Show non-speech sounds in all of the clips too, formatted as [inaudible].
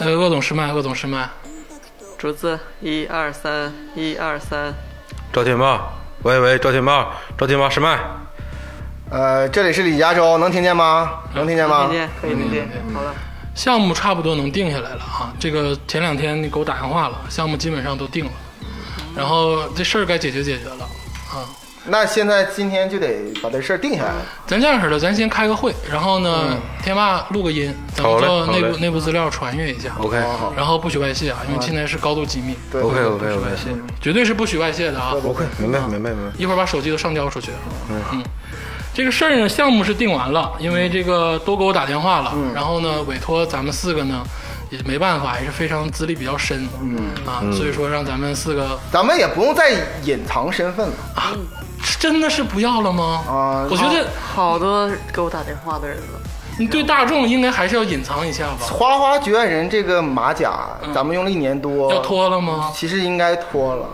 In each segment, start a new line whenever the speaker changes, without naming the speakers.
个呃总是慢。
竹子，一二三，一二三，
赵天霸，喂喂，赵天霸，赵天霸是麦，
呃，这里是李家洲，能听见吗？能听见吗嗯
听？见，可以听见。好了，
项目差不多能定下来了啊。这个前两天给我打电话了，项目基本上都定了，然后这事儿该解决解决了啊。
那现在今天就得把这事儿定下来。
咱这样式儿的，咱先开个会，然后呢，天霸录个音，咱们
嗯好嘞
做内
好
部
嘞
内部资料传阅一下。
OK
好好
然后不许外泄啊，因为现在是高度机密，
对
OK OK
不许
OK
外泄，绝对是不许外泄的啊。
OK，明白明白明白。
一会儿把手机都上交出去。嗯，这个事儿呢，项目是定完了，因为这个都给我打电话了，然后呢，委托咱们四个呢，也没办法，也是非常资历比较深，嗯啊，所以说让咱们四个
咱们也不用再隐藏身份了。
真的是不要了吗？
啊
我觉得
好多给我打电话的人了，
你对大众应该还是要隐藏一下吧？
花花局外人这个马甲，
嗯
咱们用了一年多，
要脱了吗？
其实应该
[laughs]
脱了。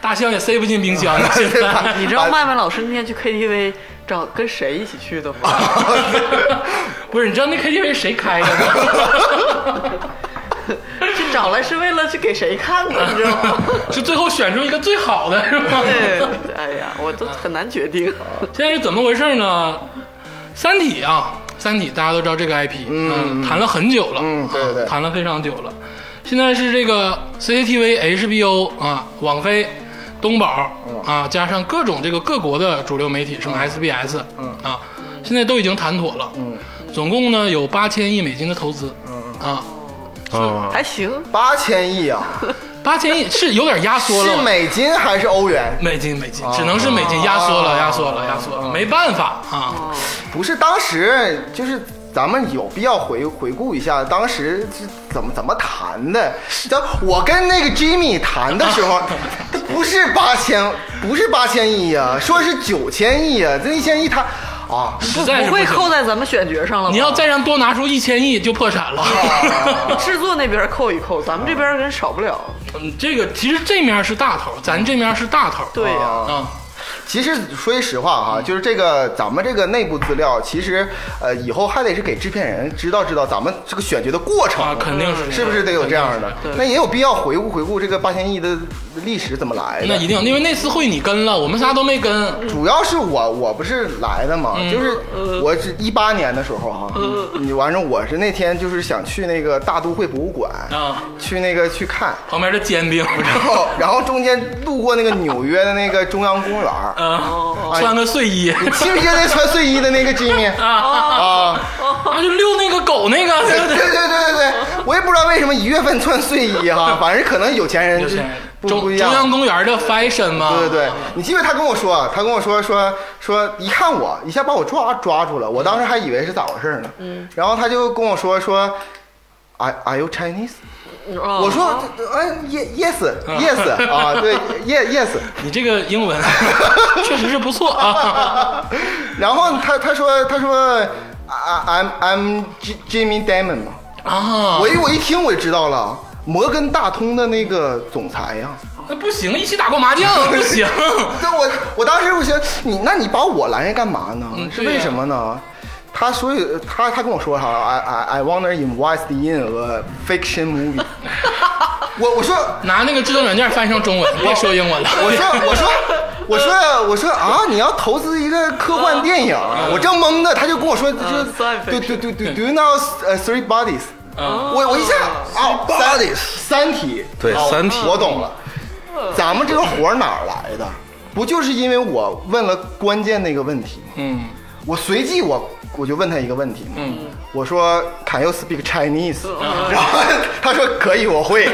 大象也塞不进冰箱了，现在。
你知道麦麦老师那天去 KTV 找跟谁一起去
[laughs]
的吗？ [laughs]
[laughs] 不是，你知道那 KTV 谁开的吗？ [laughs]
去找来是为了去给谁看的，你知道
[laughs]
吗？
是最后选出一个最好的，是吗？
对，哎呀，我都很难决定。
啊
现在是怎么回事呢？《三体》啊，《三体》大家都知道这个 IP，嗯，谈了很久了，
嗯对对对
啊谈了非常久了。现在是这个 CCTV、HBO 啊，网飞、东宝啊，加上各种这个各国的主流媒体，什么 SBS，嗯啊，现在都已经谈妥了，嗯，总共呢有八千亿美金的投资，嗯啊，
啊，
还行，
八千亿啊，
[laughs]
八千亿是有点压缩了
是，美金还是欧元？
美金美金，只能是美金压缩了，压缩了，压缩了，没办法啊，
不是当时就是咱们有必要回回顾一下当时是怎么怎么谈的。咱我跟那个 Jimmy 谈的
[laughs]
时候，他不是八千，不是八千亿啊，说是九千亿啊，这一千亿他啊，
实在是
不会
行
扣在咱们选角上了吧。
你要再让多拿出一千亿就破产了。
哦
制作那边扣一扣，咱们这边人少不了。
嗯， [laughs] 这个其实这面是大头，咱这面是大头。
对呀、
啊，
其实说句实话
嗯
哈，就是这个咱们这个内部资料，其实呃以后还得是给制片人知道知道咱们这个选角的过程，
啊肯定是这样
是不是得有这样的？那也有必要回顾回顾这个八千亿的历史怎么来的。
那一定，因为那次会你跟了，我们仨都没跟。
主要是我我不是来的
嗯
嘛，就是
呃
我是一八年的时候哈、你完了我是那天就是想去那个大都会博物馆
啊，
去那个去看，
旁边的煎饼，
然后然后中间路过那个纽约的那个中央公园儿，哦
啊， [laughs] 穿个睡衣，
你记不记得那穿睡衣的那
[laughs]
个 Jimmy 啊？
啊，就遛那个狗那个，对
对
不
对
对
对对对，我也不知道为什么一月份穿睡衣哈，反正可能有钱人
就
就是不
中
不一
中
样。
央公园的 fashion 嘛。
对对对，你记得他跟我说，他跟我说说说，一看我一下把我抓抓住了，我当时还以为是咋回事呢。嗯，然后他就跟我说说，Are Are you Chinese？
哦
我说，哎，Yes Yes 啊，对，Yes Yes。
你这个英
[laughs]
文确实是不错啊。
然后他他说他说，I I'm I'm J- Jimmy Diamond 嘛，
啊，
我一我一听我就知道了，摩根大通的那个总裁呀、
那不行，一起打过麻将不
[laughs]
行。
对我，我当时我想你，那你把我拦着干嘛呢？
嗯
是
对呀
为什么呢？他所以他他跟我说啥？I I I wanna invest in a fiction movie
[laughs]
我。我说
拿那个制作软件翻译成中文，别说英文了。
我说我说我说我说啊！你要投资一个科幻电影，我正懵呢，他就跟我说，就
算
是
fiction
do do do do do you know 呃 three bodies？我我一下啊，bodies 三体
对
哦
三体
我懂了，咱们这个活儿哪儿来的？不就是因为我问了关键那个问题吗？
[laughs] 嗯，
我随即我我就问他一个问题嘛，我说 Can you speak Chinese？、然
嗯
后他说可以，我会。 [laughs]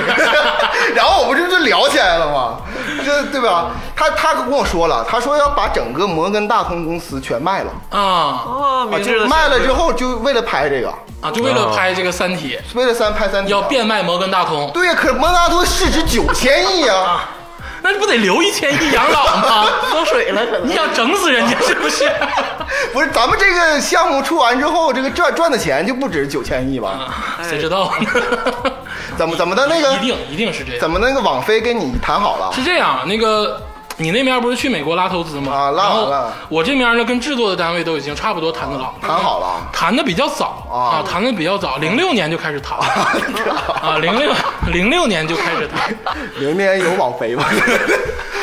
然后我不就就聊起来了吗？这对吧？他他跟我说了，他说要把整个摩根大通公司全卖了，
啊
哦，
啊，
明智
就
的
卖了
选
之后就为了拍这个，
啊，就为了拍这个《三体》，
为了三拍三体
要变卖摩根大通。
对呀，可是摩根大通市值九千亿啊！
[laughs] 那不得留一千亿养老吗？ [laughs]
择喝水了，可能
你想整死人家是不是？
哎不是，咱们这个项目出完之后，这个赚赚的钱就不止九千亿吧？
[laughs] 谁知道呢？ [laughs]
怎么怎么的那个
嗯一定一定是这样
怎。么那个网飞跟你谈好了
是这样，那个你那面不是去美国拉投资吗？
啊拉
然后
完了
我这面呢，跟制作的单位都已经差不多谈得了，
谈好了，
谈的比较早
啊
啊，谈的比较早，零六年就开始
[laughs]
谈啊，零六零六年就开始谈，
明年有网飞吧？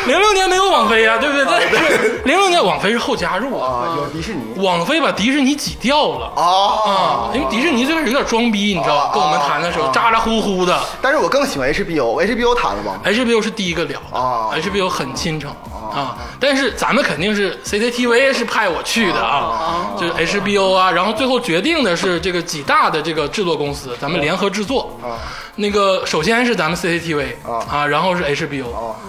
零六年没有网飞呀、啊对不对？但是零六年网飞是后加入啊，
[laughs] 啊，有迪士尼
网飞把迪士尼挤掉了。
啊
啊，因为迪士尼最开始有点装逼，你知道吧？跟我们谈的时候咋咋呼呼的
但是我更喜欢 HBO，HBO 谈了吗？
，HBO 是第一个聊
啊
的，HBO 很亲诚啊。但是咱们肯定是 CCTV 是派我去的啊，就是 HBO 啊。然后最后决定的是这个几大的这个制作公司，咱们联合制作。那个首先是咱们 CCTV
啊
啊，哦然后是 HBO，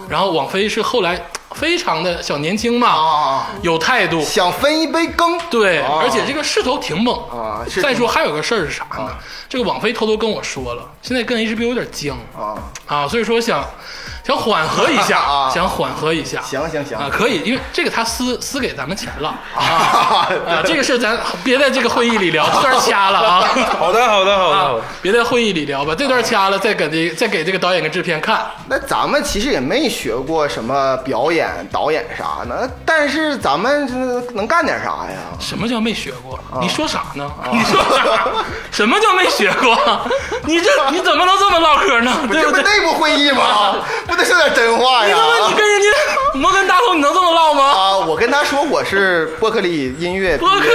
然后网飞是后来非常的小年轻嘛，
啊，
有态度，
想分一杯羹，
对，
啊
而且这个势头挺猛
啊是挺哦
再说还有个事儿是啥呢？这个网飞偷偷跟我说了，现在跟 HBO 有点僵
啊，
啊，所以说想想缓和一下，
啊
想缓和一下。
行行行
啊，可以，因为这个他私私给咱们钱了啊
[laughs]
啊，这个事儿咱别在这个会议里聊，这段掐了啊。
好的，好的，
哦
好的，好
啊
的。，
别在会议里聊吧，这段掐了，再给这再给这个导演跟制片看。
那咱们其实也没学过什么表演、导演啥的，但是咱们这能干点啥呀？
什么叫没学过？你说啥呢？你说啥？什么叫没学过？你这你怎么能这么唠嗑呢？对
这
不
不
对？
内部会议吗？ [laughs] 不得说点真话
你
呀
他！
[laughs]
妈你跟人家摩根大通，你能这么唠吗？
啊，我跟他说我是伯克利音乐毕
多可
业，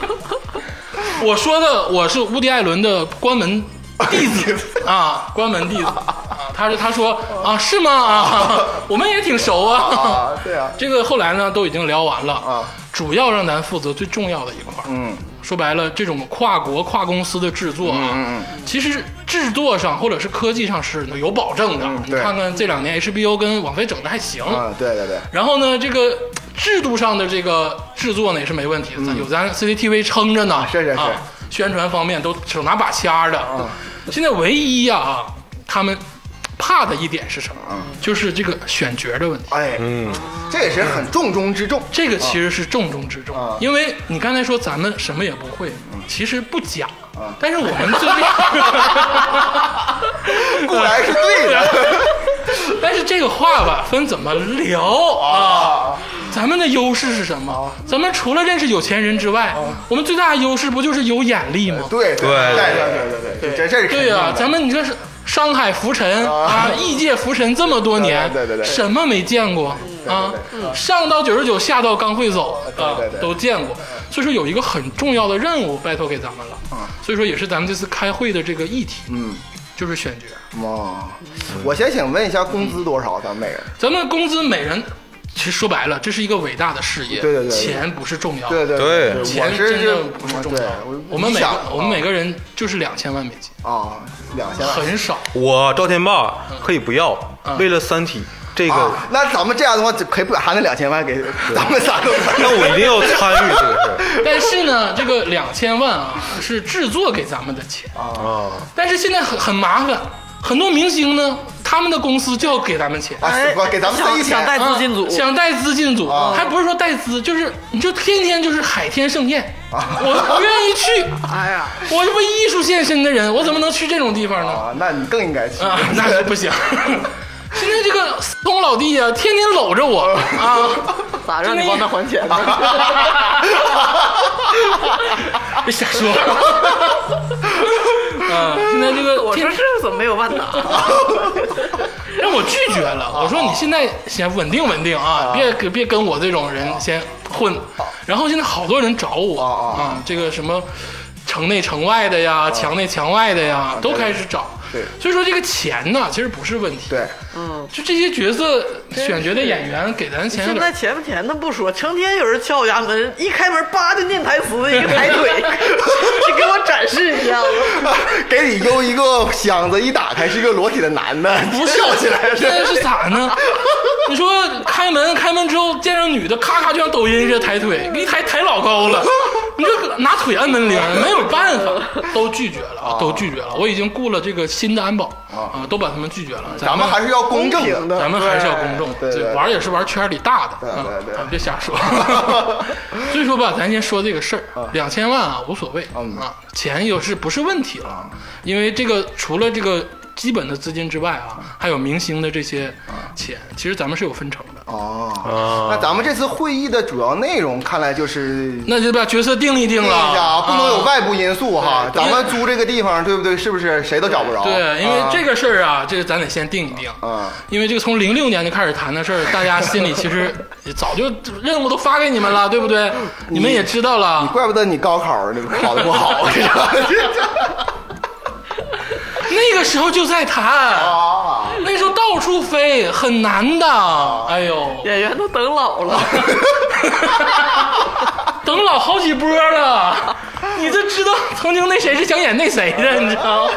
你！我说的我是乌迪艾伦的关门弟子啊，关门弟子啊，他说他说啊是吗啊，我们也挺熟啊。
啊，对啊，
这个后来呢都已经聊完了
啊，
主要让咱负责最重要的一块儿。
嗯，
说白了，这种跨国跨公司的制作啊，
嗯
其实制作上或者是科技上是有保证的。你
嗯对
看看这两年 HBO 跟网飞整的还行，
啊，对对对，
然后呢，这个制度上的这个制作呢也是没问题的，有咱 CCTV 撑着呢，
嗯是是是啊
啊，宣传方面都手拿把掐的。嗯现在唯一呀啊，他们怕的一点是什么？
啊
就是这个选角的问题。
哎，
嗯，
这也是很重中之重。
这个其实是重中之重
啊，
因为你刚才说咱们什么也不会，其实不假，但是我们最厉嗯
固然是
[laughs]
对
啊
的
[laughs] 但是这个话吧，分怎么聊啊？咱们的优势是什么？咱们除了认识有钱人之外，我们最大的优势不就是有眼力吗？
对
对
对对对对对，这这是肯
对
定
呀、
[laughs] 的
咱们你这是商海浮沉
啊
啊，异界浮沉这么多年，
对嗯对对对
什么没见过啊？上到九十九，下到刚会走啊
对对，对嗯
都见过。所以说有一个很重要的任务拜托给咱们了，所以说也是咱们这次开会的这个议题，
嗯，
就是选角。
哇，我先想问一下工资多少？咱们每人
咱们工资每人，其实说白了，这是一个伟大的事业，
对对对对
钱不是重要的，
对对
对
我
钱
是
真的
这
不是重要
对
的，我们每个
想
我们每个人就是两千万美金，
啊两千万
很少。
我赵天霸可以不要，为了《三体》这个 [laughs]
啊，，那咱们这样的话就可以把他那两千万给咱们仨都
那
[laughs]
我一定要参与这个事儿。
但是呢，这个两千万啊是制作给咱们的钱，
啊，
但是现在很很麻烦，很多明星呢，他们的公司就要给咱们钱。
啊，
哎
不给咱们塞
想
一
想
千
带资金组
啊，想带资进组，还不是说带资，就是你就天天就是海天盛宴，我我愿意去，
哎呀，
我这不艺术献身的人，我怎么能去这种地方呢？
啊，那你更应该去
啊，那是不行。 [laughs] 现在这个死通老弟啊，天天搂着我啊，
咋让你帮他
[laughs]
还钱呢？
[laughs] 别瞎说。啊，现在这个
我
天
说这怎么没有万
[laughs]
达？
让我拒绝了。我说你现在先稳定稳定啊，别跟别跟我这种人先混。然后现在好多人找我
啊啊
啊，这个什么城内城外的呀，墙内墙外的呀，都开始找。
对
所以说这个钱呢，其实不是问题。
对， [laughs]
就这些角色选角的演员给咱钱有
现
点
在钱不钱的不说，成天有人敲我家门，一开门叭就念台词，一个抬腿， [laughs] 你给我展示一下子。
给你邮一个箱子，一打开是一个裸体的男的，
不是
跳起
[laughs]
来
现在是咋呢？你说开门，开门之后见着女的，咔咔就像抖音似的抬腿，一抬抬老高了。你这拿腿按门铃，没有办法，都拒绝了，啊，都拒绝了。我已经雇了这个新的安保啊，都把他们拒绝了。
咱们还是要公正
公平的
咱们还是要公众，
对对对
玩儿也是玩圈里大的，
对
啊
对对
咱们别瞎说。 [laughs] 所以说吧，咱先说这个事儿，两千万啊无所谓
嗯
啊，钱又是不是问题了？因为这个除了这个基本的资金之外
嗯
啊，还有明星的这些钱，其实咱们是有分成的。
哦，
啊，
那咱们这次会议的主要内容看来就是
那就把角色定一定
定一
了，啊
下啊，不能有外部因素哈。
对
咱们租这个地方，对不对？是不是谁都找不着？
对，因为
啊
这个事儿啊，这个咱得先定一定
啊
因为这个从零六年就开始谈的事儿，大家心里其实早就任务都发给你们了，对不对？你们也知道了。
啊怪不得你高考那个考的不好，
[laughs]
是吧
[laughs] 那个时候就在谈，
啊，
那时候到处飞，很难的。哎
[laughs]
呦，
演员都等老了，
等老好几波了，你这知道曾经那谁是想演那谁的，你知道？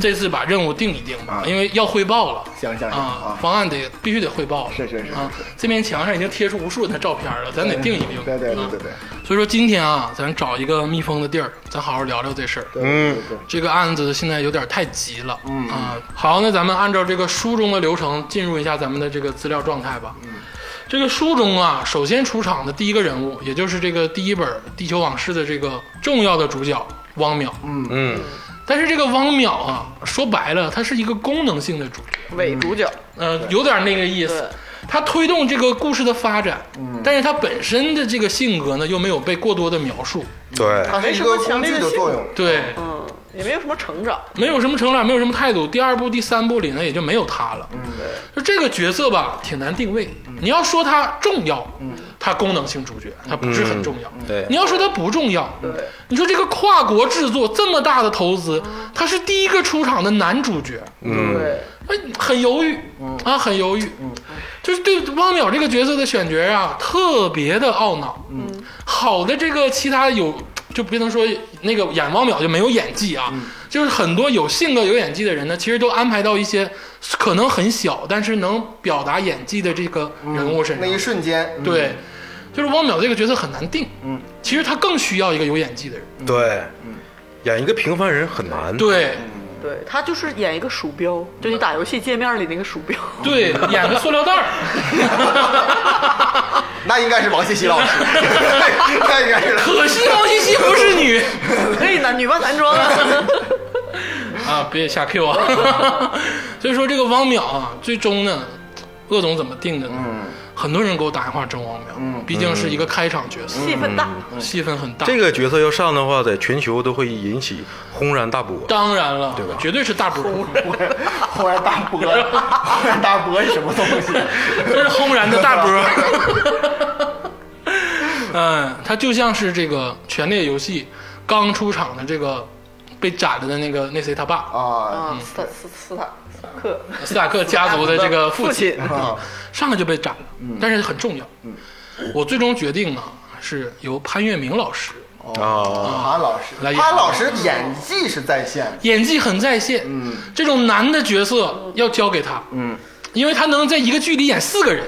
这次把任务定一定吧，因为要汇报了。
嗯啊行行行
啊
啊，
方案得必须得汇报了。
是是是是
啊，这面墙上已经贴出无数人的照片了，咱得定一定。
对对对对
啊
对。
所以说今天啊，咱找一个密封的地儿，咱好好聊聊这事儿。
嗯，对
这个案子现在有点太急了，嗯啊，好，那咱们按照这个书中的流程进入一下咱们的这个资料状态吧。嗯，这个书中啊，首先出场的第一个人物，也就是这个第一本《地球往事》的这个重要的主角汪淼。嗯，
嗯，
但是这个汪淼啊，说白了，他是一个功能性的主角，
[laughs] 伪主角，
呃，有点那个意
对
思。他推动这个故事的发展，嗯，但是他本身的这个性格呢，又没有被过多的描述，
对，
它是一个工具的作用。
对，
嗯，也没有什么成长，
没有什么成长，没有什么态度。第二部、第三部里呢，也就没有他了。嗯，就这个角色吧，挺难定位。你要说他重要，嗯，他功能性主角，他不是很重要。
对
你要说他不重要，对，你说这个跨国制作这么大的投资，他是第一个出场的男主角，
嗯，
对，
哎，很犹豫，啊，很犹豫，就是对汪淼这个角色的选角啊，特别的懊恼。嗯，好的，这个其他有就不能说那个演汪淼就没有演技啊，就是很多有性格有演技的人呢，其实都安排到一些可能很小，但是能表达演技的这个人物身上。
那一瞬间，嗯，
对，就是汪淼这个角色很难定。嗯，其实他更需要一个有演技的人。
对，演一个平凡人很难。
对。
对他就是演一个鼠标，就你打游戏界面里那个鼠标， [laughs]
对，演个塑料 [laughs] 袋儿，
那应该是王西西老师， [laughs] 那应
[laughs]
该是
可惜王西西不是女。
可以男女扮男装啊，
啊，别瞎 Q 啊！ [laughs] 所以说这个汪淼啊，最终呢，鄂总怎么定的呢？
嗯
很多人给我打电话争汪淼，毕竟是一个开场角色，
戏份大，
戏份很大。
嗯这个角色要上的话，在全球都会引起轰然大波。
当然了，
对吧
绝对是大波，
忽然大波，忽然大波是什么东西？
这是轰然的大波。
[laughs]
嗯，他就像是这个《权力游戏》刚出场的这个被斩了的那个那谁他爸
啊
啊，斯坦斯斯坦斯坦克
斯塔克家族的这个父
父
亲，
亲，
啊，
上来就被斩了，但是很重要。我最终决定呢，啊是由潘粤明老师
啊，
潘哦老师，
来
潘
演
老师演技是在线的，
演技很在线，这种男的角色要交给他，
嗯
因为他能在一个剧里演四个人，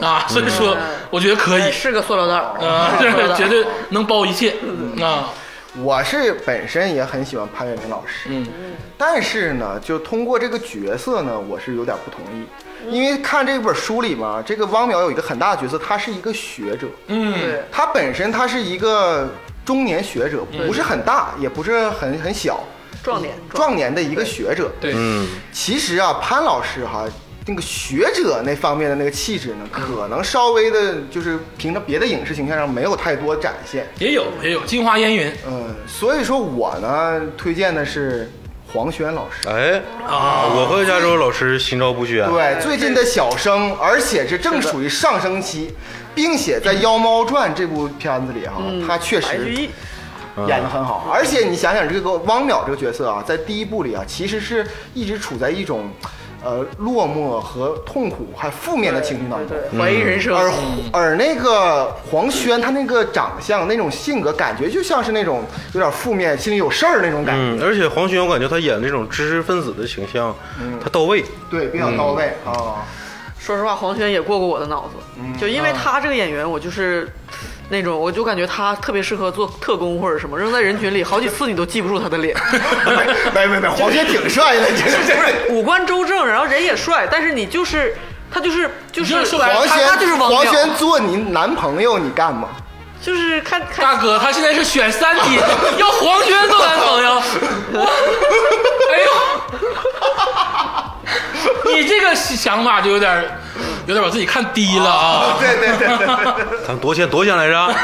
啊，所以说我觉得可以
哎，嗯是个塑料袋儿，
啊，这 [laughs] 个绝对能包一切，啊，
我是本身也很喜欢潘粤明老师，
嗯，
但是呢，就通过这个角色呢，我是有点不同意，因为看这本书里嘛，这个汪淼有一个很大的角色，他是一个学者，
嗯，
对，
他本身他是一个中年学者，
嗯
不是很大，也不是很很小，
壮年
壮年的一个学者。
对，
嗯，
其实啊，潘老师哈、那个学者那方面的那个气质呢，可能稍微的，就是凭着别的影视形象上没有太多展现。
也有也有《镜花烟云
嗯，所以说我呢推荐的是黄轩老师。
哎，我和加州老师心照不宣。
对，最近的小生，而且是正处于上升期，并且在《妖猫传》这部片子里哈、他确
白居
实
易，
哎演得很好。而且你想想，这个汪淼这个角色啊，在第一部里啊，其实是一直处在一种，呃，落寞和痛苦还负面的情绪当中。
对，怀疑人生，
嗯而而那个黄轩，他那个长相、那种性格，感觉就像是那种有点负面、心里有事儿那种感觉。
嗯，而且黄轩，我感觉他演这种知识分子的形象，
嗯
他到位。
对，比较到位啊。
说实话，黄轩也过过我的脑子，
嗯
就因为他这个演员，我就是那种，我就感觉他特别适合做特工或者什么，扔在人群里好几次你都记不住他的
[laughs]
脸，
[laughs] 没没没，黄轩挺帅 [laughs] 的，这这这。
五官周正，然后人也帅，但是你就是他就是就
你
是
这说白了
黄
他
轩
他就是王
黄
淼，
轩做你男朋友，你干吗？
就是看
[laughs]
看
大哥，他现在是选三体， [laughs] 要黄轩做男朋 [laughs] 友。我哎呦， [laughs] 你这个想法就有点儿，有点把自己看低了啊！
对对对对对，对
咱们多钱多钱来
[laughs]
着？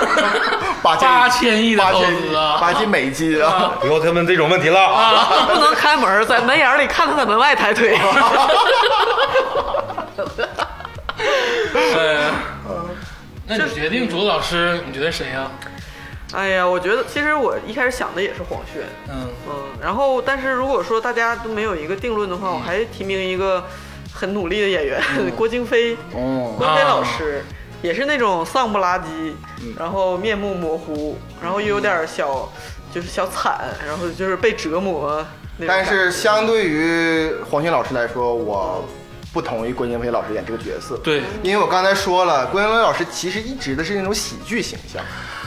八千
八千亿的
八
投
千
资啊！
八千美金啊！
以后他们这种问题了，
不能开门，在门眼里看他在门外抬
[laughs]
腿。
哎那你决定卓老师，你觉得谁呀、
哎呀，我觉得其实我一开始想的也是黄轩，
嗯，
嗯，然后但是如果说大家都没有一个定论的话，我还提名一个很努力的演员、郭京飞，
嗯哦，
郭飞老师、也是那种丧不拉几，
嗯
然后面目模糊，然后又有点小，就是小惨，然后就是被折磨那种感
但
觉。
是相对于黄轩老师来说，我不同意郭京飞老师演这个角色。
对，
因为我刚才说了，郭京飞老师其实一直的是那种喜剧形象，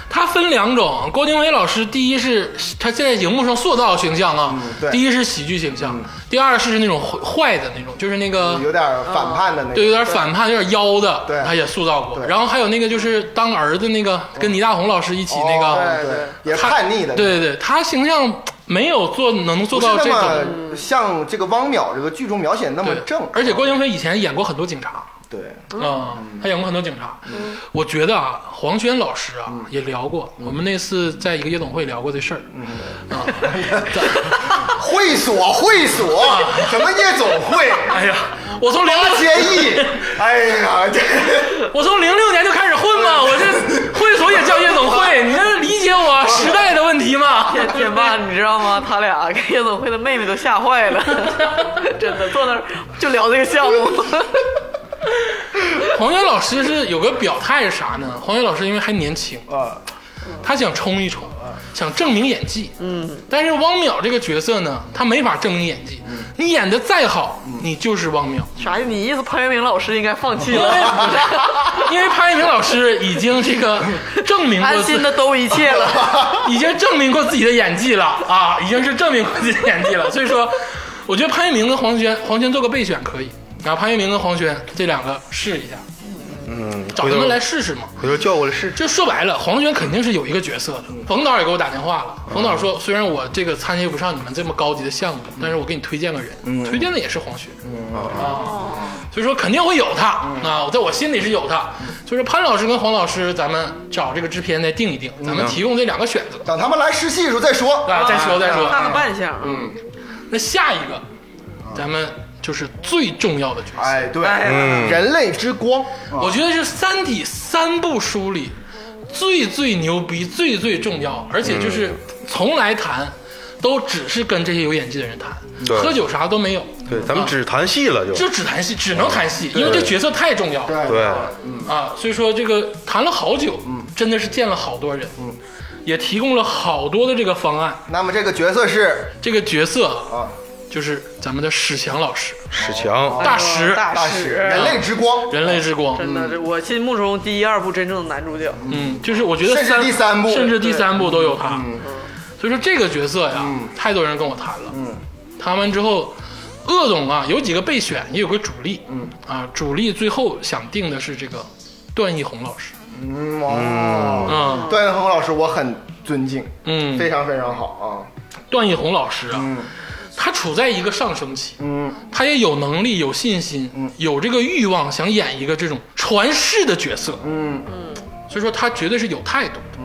他分两种，郭京飞老师，第一是他现在荧幕上塑造形象啊，
嗯对嗯
第一是喜剧形象，第二是那种坏的那种，就是那个
有点反叛的那种。
啊对，有点反叛，有点妖的，
对
他也塑造过。
对
然后还有那个就是当儿子那个，跟倪大红老师一起那
哦
个，
对对
对，
也
他
叛逆的，
对对对，他形象没有做能做
不是
到
那
这种。
么像这个汪淼这个剧中描写那么
对
正，嗯
而且郭京飞以前演过很多警察
对，
啊，他演过很多警察。
嗯
我觉得啊，黄轩老师啊也聊过，我们那次在一个夜总会聊过这事儿。
嗯
啊，
会所会所
啊
什么夜总
[laughs]
会，
哎呀，我从零
八千亿，哎呀，这
我从零六年就开始混嘛，我这会所也叫夜总会，你这理解我时代的问题吗？
天 [laughs] 天霸，你知道吗？他俩给夜总会的妹妹都吓坏了， [laughs] 真的坐那儿就聊这个项目。 [laughs]
[laughs] 黄轩老师是有个表态是啥呢？黄轩老师因为还年轻，
啊，
他想冲一冲，
啊
想证明演技。嗯，但是汪淼这个角色呢，他没法证明演技。
嗯
你演的再好，你就是汪淼，
啥意思？你意思潘粤明老师应该放弃
因为
了， [laughs]
因为潘粤明老师已经这个证明过
安
自
心的兜一切了。
[laughs] 已经证明过自己的演技了啊，已经是证明过自己的演技了。所以说，我觉得潘粤明跟黄轩，黄轩做个备选可以。然后潘粤明跟黄轩这两个试一下，
嗯，
找
回
他
头
们来试试嘛。
回头叫过来试试。
就说白了，黄轩肯定是有一个角色的。冯导也给我打电话了，冯导说，虽然我这个参与不上你们这么高级的项目，但是我给你推荐个人，推荐的也是黄轩，啊，所以说肯定会有他啊，我在我心里是有他。就是潘老师跟黄老师，咱们找这个制片再定一定，咱们提供这两个选择
等他们来试戏的时候再说。
哦
啊，再说再说。
看看扮相，嗯，
那下一个，咱们就是最重要的角色，
哎，对，
哎
嗯
人类之光，啊
我觉得是《三体》三部书里最最牛逼、最最重要，而且
嗯
就是从来谈都只是跟这些有演技的人谈，
对
喝酒啥都没有，
对，咱
啊
们只谈戏了就。
就只谈戏，只能谈戏，因为这角色太重要了
对
对，
嗯
啊。所以说这个谈了好久，
嗯
真的是见了好多人，也提供了好多的这个方案。
那么这个角色是
这个角色
啊，
就是咱们的史强老师，
史强，
大石，
大
哎
嗯
大
使，
使，
人类之光，
人类之光，
真的，这我心目中第一、二部真正的男主角，
嗯，就是我觉得
甚至第三部嗯
甚至第三部都有他。所以说这个角色呀，太多人跟我谈了。
嗯
谈完之后，鄂总啊有几个备选，也有个主力。
嗯
啊，主力最后想定的是这个段奕宏老师。
嗯哦，
嗯
段奕宏老师我很尊敬，非
嗯，
常非常好啊
段奕宏老师啊，
嗯
他处在一个上升期
啊，，嗯，
他也有能力、有信心、有这个欲望，想演一个这种传世的角色。
嗯，
所以说他绝对是有态度的。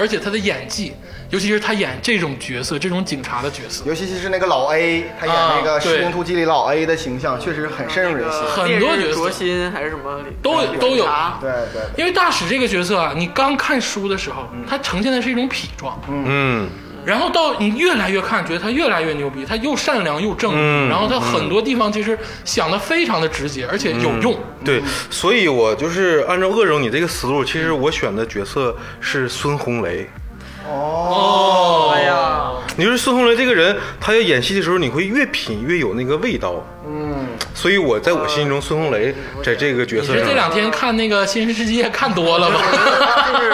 而且他的演技，尤其是他演这种角色，这种警察的角色，
尤其是那个老 A，他演
啊
那个《
对
士兵突击》里老 A 的形象，确实很深入人心。
很多角色
烈日灼心还是什么
都有都有
啥
对对对，
因为大使这个角色啊，你刚看书的时候，他呈现的是一种痞状，
嗯，
然后到你越来越看，觉得他越来越牛逼，他又善良又正义，
嗯
然后他很多地方其实想的非常的直接，而且有用。
对，所以我就是按照鄂总你这个思路，其实我选的角色是孙红雷。
哦，
哎呀，
你就是孙红雷这个人，他要演戏的时候，你会越品越有那个味道。
嗯，
所以我在我心中，孙红雷在这个角
你
色
是这
上，
两天看那个《新世界》看多了吧？
就是，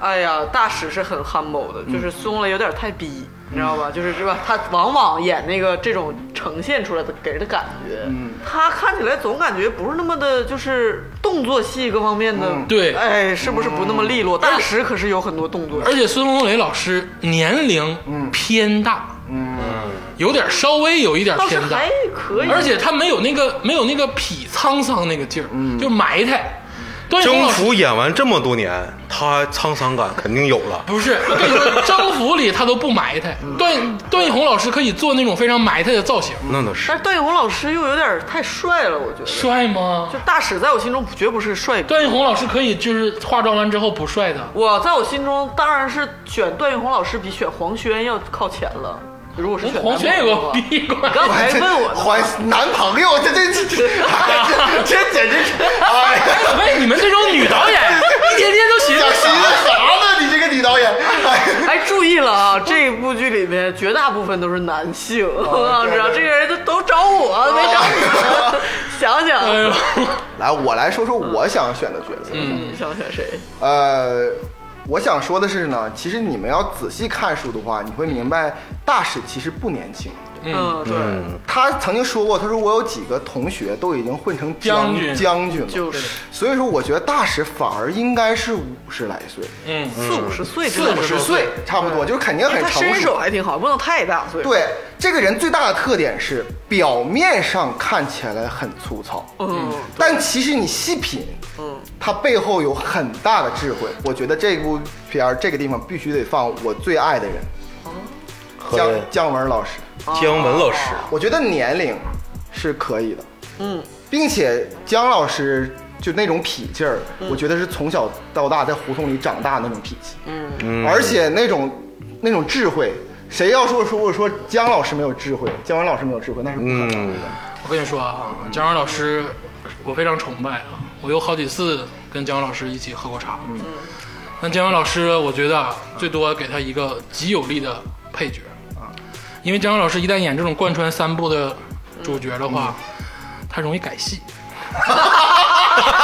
哎呀，大使是很 humble 的，
嗯
就是松了有点太逼，你知道吧？就是是吧？他往往演那个这
嗯
种呈现出来的给人的感觉，他看起来总感觉不是那么的，就是动动作戏各方面的，
对嗯
哎，是不是不那么利落？大师可是有很多动作，
而且孙红雷老师年龄偏大，嗯，有点稍微有一点
倒是
偏大
还，可以，
而且他没有那个没有那个痞沧桑那个劲儿，就埋汰。段奕宏
征
老师
服演完这么多年，他沧桑感肯定有了。
不是，我跟你说，征服里他都不埋汰。段段奕宏老师可以做那种非常埋汰的造型，
那倒是
但，是段奕宏老师又有点太帅了，我觉得。
帅吗？
就大使在我心中绝不是帅哥，
段奕宏老师可以就是化妆完之后不帅的，
我在我心中当然是选段奕宏老师比选黄轩要靠前了。如果是选
黄轩
男
有
朋
个
友的话
逼管
你。刚才问
[laughs]
我呢
还男朋友，这这这这这这简直是，哎呀，
哎 [laughs] 喂，你们这种女导演一天天都寻
想
思
寻思啥呢？你这个女导演，哎呀
哎，注意了啊！这部剧里面绝大部分都是男性，
哦
啊，知道这个人都都找我，没找你们。啊想想，
哦哎
[laughs]
呦，
来，我来说说我想选的角色。
你想选谁？
呃，我想说的是呢，其实你们要仔细看书的话，你会明白大使其实不年轻。
嗯，对，
嗯，
他曾经说过，他说我有几个同学都已经混成
将军
将军了，
就是
所以说我觉得大使反而应该是五十来岁，
嗯，
四五十岁，哎
四五十
十岁差不多，就是肯定很
他
成
身
熟
手。还挺好，不能太大岁。，
对，这个人最大的特点是表面上看起来很粗糙，
嗯
但其实你细品，
嗯，
他背后有很大的智慧。我觉得这部片儿这个地方必须得放我最爱的人
哦
何
姜
人
姜文老师。
姜文老师，
我觉得年龄是可以的，
嗯，
并且姜老师就那种痞劲儿，我觉得是从小到大在胡同里长大那种痞气，
嗯，
而且那种那种智慧。谁要说说我说姜老师没有智慧，姜文老师没有智慧，那是不可能的。
嗯，
我跟你说啊，姜文老师，我非常崇拜啊，我有好几次跟姜文老师一起喝过茶。嗯，那姜文老师，我觉得啊，最多给他一个极有力的配角啊，因为姜文老师一旦演这种贯穿三部的主角的话，他容易改戏。 [laughs]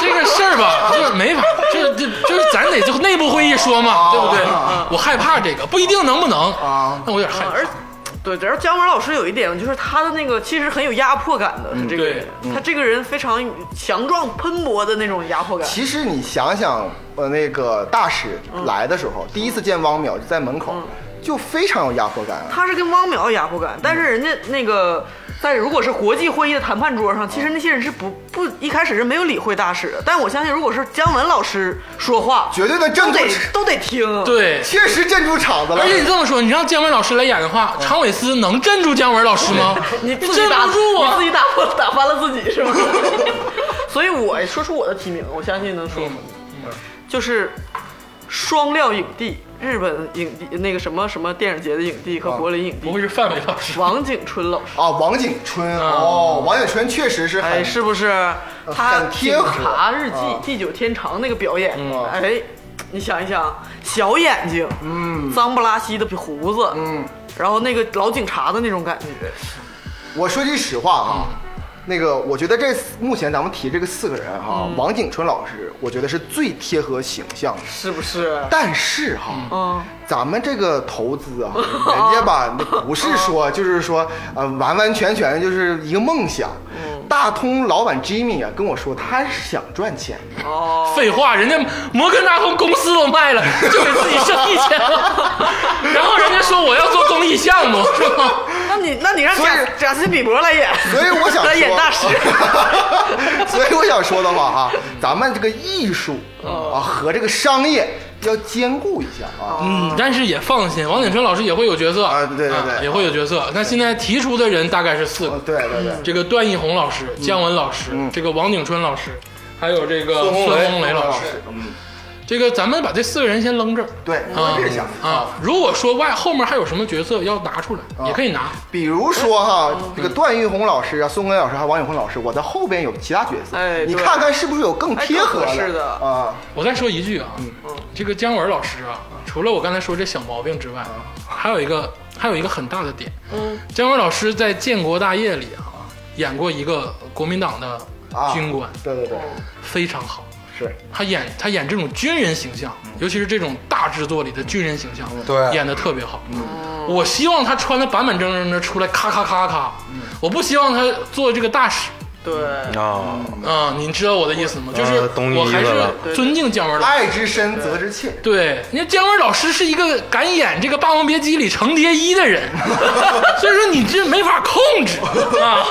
这个事儿吧，就是没法，就是这就是咱得就内部会议说嘛，对不对？我害怕这个，不一定能不能
啊
但我有点害怕。
嗯而对，然后姜文老师有一点就是他的那个其实很有压迫感的，是这个
对
人，他这个人非常强壮喷薄的那种压迫感。
其实你想想，呃，那个大使来的时候，第一次见汪淼就在门口，就非常有压迫感。啊
他是跟汪淼有压迫感，但是人家那个在如果是国际会议的谈判桌上，其实那些人是不不一开始是没有理会大使的。但我相信，如果是姜文老师说话，
绝对能
都
震住
得，都得听。，
对，
确实震住场子了
[laughs] 而。且你这么说，你让姜文老师来演的话，常伟思能镇住姜文老师吗？
你自己
镇
打
不住
你
啊
自！己打破打翻了自己是吗？ [laughs] 所以我说出我的提名，我相信能说出，就是双料影帝，日本影帝那个什么什么电影节的影帝和柏林影帝
[laughs] 不会是范伟老师？
王景春老师。
啊，王景春哦，王景春确实是
哎，
很
是不是他
很贴合
警察日记
啊
地久天长那个表演？哎，你想一想，小眼睛，嗯，脏不拉稀的胡子，嗯，然后那个老警察的那种感觉，
我说句实话哈、
嗯
那个我觉得这四目前咱们提这个四个人哈、
嗯
王景春老师，我觉得是最贴合形象的。
嗯
是不是？
但是哈、
[laughs] 嗯，
咱们这个投
[laughs]
资啊，人家吧，那不是说就是说，呃，完完全全就是一个梦想。
嗯
大通老板 Jimmy 啊跟我说，他是想赚钱，
[laughs]
哦，
[laughs] 废话，人家摩根大通公司都卖了，就给自己剩一千了。 [laughs] 然后人家说我要做公益项目，是吧？
那你那你让
所以
贾贾斯比伯来演，
所以我想说
来演大
[laughs]
师，
所以我想说的话哈、
嗯
咱们这个艺术啊和这个商业要兼顾一下啊。
嗯，但是也放心，王景春老师也会有角色
啊对对对
也会有角色。那现在提出的人大概是四个
嗯，，对对对。
这个段奕宏老师、姜文老师、这个王景春老师，还有这个
孙红雷
孙红雷老师。
嗯，
这个咱们把这四个人先扔这儿。
对，
啊
我是想
嗯
啊，如果说外后面还有什么角色要拿出来，也可以拿。
比如说哈，这个段奕宏老师啊，孙红雷老师还有王永坤老师，我在后边有其他角色，
哎
你
对
看看是不是有更贴合
哎更合适的
啊？
我再说一句啊，这个姜文老师啊，除了我刚才说这小毛病之外，还有一个还有一个很大的点，
嗯，
姜文老师在《建国大业》里啊，演过一个国民党的
啊
军官，
对对对，
非常好。
是
他演他演这种军人形象，尤其是这种大制作里的军人形象，
对
演的特别好。
嗯
我希望他穿的板板正正的出来，咔咔咔咔。我不希望他做这个大使，
对，
啊，
啊，你知道我的意思吗？就是
呃懂你
我还
意思了
是尊敬姜文老师。
爱之深，责之切。
对，你看姜文老师是一个敢演这个《霸王别姬》里程蝶衣的人，所以说你这没法控制啊，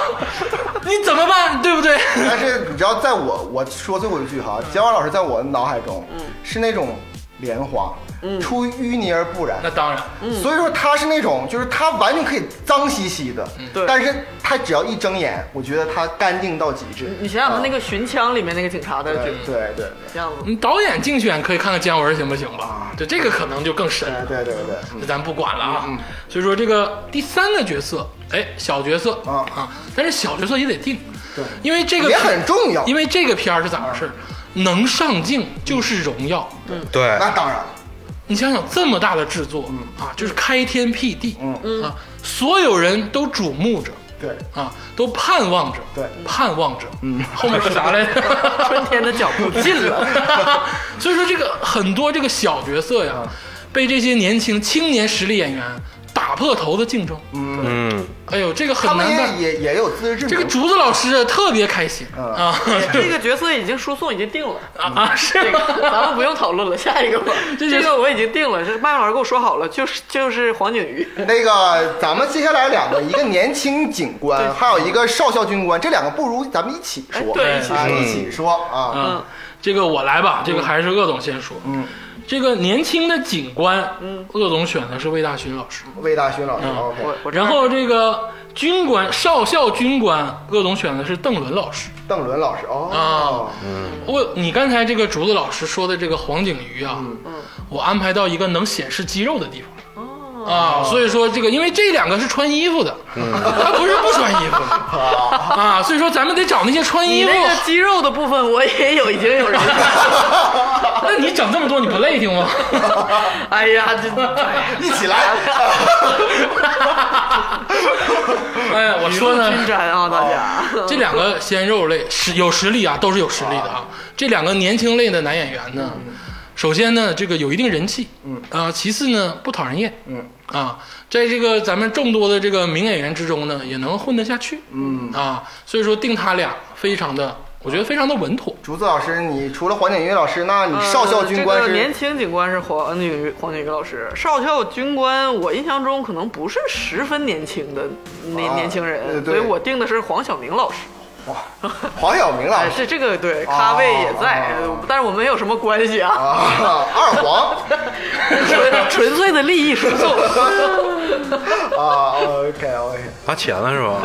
你怎么办？对不对？ [laughs]
但是你知道，在我我说最后一句哈，
嗯
姜文老师在我脑海中是那种莲花，
嗯
出淤泥而不染
那。当然，
所以说他是那种，就是他完全可以脏兮兮的，
嗯对
但是他只要一睁眼，我觉得他干净到极致。
你想想他那
个，
个寻枪里面那个警察的
对
这
对对对
样子，
你导演竞选可以看看姜文行不行吧
啊？
对，这个可能就更深了。
对对对对，
这咱不管了啊。
嗯
所以说这个第三个角色，哎，小角色
啊
啊，但是小角色也得定，
对
因为这个
也很重要嗯
因为这个片儿是咋回事儿？能上镜就是荣耀。
对，
那当然了，
你想想这么大的制作啊，就是开天辟地，
嗯
啊，所有人都瞩目着。
对，
啊，都盼望着，
对
盼望着，嗯，后面是啥
[laughs]
来着？
春天的脚步近了，
所以说这个很多这个小角色呀，被这些年轻青年实力演员打破头的竞争，
嗯，
哎呦，这个
他
很
们
难办
也。也也有自知之
这个
明。
竹子老师特别开心
嗯
啊
这个角色已经输送已经定了。
啊啊！是
这
吗
个咱们不用讨论了，下一个吧。
[laughs]
这
这
就是
个我已经定了，这麦老师跟我说好了，就是就是黄景瑜。
那个，咱们接下来两个，一个年轻警官，还有一个少校军官，这两个不如咱们一起说，
哎对一起嗯
啊
说
一起说啊，
啊，这个我来吧，这个还是鄂总先说。嗯，这个年轻的警官，嗯，鄂总选的是魏大勋老师，
魏大勋老师
嗯
我
，OK，
我这
然后这个军官少校军官，鄂总选的是邓伦老师。
邓伦老师，哦，
嗯
我你刚才这个竹子老师说的这个黄景瑜啊，
嗯
我安排到一个能显示肌肉的地方。啊，所以说这个，因为这两个是穿衣服的，
嗯
他不是不穿衣服的
[laughs]
啊，所以说咱们得找那些穿
你
衣服。
那
[laughs]
个肌肉的部分我也有，已经有人。
[laughs] 那你整这么多，你不累挺吗？
[laughs] 哎呀，这哎呀
[laughs] 一
[laughs]
起来，
哎呀，我说呢，
均沾啊，大
哦
[laughs] 家。
这两个鲜肉类实有实力啊，都是有实力的嗯啊。这两个年轻类的男演员呢，首先呢，这个有一定人气，嗯啊，其次呢，不讨人厌，嗯啊，在这个咱们众多的这个名演员之中呢，也能混得下去，嗯啊，所以说定他俩非常的，我觉得非常的稳妥。
竹子老师，你除了黄景瑜老师，那你少校军官
呃这个
是
年轻警官是黄景瑜，黄景瑜老师。少校军官，我印象中可能不是十分年轻的年、
啊
年轻人，
呃对啊
所以我定的是黄晓明老师。
哇，黄晓明老
哎，这
师
这个对咖位也在，
啊
呃但是我们没有什么关系啊，
哦啊，二黄
纯 [laughs] 纯粹的利益输送。
啊，OK OK，
拿钱了是吧？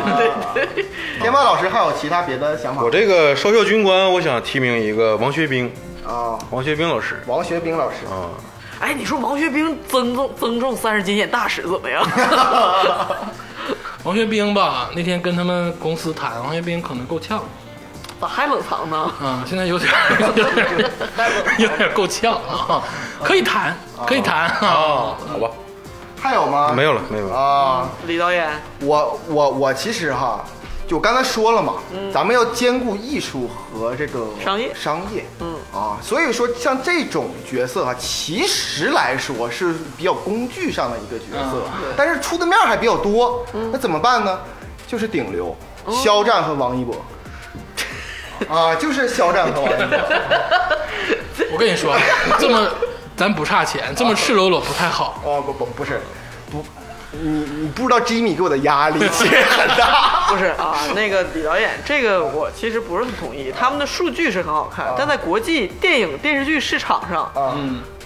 天霸老师还有其他别的想法？
我这个少校军官，我想提名一个王学兵，
啊，
王学兵老师
王学兵老师，
啊，
哎，你说王学兵增重增重三十斤演大使怎
[laughs]
么样？
王学兵吧，那天跟他们公司谈，王学兵可能够呛
咋还冷藏呢？
啊，现在有 [laughs] 点有点有点够呛啊，可以谈，可以谈啊，
好吧，
还有吗？
没有了，没有了，
啊，
李导演，
我我我其实哈，就刚才说了嘛，咱们要兼顾艺术和这个
嗯商业
商业，
嗯
啊，所以说像这种角色啊，其实来说是比较工具上的一个角
嗯
色，但是出的面儿还比较多，那怎么办呢？就是顶流，
哦
肖战和王一
[laughs]
博。啊，就是肖战和王一博，
[laughs]
我跟你说，这么咱不差钱，这么赤裸裸不太好。
哦不不不是，不，你你不知道 Jimmy 给我的压力其实很大， [laughs]
不是啊，那个李导演，这个我其实不是很同意。他们的数据是很好
啊
看，但在国际电影电视剧市场上，
啊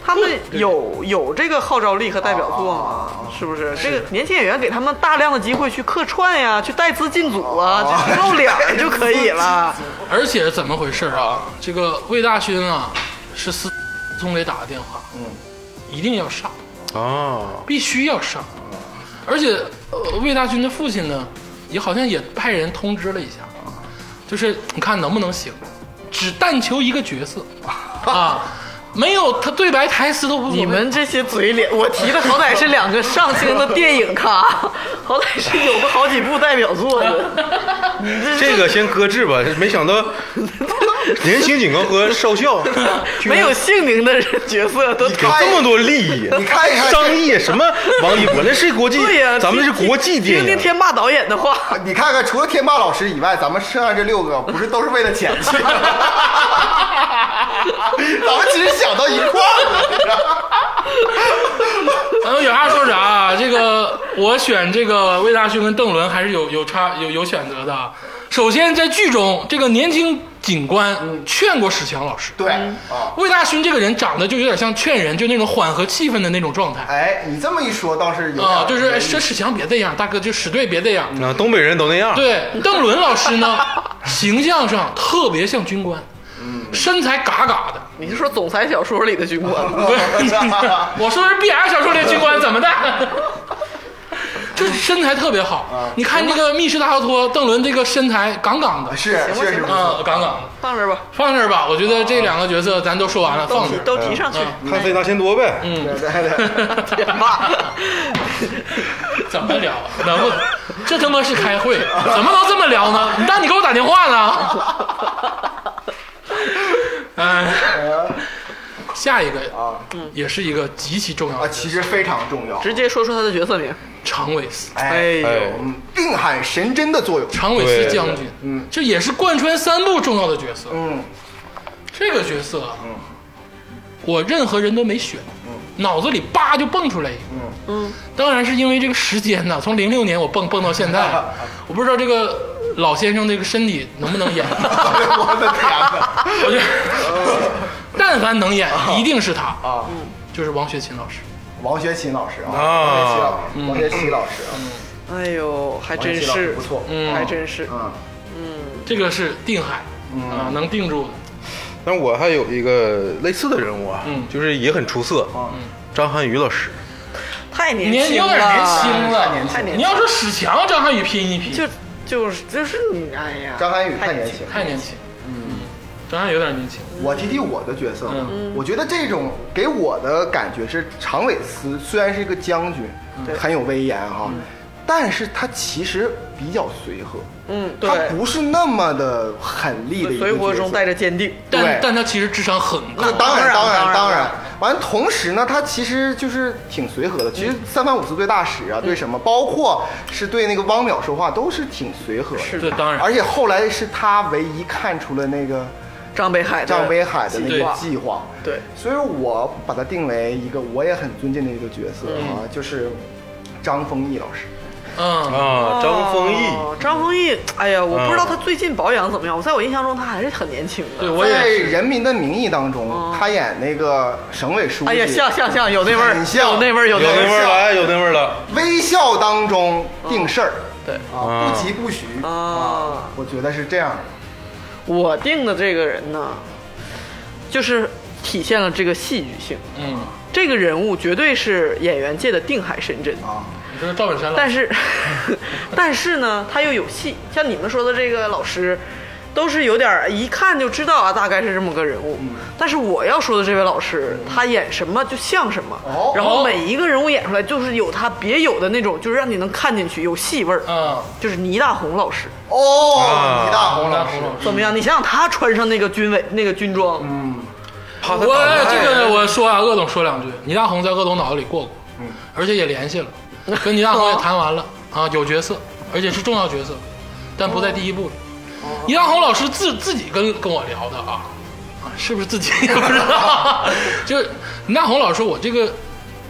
他们有有这个号召力和代表作
啊
吗？是不是？这个年轻演员给他们大量的机会去客串呀，去带资进组啊，就露脸儿就可以
啊
了。
而且怎么回事啊？这个魏大勋啊，是司聪给打的电话，嗯，一定要上，
啊，
必须要上。而且、呃魏大勋的父亲呢，也好像也派人通知了一下，就是你看能不能行，只但求一个角色啊，没有他对白台词都不
你们这些嘴脸，我提的好歹是两个上星的电影咖，好歹是有个
[laughs]
好几部代表作的。你这
这个先搁置吧，没想到林清景和和少校，居
没
然
有姓名的人角色都
有
太
这么多利益，
你看一看
商业什么王一博，那是国际
对呀、，
咱们是国际
听
电
听听
影。
天霸导演的话，
你看看，除了天霸老师以外，咱们剩下这六个不是都是为了钱去的？ [laughs] 咱们其实想到一块儿了你知道吗。
咱们有啥说啥啊。这个我选这个魏大勋跟邓伦还是有有差有有选择的啊。首先在剧中，这个年轻警官劝过史强老师，
嗯对啊，
魏大勋这个人长得就有点像劝人，就那种缓和气氛的那种状态
哎，你这么一说倒是有
啊，
点
就是哎说史强别这样，大哥就史队别这
嗯
样。
啊，东北人都那样。
对，邓伦老师
[laughs]
呢，形象上特别像军官，
嗯
身材嘎嘎的。
你是说总裁小说里的军官吗？
不是， [laughs] 我说的是 BL 小说里的军官怎么的？ [laughs] 就是身材特别好，你看这个密室大逃脱，邓伦这个身材杠杠的，
是
行吧
确实
行
不
吧
错。
啊，杠杠的。
放这儿吧，
放这儿吧，我觉得这两个角色咱都说完了，
都
放这
提
儿。
都提上去，
嗯
看谁拿钱多呗。嗯，
对对
[laughs]
对，
天霸。
[laughs]
怎么聊？啊能不？这他妈是开会，怎么能这么聊呢？你当你给我打电话呢？ [laughs] 哎，下一个
啊，
也是一个极其重要
啊，
的
其实非常重要。
直接说出他的角色名。
长尾司，
哎，
哎，
嗯定海神针的作用。
长尾司将军，嗯，这也是贯穿三部重要的角色。
嗯，
这个角色，嗯，我任何人都没选，脑子里叭就蹦出来一个，嗯当然是因为这个时间呐，从零六年我蹦蹦到现在， [laughs] 我不知道这个老先生这个身体能不能 [laughs] 演，
我的
[laughs]
天哪！
我觉得， [laughs] 但凡能演，一定是他，
啊，
就是王学勤老师。
王学勤老师啊，
啊
嗯
王学勤老师，啊
哎呦，还
王学
真
勤老师啊，王学勤老师
是
不错，
嗯
还真是。
嗯，
这个是定海，啊，能定住的。
但我还有一个类似的人物啊，
嗯
就是也很出色，
嗯
张涵予老师。
太年
年
轻
有
了，
点年轻
嗯
了，
太年
你
轻
要
了。
说史强、张涵予拼一拼，
就就是就是你，哎呀，
张涵予太
年
年轻。了。
太年轻。嗯，张涵予有点年轻。
我提提我的角色吧，
嗯
我觉得这种给我的感觉是长尾司虽然是一个将军，
嗯
很有威严哈，但是他其实比较随和，
嗯，
他
对，
不是那么的狠厉的一个
随和
角色
中带着坚定。
但
对
但他其实智商很高
那。当然，
当
当
然
然，
当然
当然。完，同时呢，他其实就是挺随和的。其
嗯
实三番五次对大使啊，对什么，包括是对那个汪淼说话，都是挺随和的。
这当然
而，且后来是他唯一看出了那个
张北海的
张北海的那
计
个
划
计划，
对，
所以我把他定为一个我也很尊敬的一个角色
嗯
啊，就是张丰毅老师。
嗯，
啊，张丰毅，
哦张丰毅，哎呀，我不知道他最近保养怎么样。我在我印象中他还是很年轻
对
的。
我
在
也
《
是。
人民的名义》当中，他演那个省委书
哦
记，
哎呀，像像像，有那味儿，
很像
有那味儿，有
有
那
那
味
味
儿。
儿来，有那味儿了。
微笑当中定事儿。
哦对，
啊，
啊
不疾不徐
啊
啊，我觉得是这样的。
我定的这个人呢，就是体现了这个戏剧性。
嗯，
这个人物绝对是演员界的定海神针
啊
你说赵本山了
但，是， [laughs] 但是呢，他又有戏。像你们说的这个老师，都是有点儿一看就知道啊，大概是这么个人物。但是我要说的这位老师，他演什么就像什么，
哦
然后每一个人物演出来就是有他别有的那种，就是让你能看进去，有戏味儿。
嗯，
就是倪大红老师
哦
啊，
倪大红老师，
怎么样？你想想他穿上那个军委那个军装，
怕他
我
打不开
这个我说啊，鄂总说两句，倪大红在鄂总脑子里过过，嗯，而且也联系了，跟倪大红也谈完了啊，有角色，而且是重要角色，但不在第一部里。倪大红老师自自己跟跟我聊的啊，啊是不是自己 [laughs] 也不知道， [laughs] 就是倪大红老师说我这个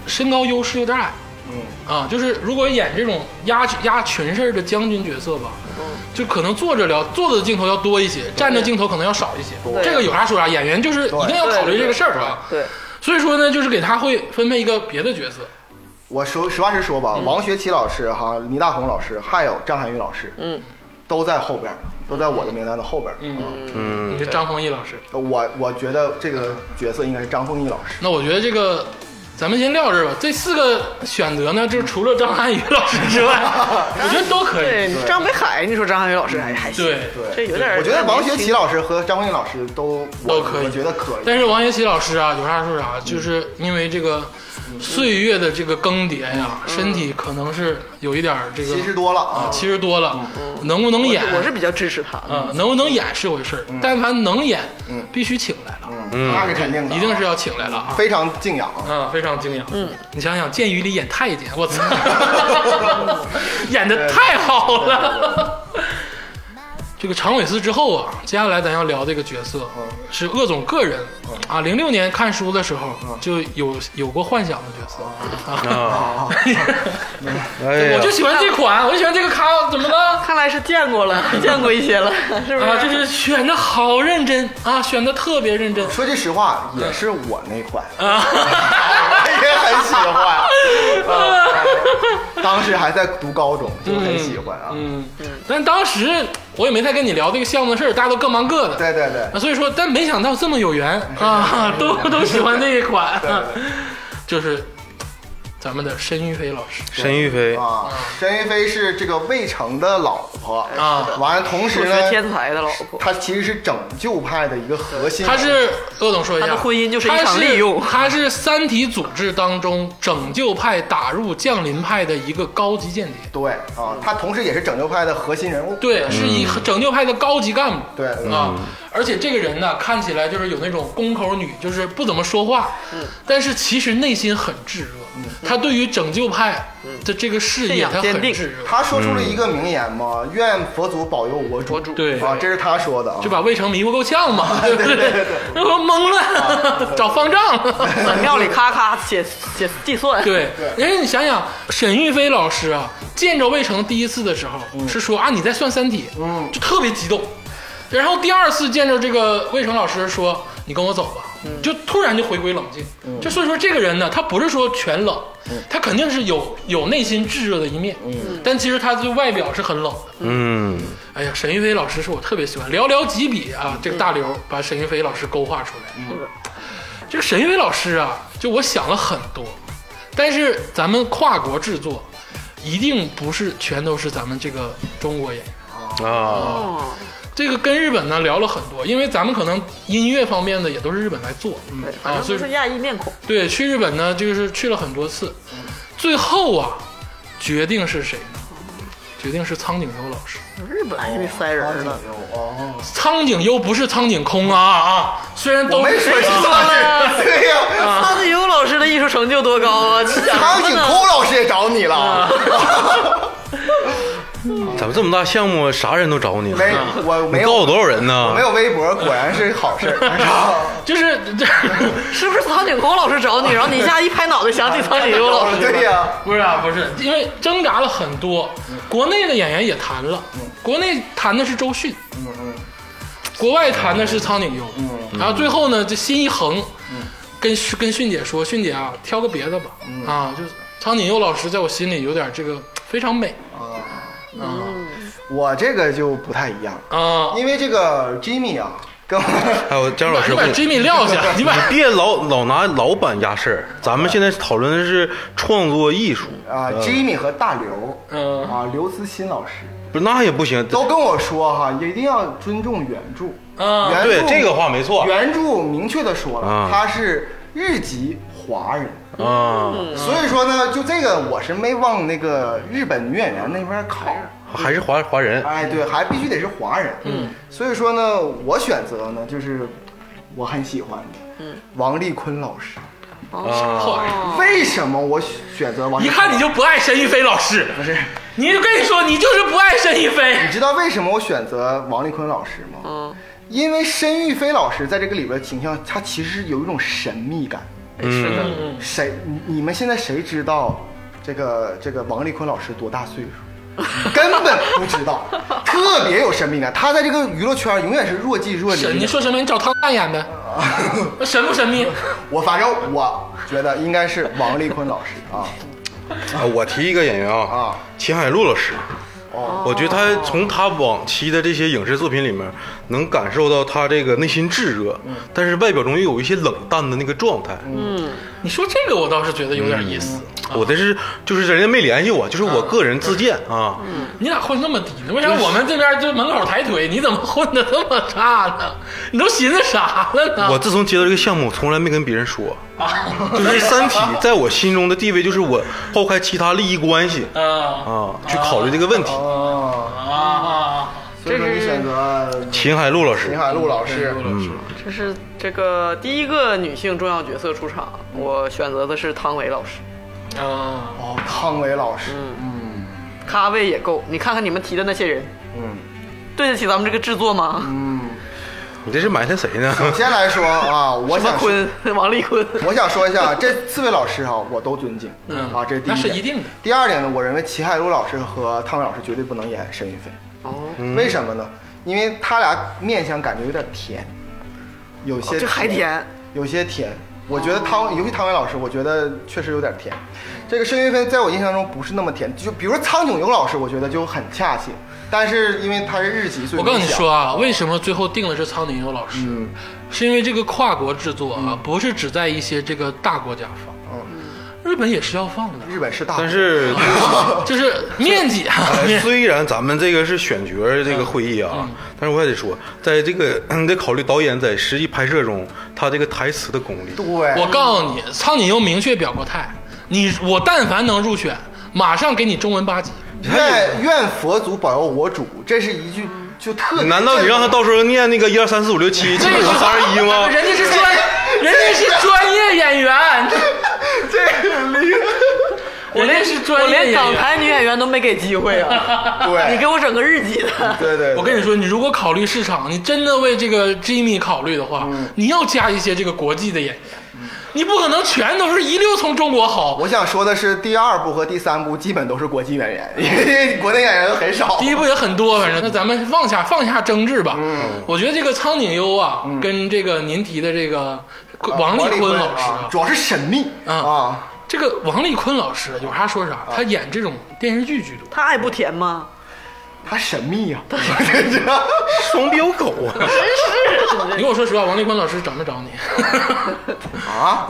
身高优势有点矮。嗯啊，就是如果演这种压压群事儿的将军角色吧，就可能坐着聊，坐的镜头要多一些，站着镜头可能要少一些。
对
这个有啥说啥，演员就是一定要考虑这个事儿啊。
对，
所以说呢，就是给他会分配一个别的角色。
我说实话实说
嗯
吧，王学圻老师哈，倪大红老师，还有张涵予老师，
嗯，
都在后边儿，都在我的名单的后边儿。嗯，
你
嗯，
是张丰毅老师，
呃我我觉得这个角色应该是张丰毅老师。
那我觉得这个。咱们先撂这儿吧。这四个选择呢，就是除了张涵予老师之外，我觉得都可以。
对，张北海，你说张涵予老师哎还还行，
对
这有点儿。
我觉得王学
圻
圻老师和张丰毅老师都我
都可以
我觉得可以。
但是王学圻老师啊，有啥说啥，就是因为这个岁月的这个更迭呀，身体可能是有一点儿这个
七十多了
啊，
啊，
七十多了，能不能演？
我是比较支持他的。
啊，能不能演是回事儿，但凡能演，必须请来了，
嗯，那是肯定的，
一定是要请来了啊。
非常敬仰。
啊，非常敬仰。嗯，你想想，剑鱼里演太监，我操， [laughs] 演的太好了。这个长尾司之后啊，接下来咱要聊这个角色是鄂总个人啊。零六年看书的时候就有有过幻想的角色啊，
啊，
[laughs]
[laughs]
哎呀
我就喜欢这款，我就喜欢这个卡，怎么了？
看来是见过了，见过一些了，是不？
啊，就是是选的好认真啊，选的特别认真
说句实话，也是我那款，
啊。 [laughs]
我 [laughs] 也很喜欢。啊当时还在读高中，就很喜欢啊。
嗯，但当时我也没太跟你聊这个项目的事儿，大家都各忙各的。
对对对，
啊，所以说，但没想到这么有缘啊， [laughs] 都都喜欢这一款， [laughs] 就是咱们的申玉飞老师
申玉飞
啊，申一飞是这个魏成的老婆
啊
完了，同时
数
呢，
学天才的老婆，
她其实是拯救派的一个核心人
他
物，
是鄂总说一下，
他的婚姻就是一场
他
利用
他是三体组织当中拯救派打入降临派的一个高级间谍，
对
嗯
啊，她同时也是拯救派的核心人物。
对，是一
嗯
拯救派的高级干部，
对
嗯
对
啊，而且这个人呢，看起来就是有那种宫口女，就是不怎么说话，
嗯
但是其实内心很炙热，他对于拯救派的这个事
信
业
嗯仰
他
坚
很
定
炙热，
他说出了一个名言嘛：“愿佛祖保佑我主。”
博主
对
啊，这是他说的啊
就。把魏成迷惑够呛嘛，对不对？ [laughs] 啊然后懵 [laughs] 了，找方丈 [laughs] 了。
在庙里咔咔写写计算，
对，因为你想想，沈玉飞老师啊，见着魏成第一次的时候、是说啊你在算《三体》，嗯，就特别激动。然后第二次见着这个魏成老师说你跟我走吧，就突然就回归冷静。就所以说这个人呢，他不是说全冷，他肯定是有有内心炙热的一面，嗯，但其实他对外表是很冷的。
嗯，
哎呀，沈玉飞老师是我特别喜欢，寥寥几笔啊，
嗯
这个大刘把沈玉飞老师勾画出来。嗯，这个沈玉飞老师啊，就我想了很多，但是咱们跨国制作，一定不是全都是咱们这个中国演员。
啊，
哦，
这个跟日本呢聊了很多，因为咱们可能音乐方面的也都是日本来做，嗯
对，反
啊，
正
所
都
以
是亚裔面孔，
对去日本呢就是去了很多次，
嗯
最后啊决定是谁呢？决定是苍井优老师。
日本还没塞人呢，
哦，
苍井优不是苍井空啊啊！虽然都
没说是
啊
他，
[laughs]
对呀，
苍井优老师的艺术成就多高啊！
哦苍井空老师也找你
啊
了。
咱们这么大项目，啥人都找你了，
没，我
你
没
告诉我
有，
多少啊人
我
呢
没？有微博，果然是
[laughs]
好事儿。
就是 [laughs] 这，
是不是苍井空老师找你，然后你一下一拍脑袋想起苍井优老师？
对呀，
不是啊，不是，因为挣扎了很多，国内的演员也谈了，国内谈的是周迅，嗯嗯，国外谈的是苍井优，嗯，然后最后呢，这心一横，跟跟迅姐说，迅姐啊，挑个别的吧，啊，就是苍井优老师在我心里有点这个非常美
我这个就不太一样，
啊，
因为这个 Jimmy 啊，跟我
还有姜老师
你
不
把 Jimmy 撂
[laughs]
下，你把
别老老拿老板压事儿，咱们现在讨论的是创作艺术
啊
呃
Jimmy 和大刘，
嗯
啊刘慈欣老师
不是那也不行，
都跟我说哈，一定要尊重原著。
啊，
原
对
著
这个话没错
原著明确的说了
啊，
他是日籍华人。
啊，
所以说呢，就这个我是没往那个日本女演员那边靠，
还是华华人，
哎，对，还必须得是华人。嗯，所以说呢，我选择呢就是我很喜欢的，嗯，王丽坤老师。
啊
后来
为什么我选择王
[laughs]
丽
哦一
坤？
看你就不爱申玉飞老师，
不是，
你就跟你说，你就是不爱申一
你
菲。
知道为什么我选择王丽坤老师吗？
嗯，
因为申玉飞老师在这个里边的形象，他其实有一种神秘感。
嗯
是的，
谁？你你们现在谁知道这个这个王丽坤老师多大岁数？根本不知道，特别有神秘感。他在这个娱乐圈永远是若即若离
神，
的。
你说神秘，你找汤蛋演呗。那神不神秘？
我反正我觉得应该是王丽坤老师啊。
啊，我提一个演员啊
啊，
秦海璐老师。
哦，
我觉得他从他往期的这些影视作品里面，能感受到他这个内心炙热，
嗯
但是外表中又有一些冷淡的那个状态。啊
你说这个我倒是觉得有点意思
我的是就是人家没联系我，就是我个人自荐啊。
嗯
你咋混那么低呢？为啥我们这边就门口抬腿，你怎么混的这么差呢？你都寻思啥了呢？
我自从接到这个项目，从来没跟别人说，
啊
就是《三
[laughs]
体》在我心中的地位，就是我抛开其他利益关系
啊
啊，去考虑这个问题。
哦，
啊啊！
所以说你选择
秦海璐老师
秦，海璐老师，
这是这个第一个女性重要角色出场，我选择的是汤唯老师，
啊，
哦，汤唯老师，
咖位也够。你看看你们提的那些人，
嗯
对得起咱们这个制作吗？
嗯。
你这是埋汰谁
[laughs]
呢？ [laughs]
首先来说啊，我
王
想说
坤、 [laughs] 王丽坤，
[laughs] 我想说一下，这四位老师哈、我都尊敬，
嗯
啊，这是第
那
一
是
点
一定的。
第二点呢，我认为齐海璐老师和汤唯老师绝对不能演沈云飞，
哦，
为什么呢？因为他俩面相感觉有点甜，有
哦
些、
这还甜，
有些甜。我觉得汤，尤其汤唯老师，我觉得确实有点甜。这个申云飞在我印象中不是那么甜，就比如说苍井优老师，我觉得就很恰切，但是因为他是日籍，所以
我告诉你
没想
说，啊，为什么最后定的是苍井优老师？是因为这个跨国制作啊，不是只在一些这个大国家放，
嗯，
日本也是要放的，
日本是大，
但是
就是面积啊， [laughs]
哎，
面
虽然咱们这个是选角儿这个会议
嗯
啊，但是我还得说，在这个你得考虑导演在实际拍摄中他这个台词的功力。
对，
我告诉你，苍井优明确表过态，你我但凡能入选，马上给你中文八级。
愿愿佛祖保佑我主，这是一句就特
嗯
别。
难道你让他到时候念那个一二三四五六七七
这
九
是
十三二一
哦
吗？
人家是
[laughs]
专，人家是专业演员，
我
人家
连
是专
[laughs] 我
业演
连
员
港台女演员都没给机会啊！
[laughs] [laughs] 对
你给我整个日籍的，
[laughs] 对对，
我
你
跟你说，你如果考虑市场，你真的为这个 Jimmy 考虑的话，
嗯
你要加一些这个国际的演员，你不可能全都是一溜从中国好。
我想说的是，第二部和第三部基本都是国际演员，因为国内演员都很少。
第一部也很多，反正那咱们放下放下争执吧。嗯，我觉得这个苍井优啊，
嗯
跟这个您提的这个
哦
王丽坤老师
啊，主要是神秘
嗯
啊，
这个王丽坤老师有啥说啥，他演这种电视剧居多。
他爱不甜
[laughs]
吗？
他神秘呀， [laughs]
[laughs]
双标狗啊！
你跟我说实话，王丽坤老师找没 [laughs] 找你？
啊，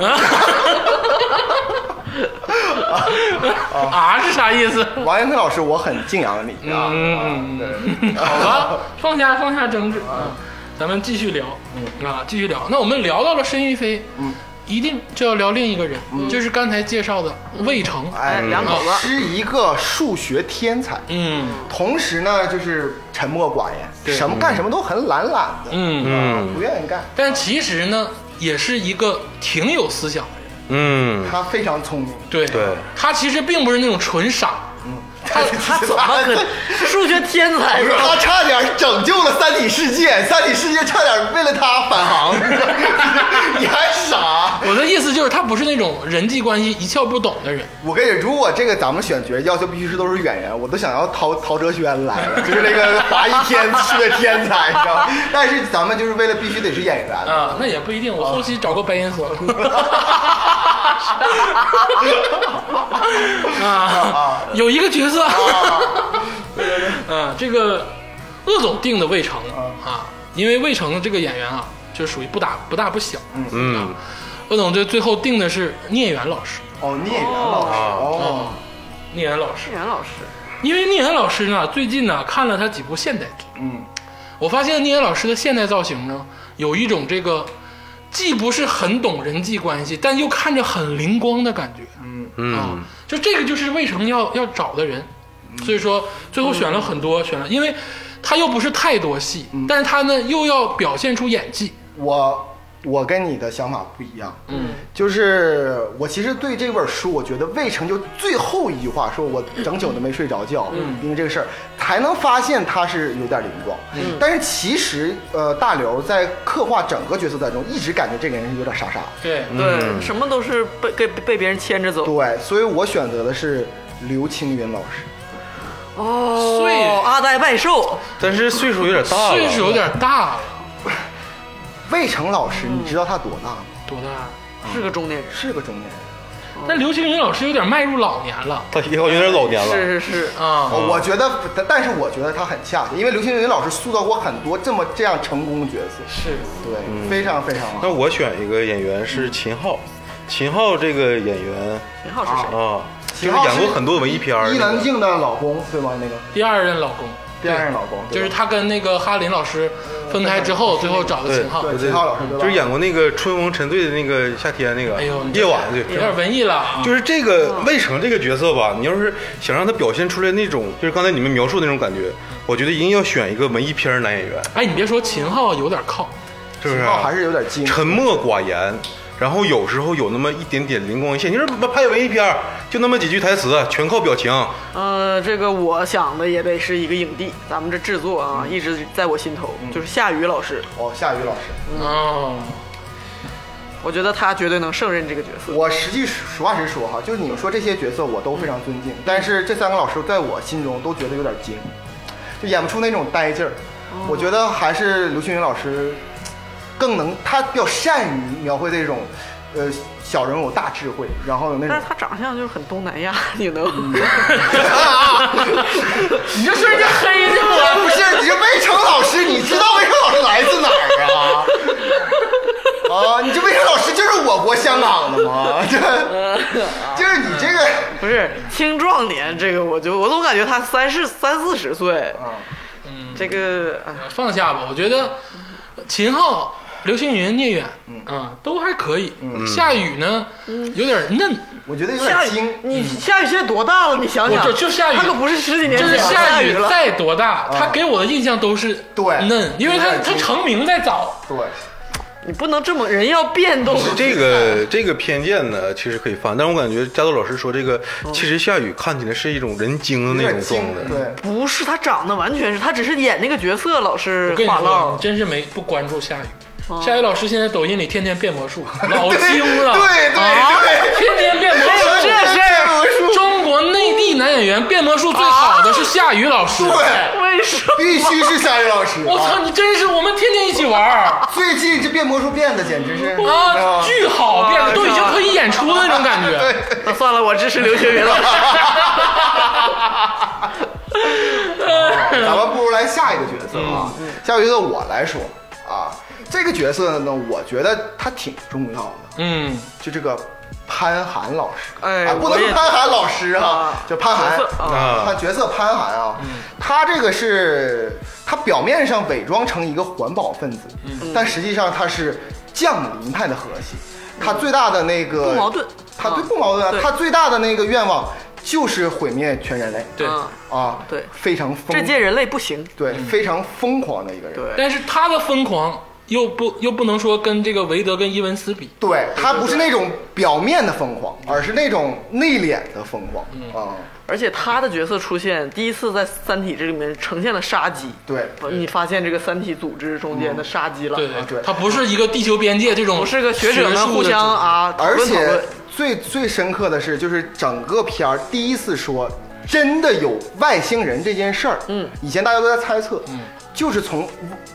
啊是啥意思？
王彦坤老师，我很敬仰你啊。
嗯，好吧，放下放下争执啊，咱们继续聊，啊，继续聊。那我们聊到了申一飞，嗯，一定就要聊另一个人，就是刚才介绍的魏成，
哎，
两口子
是一个数学天才，
嗯
同时呢，就是沉默寡
对
言，什么干什么都很懒懒的，
嗯，
嗯
不愿意干。
但其实呢，也是一个挺有思想的人，
嗯，
他非常聪明，
对
对
他其实并不是那种纯傻，
他
他怎么
[laughs]
可数学天才
不
是
是
吧？
他差点拯救了三体世界，三体世界差点为了他返航，你还傻？
我的意思就是他不是那种人际关系一窍不懂的人，
我跟你，如果这个咱们选角要求必须是都是演员，我都想要陶陶哲轩来了， [laughs] 就是那个华裔天是个天才，你知道吗？但是咱们就是为了必须得是演员，
啊，那也不一定。我后期找过白岩 [laughs] 松。啊，有一个角色， [laughs] 嗯，这个鄂总定的魏成啊，因为魏成这个演员啊，就属于不打不大不小。
嗯，
鄂总这最后定的是聂远老师，
哦，聂远老师，哦，
聂远老师，
演员老师，
因为聂远老师呢，最近呢看了他几部现代剧，
嗯，
我发现聂远老师的现代造型呢，有一种这个既不是很懂人际关系，但又看着很灵光的感觉。啊
嗯，，
就这个就是魏成要要找的人，所以说最后选了很多，选了，因为他又不是太多戏，但是他呢又要表现出演技，
我我跟你的想法不一样，嗯，就是我其实对这本书，我觉得魏成就最后一句话说，我整宿都没睡着觉，嗯，因为这个事儿才能发现他是有点灵光，嗯，但是其实呃，大刘在刻画整个角色当中，一直感觉这个人是有点傻傻的，
对，
对，什么都是被被被别人牵着走。
嗯对，所以我选择的是刘青云老师，
岁
哦，阿呆拜寿，
但是岁数有点大了，
岁数有点大了，
魏成老师，你知道他多大吗？
多大？
是个中年人。
是个中年人。
但刘青云老师有点迈入老年了
他也好有点老年了。
是是是，
啊，
我觉得，但但是我觉得他很恰当，因为刘青云老师塑造过很多这么这样成功的角色，
是
嗯
对，非常非常好。
那我选一个演员是秦昊，秦昊这个演员
秦昊是谁？
啊，就
秦
是
昊
演过很多文艺片儿
伊
那个
能静的老公对吗？那个
第二任老公，
第二任老公
就是
对吧
他跟那个哈林老师分开之后，最后找的
对
秦昊。
对秦昊老师对吧
就是演过那个《春风沉醉》的那个夏天那个
哎呦，你这
夜晚对。
有点文艺了啊，
就是这个
嗯
魏晨这个角色吧，你要是想让他表现出来那种，就是刚才你们描述的那种感觉，我觉得一定要选一个文艺片儿男演员，
哎，你别说秦昊有点靠，
是不是
秦
啊？
昊还是有点精。
沉默寡言，然后有时候有那么一点点灵光一现。你说拍文艺片儿就那么几句台词，啊全靠表情。
呃，这个我想的也得是一个影帝，咱们这制作啊，一直在我心头，就是夏雨老师，
哦，夏雨老师，
哦，
我觉得他绝对能胜任这个角色。
我实际实话实说哈，就是你们说这些角色我都非常尊敬，但是这三个老师在我心中都觉得有点精，就演不出那种呆劲儿。我觉得还是刘青云老师更能，他比较善于描绘这种，呃，小人物大智慧，然后有那种
但是他长相就是很东南亚，你能？ [laughs]
你这是这黑的吗？不是，你这魏成老师，你知道魏成老师来自哪儿啊？啊，你这魏成老师就是我国香港的吗？这就是你这个
不是青壮年，这个我就我总感觉他三十三四十岁，
啊，
这个啊
放下吧。我觉得秦昊、刘青云、聂远，啊，都还可以。夏雨呢，有点嫩，
我觉得有
夏
点
雨
精，。
你夏雨现在多大了？你想想，
我就就夏雨
他可不是十几年
就是
前
夏
雨
雨
了。
再多大，他给我的印象都是
对
嫩，因为
有
他
点
他
精
成名在早，
对，
你不能这么，人要变动。
这
嗯
个这个偏见呢，其实可以翻，但我感觉加多老师说这个，其实夏雨看起来是一种人精
嗯
的
有
那种
点
状
精，
态。
对。
不是他长得完全是，他只是演那个角色老是
我跟你
话
说，你
唠。
真是没不关注夏雨。
哦
夏雨老师现在抖音里天天变魔
[laughs]
术，老精了，啊
对对对
天天变魔术，
这事儿
中国内地男演员变魔术最好的是夏雨老师。
啊对，
为什么？
必须是夏雨老师。
我操，
啊！
你真是我们天天一起玩
[laughs]
儿
最近这变魔术变的简直是
啊，巨好，变得都已经可以演出的那种感
啊对
觉。，
那算了，我支持刘青云老师。
咱们不如来下一个角色啊。下一个角色我来说啊，这个角色呢，我觉得他挺重要的，
嗯，
就这个潘寒老师，
哎
啊不能
我也
说潘寒老师啊
啊，嗯
就潘
角
寒
色
啊
他角色潘寒啊，他这个是他表面上伪装成一个环保分子，
嗯
但实际上他是降临派的核心，他最大的那
嗯
个
不矛盾
他对
啊
不矛盾啊，
对
他最大的那个愿望就是毁灭全人类，
对。
嗯
啊，
对
非常疯，
这届人类不行。
对非常疯狂的一个人，
对，
但是他的疯狂又不又不能说跟这个韦德跟伊文斯比，
对他不是那种表面的疯狂，而是那种内敛的疯狂
嗯
啊。
而且他的角色出现，第一次在《三体》这里面呈现了杀机。
对
你发现这个三体组织中间的杀机了。
对
啊
对
他不是一个地球边界这种，
不是个学者们互相，啊讨
而
论讨
且
论。
最最深刻的是，就是整个片儿第一次说真的有外星人这件事儿，
嗯，
以前大家都在猜测，
嗯，
就是从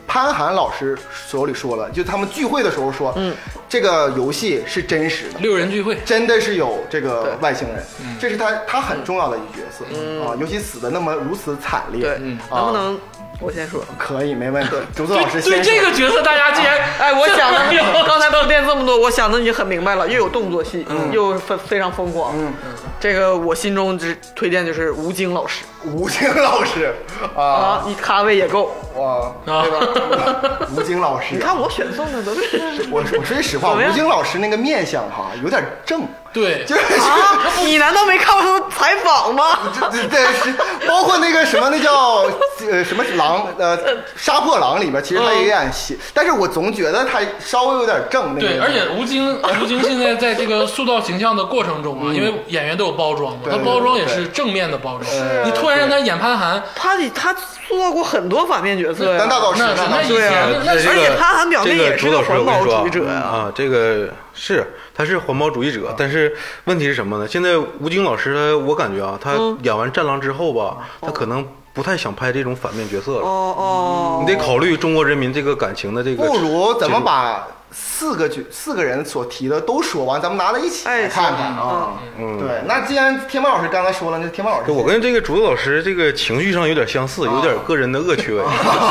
潘寒老师手里说了，就他们聚会的时候说，
嗯，
这个游戏是真实的。
六人聚会，
真的是有这个
对
外星人，这是他他很重要的一角色、啊，尤其死的那么如此惨烈，
对，
嗯
啊
能不能我先说？
可以没问题。竹子
对
老师
对
先啊
这
说
个角色大家竟然，
哎，我想的
有
[laughs] 刚才都练这么多，我想的已经很明白了，又有动作戏，又非非常疯狂。
嗯，
这个我心中之推荐就是吴京老师
吴京老师啊，
啊，你咖位也够。
哇，
啊
对吧？
[laughs]
吴京老师
你
啊，
看我选送的都是
我我说句实话，
怎么样
吴京老师那个面相哈有点正， [laughs]
对，
就是
啊，你难道没看过他的采访吗？
这这是 [laughs] 包括那个什么，那叫呃什么狼呃杀破狼里边，其实
嗯
他也演戏，但是我总觉得他稍微有点正那个
对，
人。
而且吴
[laughs]
京，吴京现在在这个塑造形象的过程中啊，因为演员都有包装嘛，
嗯对
他
对
包装也
对
是正面的包装
啊。
你突然让他演潘寒，
他得他塑造过很多反面角色呀
但大导师
那是那以
对啊
前那
呃这
是
个
而且他很表面
这个
也是
主导
个
师我
环
跟你
保
说啊
主义者呀嗯
啊，这个是他是环保主义者，但是问题是什么呢？现在吴京老师他，我感觉啊，他
嗯
演完《战狼》之后吧，他可能不太想拍这种反面角色了。
哦
你得考虑中国人民这个感情的这个，
不如咱们
把。
把四个角四个人所提的都说完，咱们拿到一起
哎嗯
来看看啊。对，那既然天猫老师刚才说了，那天猫老师
对我跟这个竹子老师这个情绪上有点相似，
哦
有点个人的恶趣味。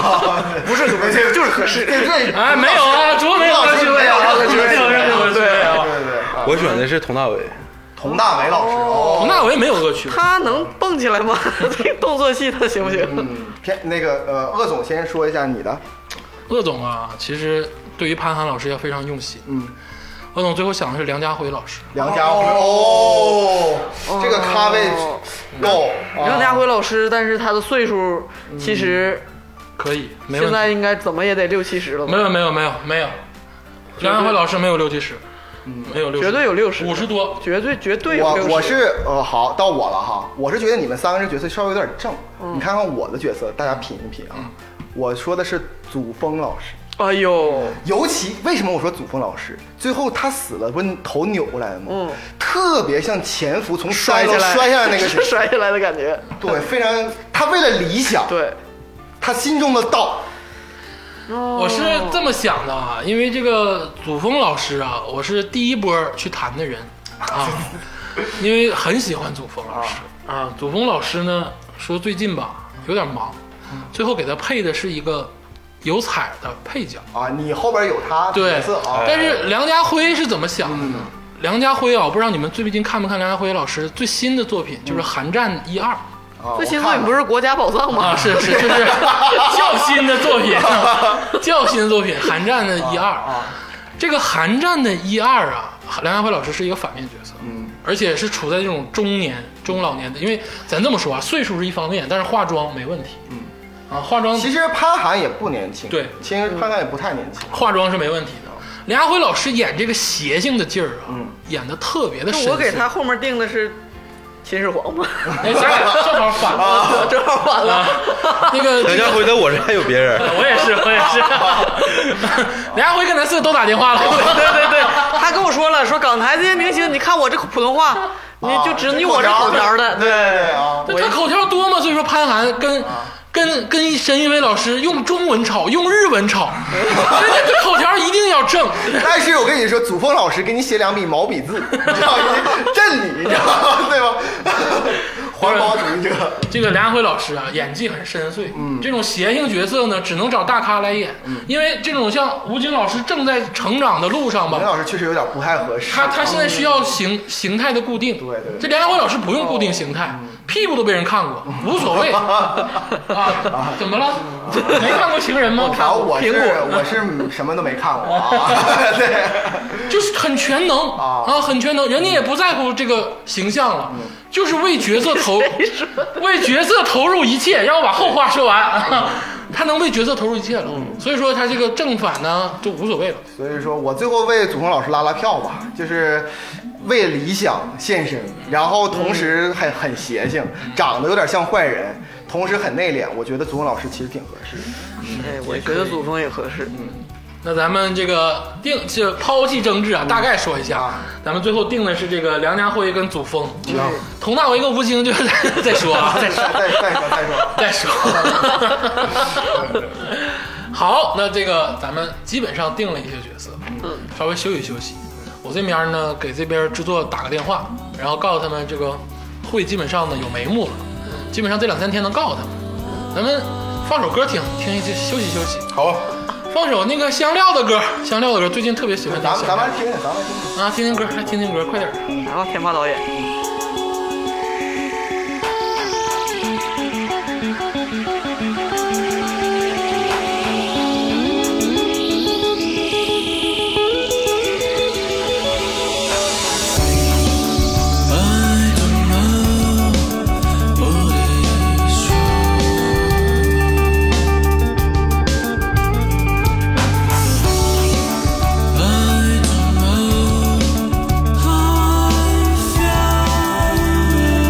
[laughs] 不是合适，就是合适。对对，
哎没有啊，主没有
老
恶
师
趣味
没有
啊， [laughs]
恶趣味
没有任何恶趣味啊。
对对，啊
[laughs] 我我选的是佟大为，
佟大为老师哦，
佟大为没有恶趣味，
他能蹦起来吗？ [laughs] 这个动作戏他行不行？
嗯，偏那个呃，鄂总先说一下你的，
鄂总啊，其实对于潘寒老师要非常用心。
嗯，
鄂总最后想的是梁家辉老师，
梁家辉哦，这个咖位够，
让
啊
家辉老师，但是他的岁数
嗯
其实
可以，没问
现
题。
在应该怎么也得六七十了
没
吧？
有没有没有没有，梁家辉老师没有六七十，
嗯
没有六十，
绝对有60
五十多。
绝对绝对有六
我
十。
我是呃好到我了哈，我是觉得你们三个这角色稍微有点正，你看看我的角色，大家品一品啊。我说的是祖峰老师，
哎呦，
尤其为什么我说祖峰老师，最后他死了不是头扭过来了吗？
嗯
特别像潜伏从
摔
三楼
下来，
摔下来那 [laughs] 个谁，
[laughs] 摔下来的感觉。
对，非常他为了理想，
对，
他心中的道，哦
我是
哦
这么想的啊，因为这个祖峰老师啊，我是第一波去谈的人
[laughs]
啊，因为很喜欢祖峰老师啊。祖峰老师呢说最近吧有点忙，最后给他配的是一个有彩的配角。
啊，你后边有他的
对哎
角色嗯啊，
但是梁家辉是怎么想的呢？梁家辉啊，我不知道你们最近看没看梁家辉老师最新的作品，
嗯
就是《寒战一二》
啊
这
我
新作
看
品
了
不是国家宝藏
啊，
吗？
是是就是较新的作品，较新的作品《寒战的一二》。这个《寒战的一二》啊，梁家辉老师是一个反面角色，嗯，而且是处在这种中年、中老年的，因为咱这么说啊，岁数是一方面，但是化妆没问题，嗯，啊，化妆
其实潘寒也不年轻，
对
其实潘寒也不太年轻，
化妆是没问题的。梁家辉老师演这个邪性的劲儿啊，演的特别的深
就
邃。
我给他后面定的是秦始皇嘛，
哎，咱俩正好反了。
[laughs] 正好完
啊
了。
那个
梁家辉在我这还有别人，
[laughs]
[laughs]
我也是，我也是。梁家辉跟咱四个都打电话了， [laughs]
对对对， [laughs] 他跟我说了，说港台这些明星，你看我这普通话，你就只你我这口条的，
对对
嗯
对啊，
他口条多嘛，所以说潘寒跟。跟跟沈一伟老师用中文吵，用日文
[laughs]
吵，所以这个口条一定要正。 [laughs]
但是我跟你说，祖峰老师给你写两笔毛笔字，你知道吗？震你，你知道吗？ [laughs] 对吧？环保主义者，
这个梁家辉老师啊，演技很深邃。嗯，这种邪性角色呢，只能找大咖来演，
嗯
因为这种像吴京老师正在成长的路上吧
林，老师确实有点不太合适。
他他现在需要形形态的固定，
对对对哦嗯
这梁家辉老师不用固定形态，屁股都被人看过，无所
[laughs]
谓啊。怎么了？没看过情人吗？
然后我
苹
是
果
我是什么都没看过
[laughs]
啊，对，
就是很全能
啊
啊，很全能，人家也不在乎这个形象了，就是为角色投，为角色投入一切。让我把后话说完，啊他能为角色投入一切了，所以说他这个正反呢就无所谓了。
所以说我最后为祖峰老师拉拉票吧，就是为理想献身，然后同时很很邪性，长得有点像坏人，同时很内敛，我觉得祖峰老师其实挺合适的。
哎，我觉得祖峰也合适。
那咱们这个定就抛弃争执啊，大概说一下，
啊
咱们最后定的是这个梁家辉跟祖峰，佟大为跟吴京就 [laughs] 再说啊，再说
再再再说再说，
[laughs] 再
[laughs]
说。好，那这个咱们基本上定了一些角色，嗯，稍微休息休息。我这边呢给这边制作打个电话，然后告诉他们这个会基本上呢有眉目了，基本上这两三天能告诉他们。咱们放首歌听听一听，休息休息。
好，
放首那个香料的歌，香料的歌，最近特别喜欢听
咱
香料。
们咱们听听，咱们听听。
啊，听听歌，来听听歌，快点儿。
然后嗯天霸导演，
I don't know what is wrong. I don't know how I feel.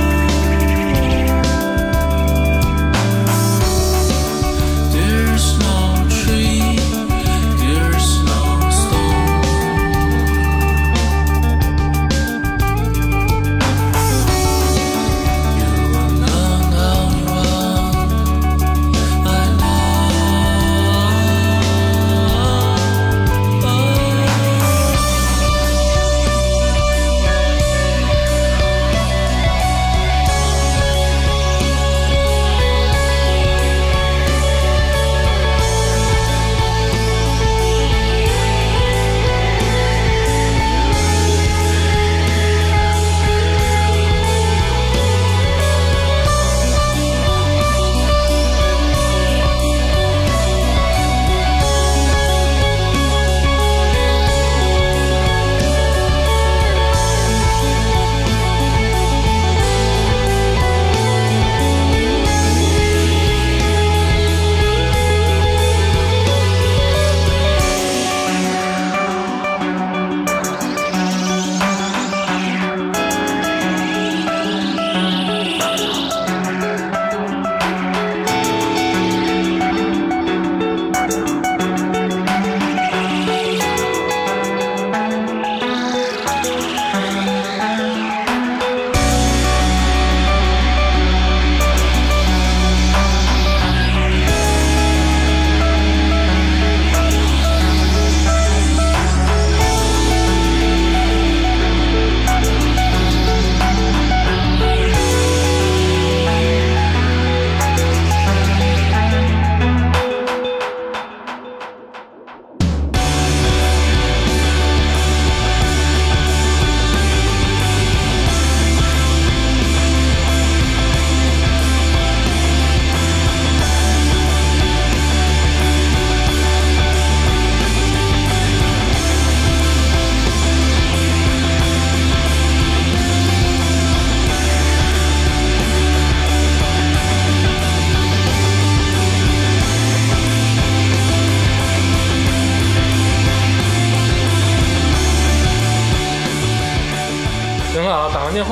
电话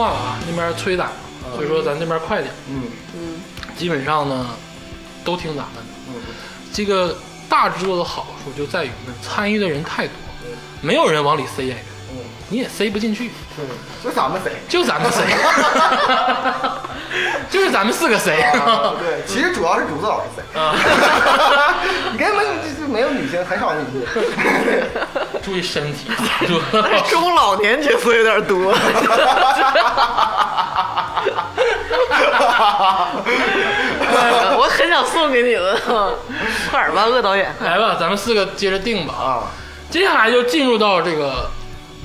了啊，那边催打，所以说咱这边快点。嗯嗯，基本上呢都听咱们的。嗯，这个大制作的好处就在于呢，参与的人太多，没有人往里塞演员，你也塞不进去，
就咱
[laughs]
们谁？
就咱们塞，就是咱们四个塞。
啊对，其实主要是竹子老师谁 [laughs]
啊，
你根本就就没有女性，很少女性。
[laughs] [laughs] 注意身体，哦
[laughs] 中老年角色有点多， [laughs] 我很想送给你们。快点吧，鄂导演，
[laughs] 来吧，咱们四个接着定吧。
啊，
接下来就进入到这个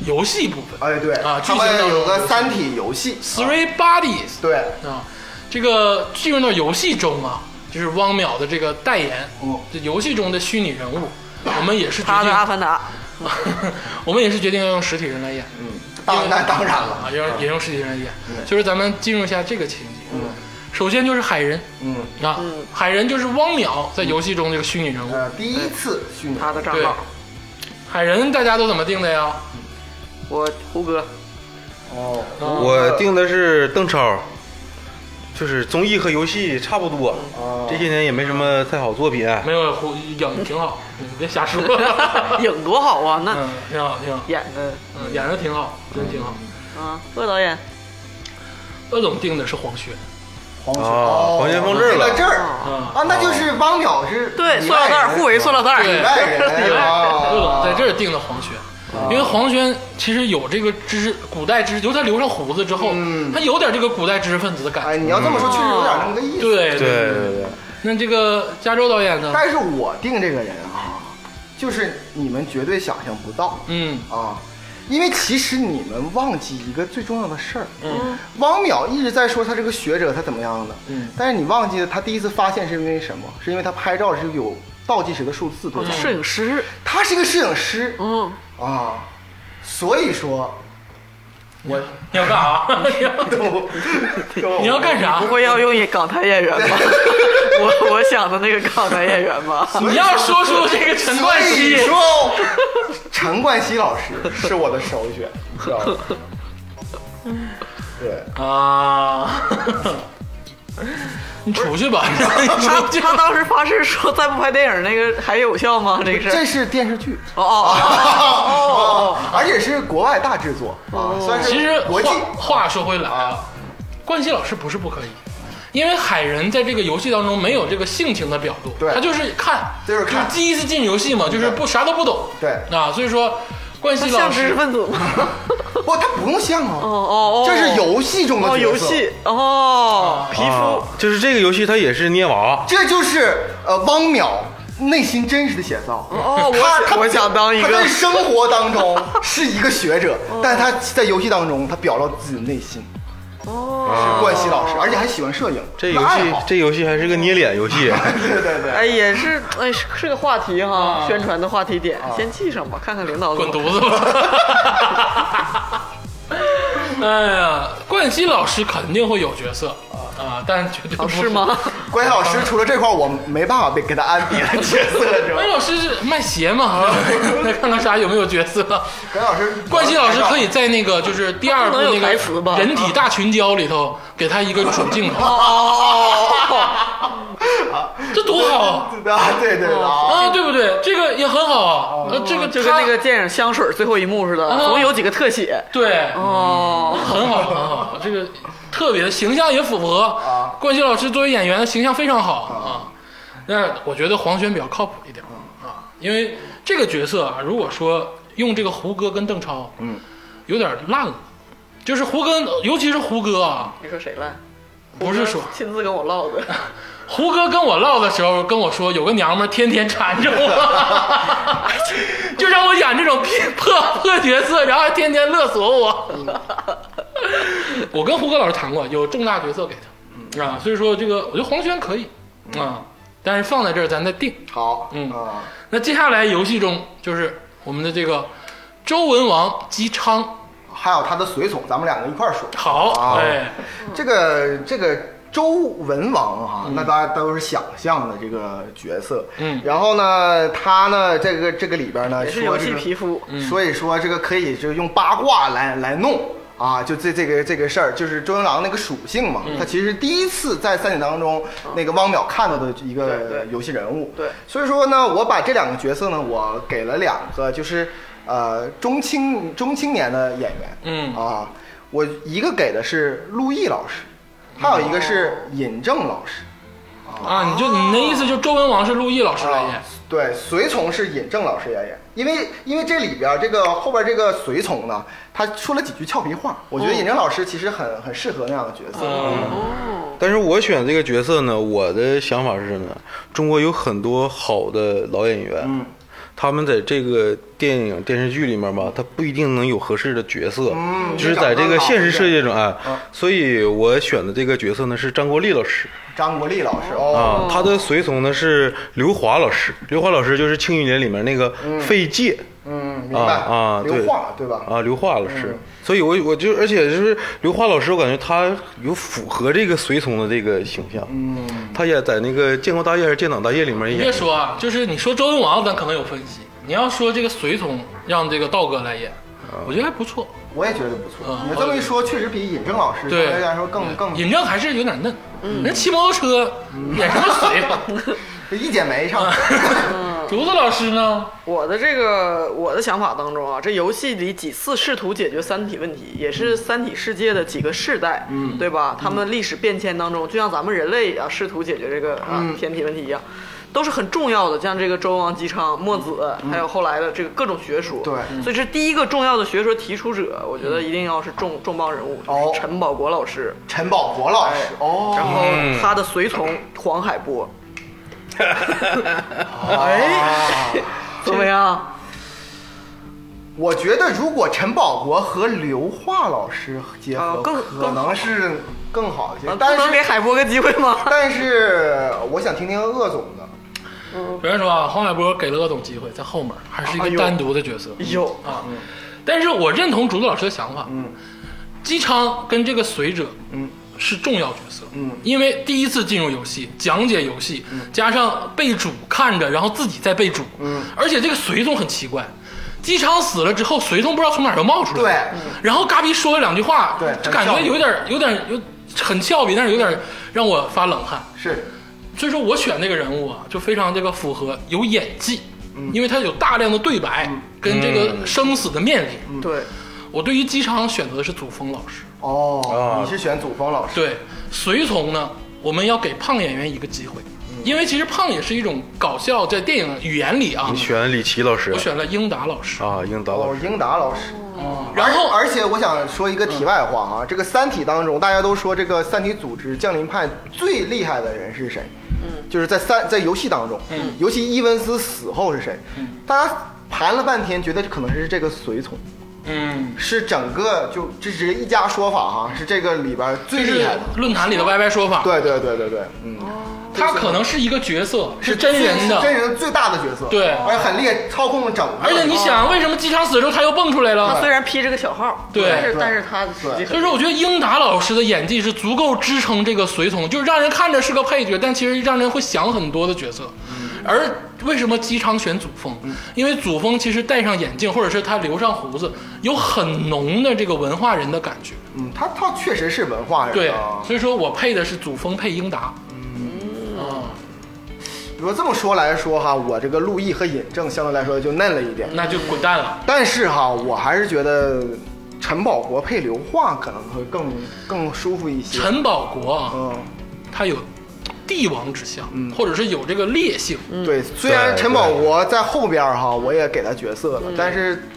游戏部分。
哎对，
啊剧
他
情
们
当中
有个三体游戏，
Three Bodies
对，
啊，这个进入到游戏中啊，就是汪淼的这个代言，
嗯
这游戏中的虚拟人物，我们也是决 [laughs]
他的《阿
定，
凡达
我们也是决定要用实体人来演，
当那当然
啊，
了，嗯
要也用实体人来演，所以说咱们进入一下这个情节。嗯，首先就是海人
嗯，
啊，海人就是汪淼在游戏中这个虚拟人物，
呃，第一次虚拟，》，
他的账
对
号，，
海人大家都怎么定的呀？
我胡歌，
哦，
我定的是邓超，就是综艺和游戏差不多，
哦
这些年也没什么太好作品。
嗯
没有，胡影挺
[laughs]
好，你别瞎说。
影多好啊，那
[laughs] 嗯，挺好，挺好，
演的
嗯，演的挺好，真挺好。
嗯
啊，鄂导演，
鄂总定的是黄轩，
黄轩
哦黄轩放这儿
定
了哦
到这儿
啊
啊，那就是汪淼是
对，
里
塑料袋
外
儿
人
互为塑料袋
对
里
儿，
外人啊，
鄂总在这儿定的黄轩，因为黄轩其实有这个知识，古代知识，尤其他留上胡子之后，
嗯
他有点这个古代知识分子的感
哎，
觉。
你要这么说，确实有点那么个意思。
对
对对对对，
那这个加州导演呢？
但是我定这个人啊，就是你们绝对想象不到
嗯
啊，因为其实你们忘记一个最重要的事儿。
嗯，
汪淼一直在说他这个学者他怎么样的，
嗯
但是你忘记了他第一次发现是因为什么？是因为他拍照是有倒计时的数字多
嗯
少？
摄影师，
他是个摄影师
嗯，
啊，所以说
我你要干啥？你要 [laughs] 你要干啥
不？会要用港台演员吧？我我想的那个港台演员吧，
你要说出这个陈冠希
所以，说，陈冠希老师是我的首选，知道吗？对，
啊！ [laughs] 你出去吧，你
他
出去
他当时发誓说再不拍电影那个还有效吗？这个事儿
这是电视剧
哦哦哦哦，
而且是国外大制作啊，算是
其实
国际
话话说回来啊
啊，
冠希老师不是不可以，因为海人在这个游戏当中没有这个性情的表露，
对
他就是看，
就是看
第一次进游戏嘛，就是不啥都不懂，
对
啊，所以说冠
他
希老
像知识
师
分子吗？
不，它不用像
哦
啊，
哦哦，
这是游戏中的
哦
角色
游，戏哦皮肤
啊，就是这个游戏它也是捏娃，
这就是呃汪淼内心真实的写照。
哦，
他
我
他
我想当一
他
个
在生活当中是一个学者，但他在游戏当中他表露自己的内心，
哦，
冠希老师，而且还喜欢摄影，
这游
那爱
戏
好
这游戏还是个捏脸游戏。
[laughs] 对对对，
哎也是哎是是个话题哈，宣传的话题点，先记上吧，看看领导怎
滚犊
么
子吧。 [laughs] 哎呀，冠希老师肯定会有角色啊，但绝对不
哦是
[laughs]
吗？
关老师除了这块儿，我没办法被给他安别的角色，知道
[laughs] 关
吗？
老师是卖鞋
[laughs]
嘛？来看看啥有没有角色。
关老师，
冠希老师可以在那个就是第二部
不能
那
有台词吧
个人体大群交里头给他一个主镜头，
哦
啊
这多好啊
啊，对对对啊，
啊，对不对？这个也很好啊，呃这个
哦就跟那个电影《香水》最后一幕似的，
哦
总有几个特写
他对，
哦。
很好很好，这个特别的形象也符
啊
合冠希老师作为演员的形象非常好啊。那我觉得黄轩比较靠谱一点啊，因为这个角色啊，如果说用这个胡歌跟邓超，嗯，有点烂了，就是胡歌，尤其是胡歌啊，
你说谁烂？
不是说
亲自跟我唠的，
胡歌跟我唠的时候跟我说，有个娘们儿天天缠着我， [laughs] 就让我演这种破破角色，然后还天天勒索我。我跟胡歌老师谈过，有重大角色给他啊，所以说这个我觉得黄轩可以啊，但是放在这儿咱再定。
好，
嗯
啊，
那接下来游戏中就是我们的这个周文王姬昌，
还有他的随从，咱们两个一块儿说。
好，
啊
哎，
嗯
这个这个周文王哈、那大家都是想象的这个角色，
嗯
然后呢，他呢，这个这个里边呢，
也是
哎说
游
这
戏嗯
个
皮肤。
所以说这个可以就用八卦来来弄啊，就这这个这个事儿，就是周云狼那个属性
嗯
嘛，他其实第一次在三体当中那个汪淼看到的一
对
个
对
游戏人物。
对
所以说呢，我把这两个角色呢，我给了两个，就是呃中青中青年的演员。
嗯
啊，我一个给的是陆毅老师，还有一个是尹正老师。
啊，你就你那意思就是周文王是陆毅老师来演
啊，哦对，随从是尹正老师演演，因为因为这里边儿这个后边儿这个随从呢，他说了几句俏皮话，我觉得尹正老师其实很很适合那样的角色。
但是我选这个角色呢，我的想法是呢，中国有很多好的老演员，嗯，他们在这个电影电视剧里面吧，他不一定能有合适的角色，
嗯
就是在这个现实世界中，哎
嗯，
所以我选的这个角色呢是张国立老师
张国立老师
啊
哦，，
他的随从呢是刘华老师，刘华老师就是《庆余年》里面那个费介。
嗯，明
啊
白
啊，
刘化对哦吧？
啊，刘化老师，所以我我就而且就是刘化老师，我感觉他有符合这个随从的这个形象，嗯，他也在那个《建国大业》还是《建党大业》里面
你
演，
别说啊，就是你说周文王，咱可能有分析。你要说这个随从让这个道哥来演，
啊
我觉得还不错。
我也觉得不错
嗯。
你这么一说，确实比尹正老师相
对
哦
嗯
对嗯来说更更
尹正还是有点嫩，人骑摩托车演什么
[laughs]
随啊？
一剪梅 [laughs] 上。
竹子老师呢？
我的这个我的想法当中啊，这游戏里几次试图解决三体问题，也是三体世界的几个世代，嗯，对吧？他们历史变迁当中，就像咱们人类啊试图解决这个啊天体问题一样，都是很重要的。像这个周王姬昌、墨子，还有后来的这个各种学说，
对
所以这第一个重要的学说提出者，我觉得一定要是重重磅人物，就是
哦
陈宝国老师，
陈宝国老师
然
哦，
后他的随从黄海波，
哎，
怎么样？
我觉得如果陈宝国和刘化老师结
啊
合，
更
可
更
能是更好一些
啊，不
但
能
是
给海波个机会吗？
[laughs] 但是我想听听鄂总的，
别人说啊，黄海波给了鄂总机会，在后面还
哎
是一个单独的角色。
有
啊，但是我认同竹子老师的想法，
嗯，
姬昌跟这个随者，
嗯，
是重要角色，
嗯
因为第一次进入游戏，讲解游戏，加上被主看着，然后自己再被主，
嗯，
而且这个随从很奇怪。姬昌死了之后，随从不知道从哪儿又冒出来，嗯
对，
然后嘎逼说了两句话，
对很
感
俏
觉
皮
有点有点有很俏皮，但是有点让我发冷汗。
是
所以说我选这个人物啊，就非常这个符合有演技，
嗯
因为他有大量的对白、跟这个生死的面临。
嗯
对，
我对于姬昌选择的是祖峰老师，
哦
啊，
你是选祖峰老师，
对随从呢，我们要给胖演员一个机会，
嗯
因为其实胖也是一种搞笑，在电影语言里啊
你，选李琦老师
我选了英达老师，
啊，英达老
哦
师，，
英达老师。
哦
然后嗯
而而且我想说一个题外话啊，这个《三体》当中，大家都说这个三体组织降临派最厉害的人是谁？嗯，就是在三在游戏当中，嗯，尤其伊文斯死后是谁？嗯，大家盘了半天，觉得可能是这个随从，
嗯，
是整个就这只是一家说法哈、是这个里边
这
最厉
是
害的。
论坛里的歪歪说法，
对对对对对，嗯，
他可能是一个角色，是真
最
人
是真
的。
人最大的角色，
对
而且很厉害，操控整个。
而且你
啊
想，为什么姬昌死了之后他又蹦出来了？
他虽然披着个小号，
对
但是
对
但是他实际
所
很
以说，我觉得英达老师的演技是足够支撑这个随从，就是让人看着是个配角，但其实让人会想很多的角色。而为什么姬昌选祖峰？因为祖峰其实戴上眼镜，或者是他留上胡子，有很浓的这个文化人的感觉。
嗯，他他确实是文化人
对
啊，。
所以说我配的是祖峰配英达。嗯，
如果这么说来说哈，我这个陆毅和尹正相对来说就嫩了一点，
那就滚蛋了。
但是哈，我还是觉得陈宝国配刘化可能会更更舒服一些。
陈宝国啊，
嗯，
他有帝王之相，或者是有这个烈性。
嗯
对，虽然
对
陈宝国在后边儿哈，我也给他角色了，
嗯
但是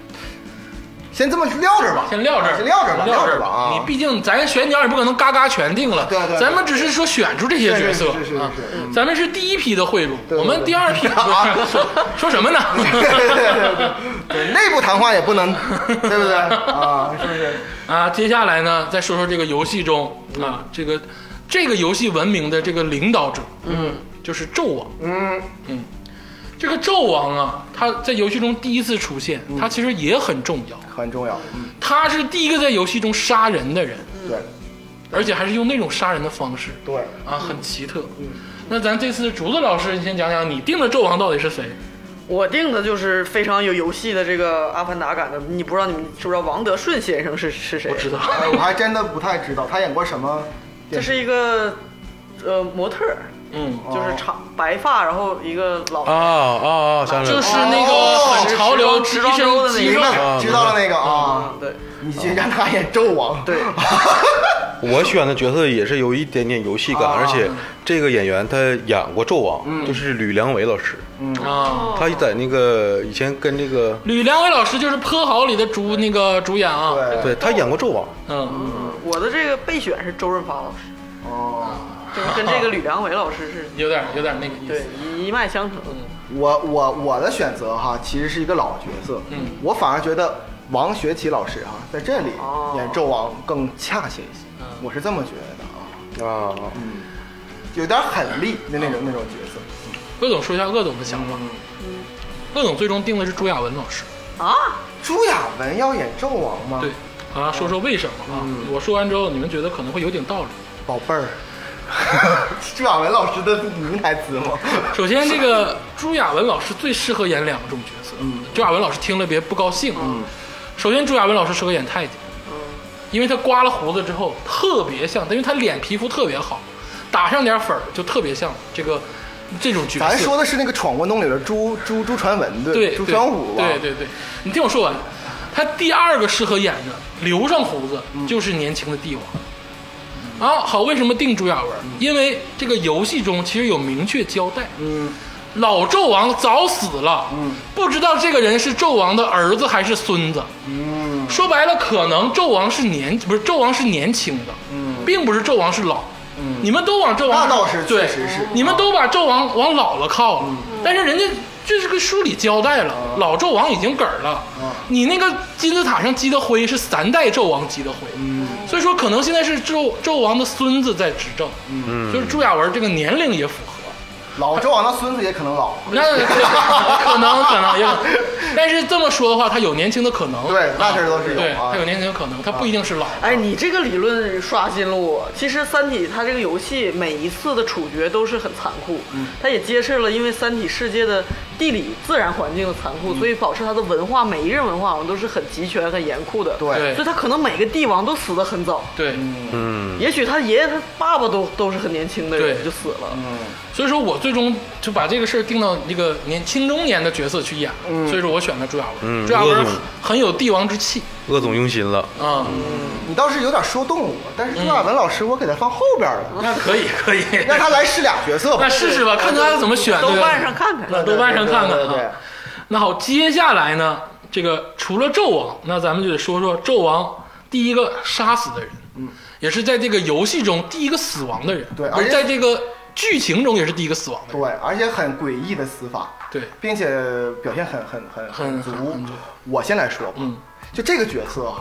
先这么撂这儿吧，
先撂这儿，
先撂这儿吧，
撂
撂这儿吧啊！
你毕竟咱选角也不可能嘎嘎全定了，
对对对
咱们只是说选出这些角色
是是是是
啊
是，
咱们是第一批的贿赂，
对对
我们第二批
啊 [laughs]
说什么呢？
对对对对 [laughs] 对，内部谈话也不能，对不对啊？是不是？
[laughs] 啊，接下来呢，再说说这个游戏中
嗯
啊，这个这个游戏文明的这个领导者，嗯，就是纣王。
嗯，
这个纣王啊，他在游戏中第一次出现，
嗯
他其实也很重要，
很重要。嗯，
他是第一个在游戏中杀人的人，
嗯
对
而且还是用那种杀人的方式。
对。
啊，很奇特。那咱这次竹子老师，你先讲讲你定的纣王到底是谁？
我定的就是非常有游戏的这个《阿凡达》感的，你不知道你们知不知道王德顺先生是是谁？
我知道，
哎我还真的不太知道他演过什么
这
电视。
是一个呃模特儿，
嗯，
哦
就是长白发，然后一个
哦
老
啊啊啊！想起
嗯就
来了
是那个很潮流，一身肌
明
肉
白
啊
了，知道了那个啊，
嗯对
你就让他演纣王。 [laughs]
对，
我选的角色也是有一点点游戏感，
啊
而且这个演员他演过纣王，就是吕良伟老师，
啊。
他在那个以前跟这个，
吕良伟老师就是《泼好》里的主那个主演啊，
对，
对他演过纣王，
嗯，
我的这个备选是周润发老师，
哦，
就是跟这个吕良伟老师是
有点有点那个意
对
思，
一脉相承。
我我我的选择哈，其实是一个老角色，
嗯
我反而觉得王学圻老师哈在这里
哦
演纣王更恰切一些，
嗯
我是这么觉得啊，
啊，
有点狠力的那种
嗯
那种角色。
鄂总说一下鄂总的想法。鄂总最终定的是朱亚文老师，
啊，
朱亚文要演纣王吗？
对，啊，说说为什么啊？我说完之后，你们觉得可能会有点道理。
宝贝儿， [laughs] 朱亚文老师的名台词吗？ [laughs]
[laughs] 首先，这个朱亚文老师最适合演两种角色。嗯，朱亚文老师听了别不高兴。嗯，首先，朱亚文老师适合演太监，因为他刮了胡子之后特别像，因为他脸皮肤特别好，打上点粉儿就特别像这个这种角色。
咱说的是那个《闯关东》里的朱朱朱传文对
对
朱传武啊吧？
对对对，你听我说完。他第二个适合演的留上胡子就是年轻的帝王。啊，好，为什么定朱亚文？因为这个游戏中其实有明确交代，嗯，老纣王早死了，嗯，不知道这个人是纣王的儿子还是孙子，嗯，说白了，可能纣王是年不是纣王是年轻的，嗯，并不是纣王是老，嗯，你们都往纣王
那倒是
对
确实是嗯
你们都把纣王往老了靠了，但是人家这是个书里交代了，
嗯
老纣王已经嗝儿了。你那个金字塔上积的灰是三代纣王积的灰，
嗯
所以说可能现在是纣纣王的孙子在执政，
嗯
就是朱亚文这个年龄也符合。
老纣王的孙子也可能老。
那
[laughs]
可能可能也可能，但是这么说的话，他有年轻的可能，
对，那这都是有
对
啊
他。有年轻的可能，他不一定是老。
哎，你这个理论刷新了我。其实《三体》它这个游戏每一次的处决都是很残酷，它也揭示了因为《三体》世界的地理自然环境的残酷，所以导致它的文化每一任文化好像都是很集权、很严酷的。
对
对
所以他可能每个帝王都死得很早，
对，
也许他爷爷、他爸爸都都是很年轻的人
对
就死了。
所以说我最终就把这个事儿定到一个年轻中年的角色去演，所以说我选了朱亚文。
嗯
朱亚文
恶总
很有帝王之气
鄂总用心了，
啊、
你倒是有点说动我，但是朱亚文老师我给他放后边了，
那可以可以，
让他来试俩角色吧
[laughs] 那。试试吧，看他怎么选。
豆
对吧
瓣上看看，
豆瓣上看看
对对对对
啊。那好，接下来呢，这个除了纣王，那咱们就得说说纣王第一个杀死的人，嗯，也是在这个游戏中第一个死亡的人，
对而
而
且哦
在这个剧情中也是第一个死亡的人，
对，而且很诡异的死法，
对，
并且表现很很很
很
足
很足。
我先来说吧，
嗯
就这个角色
[laughs]
哈，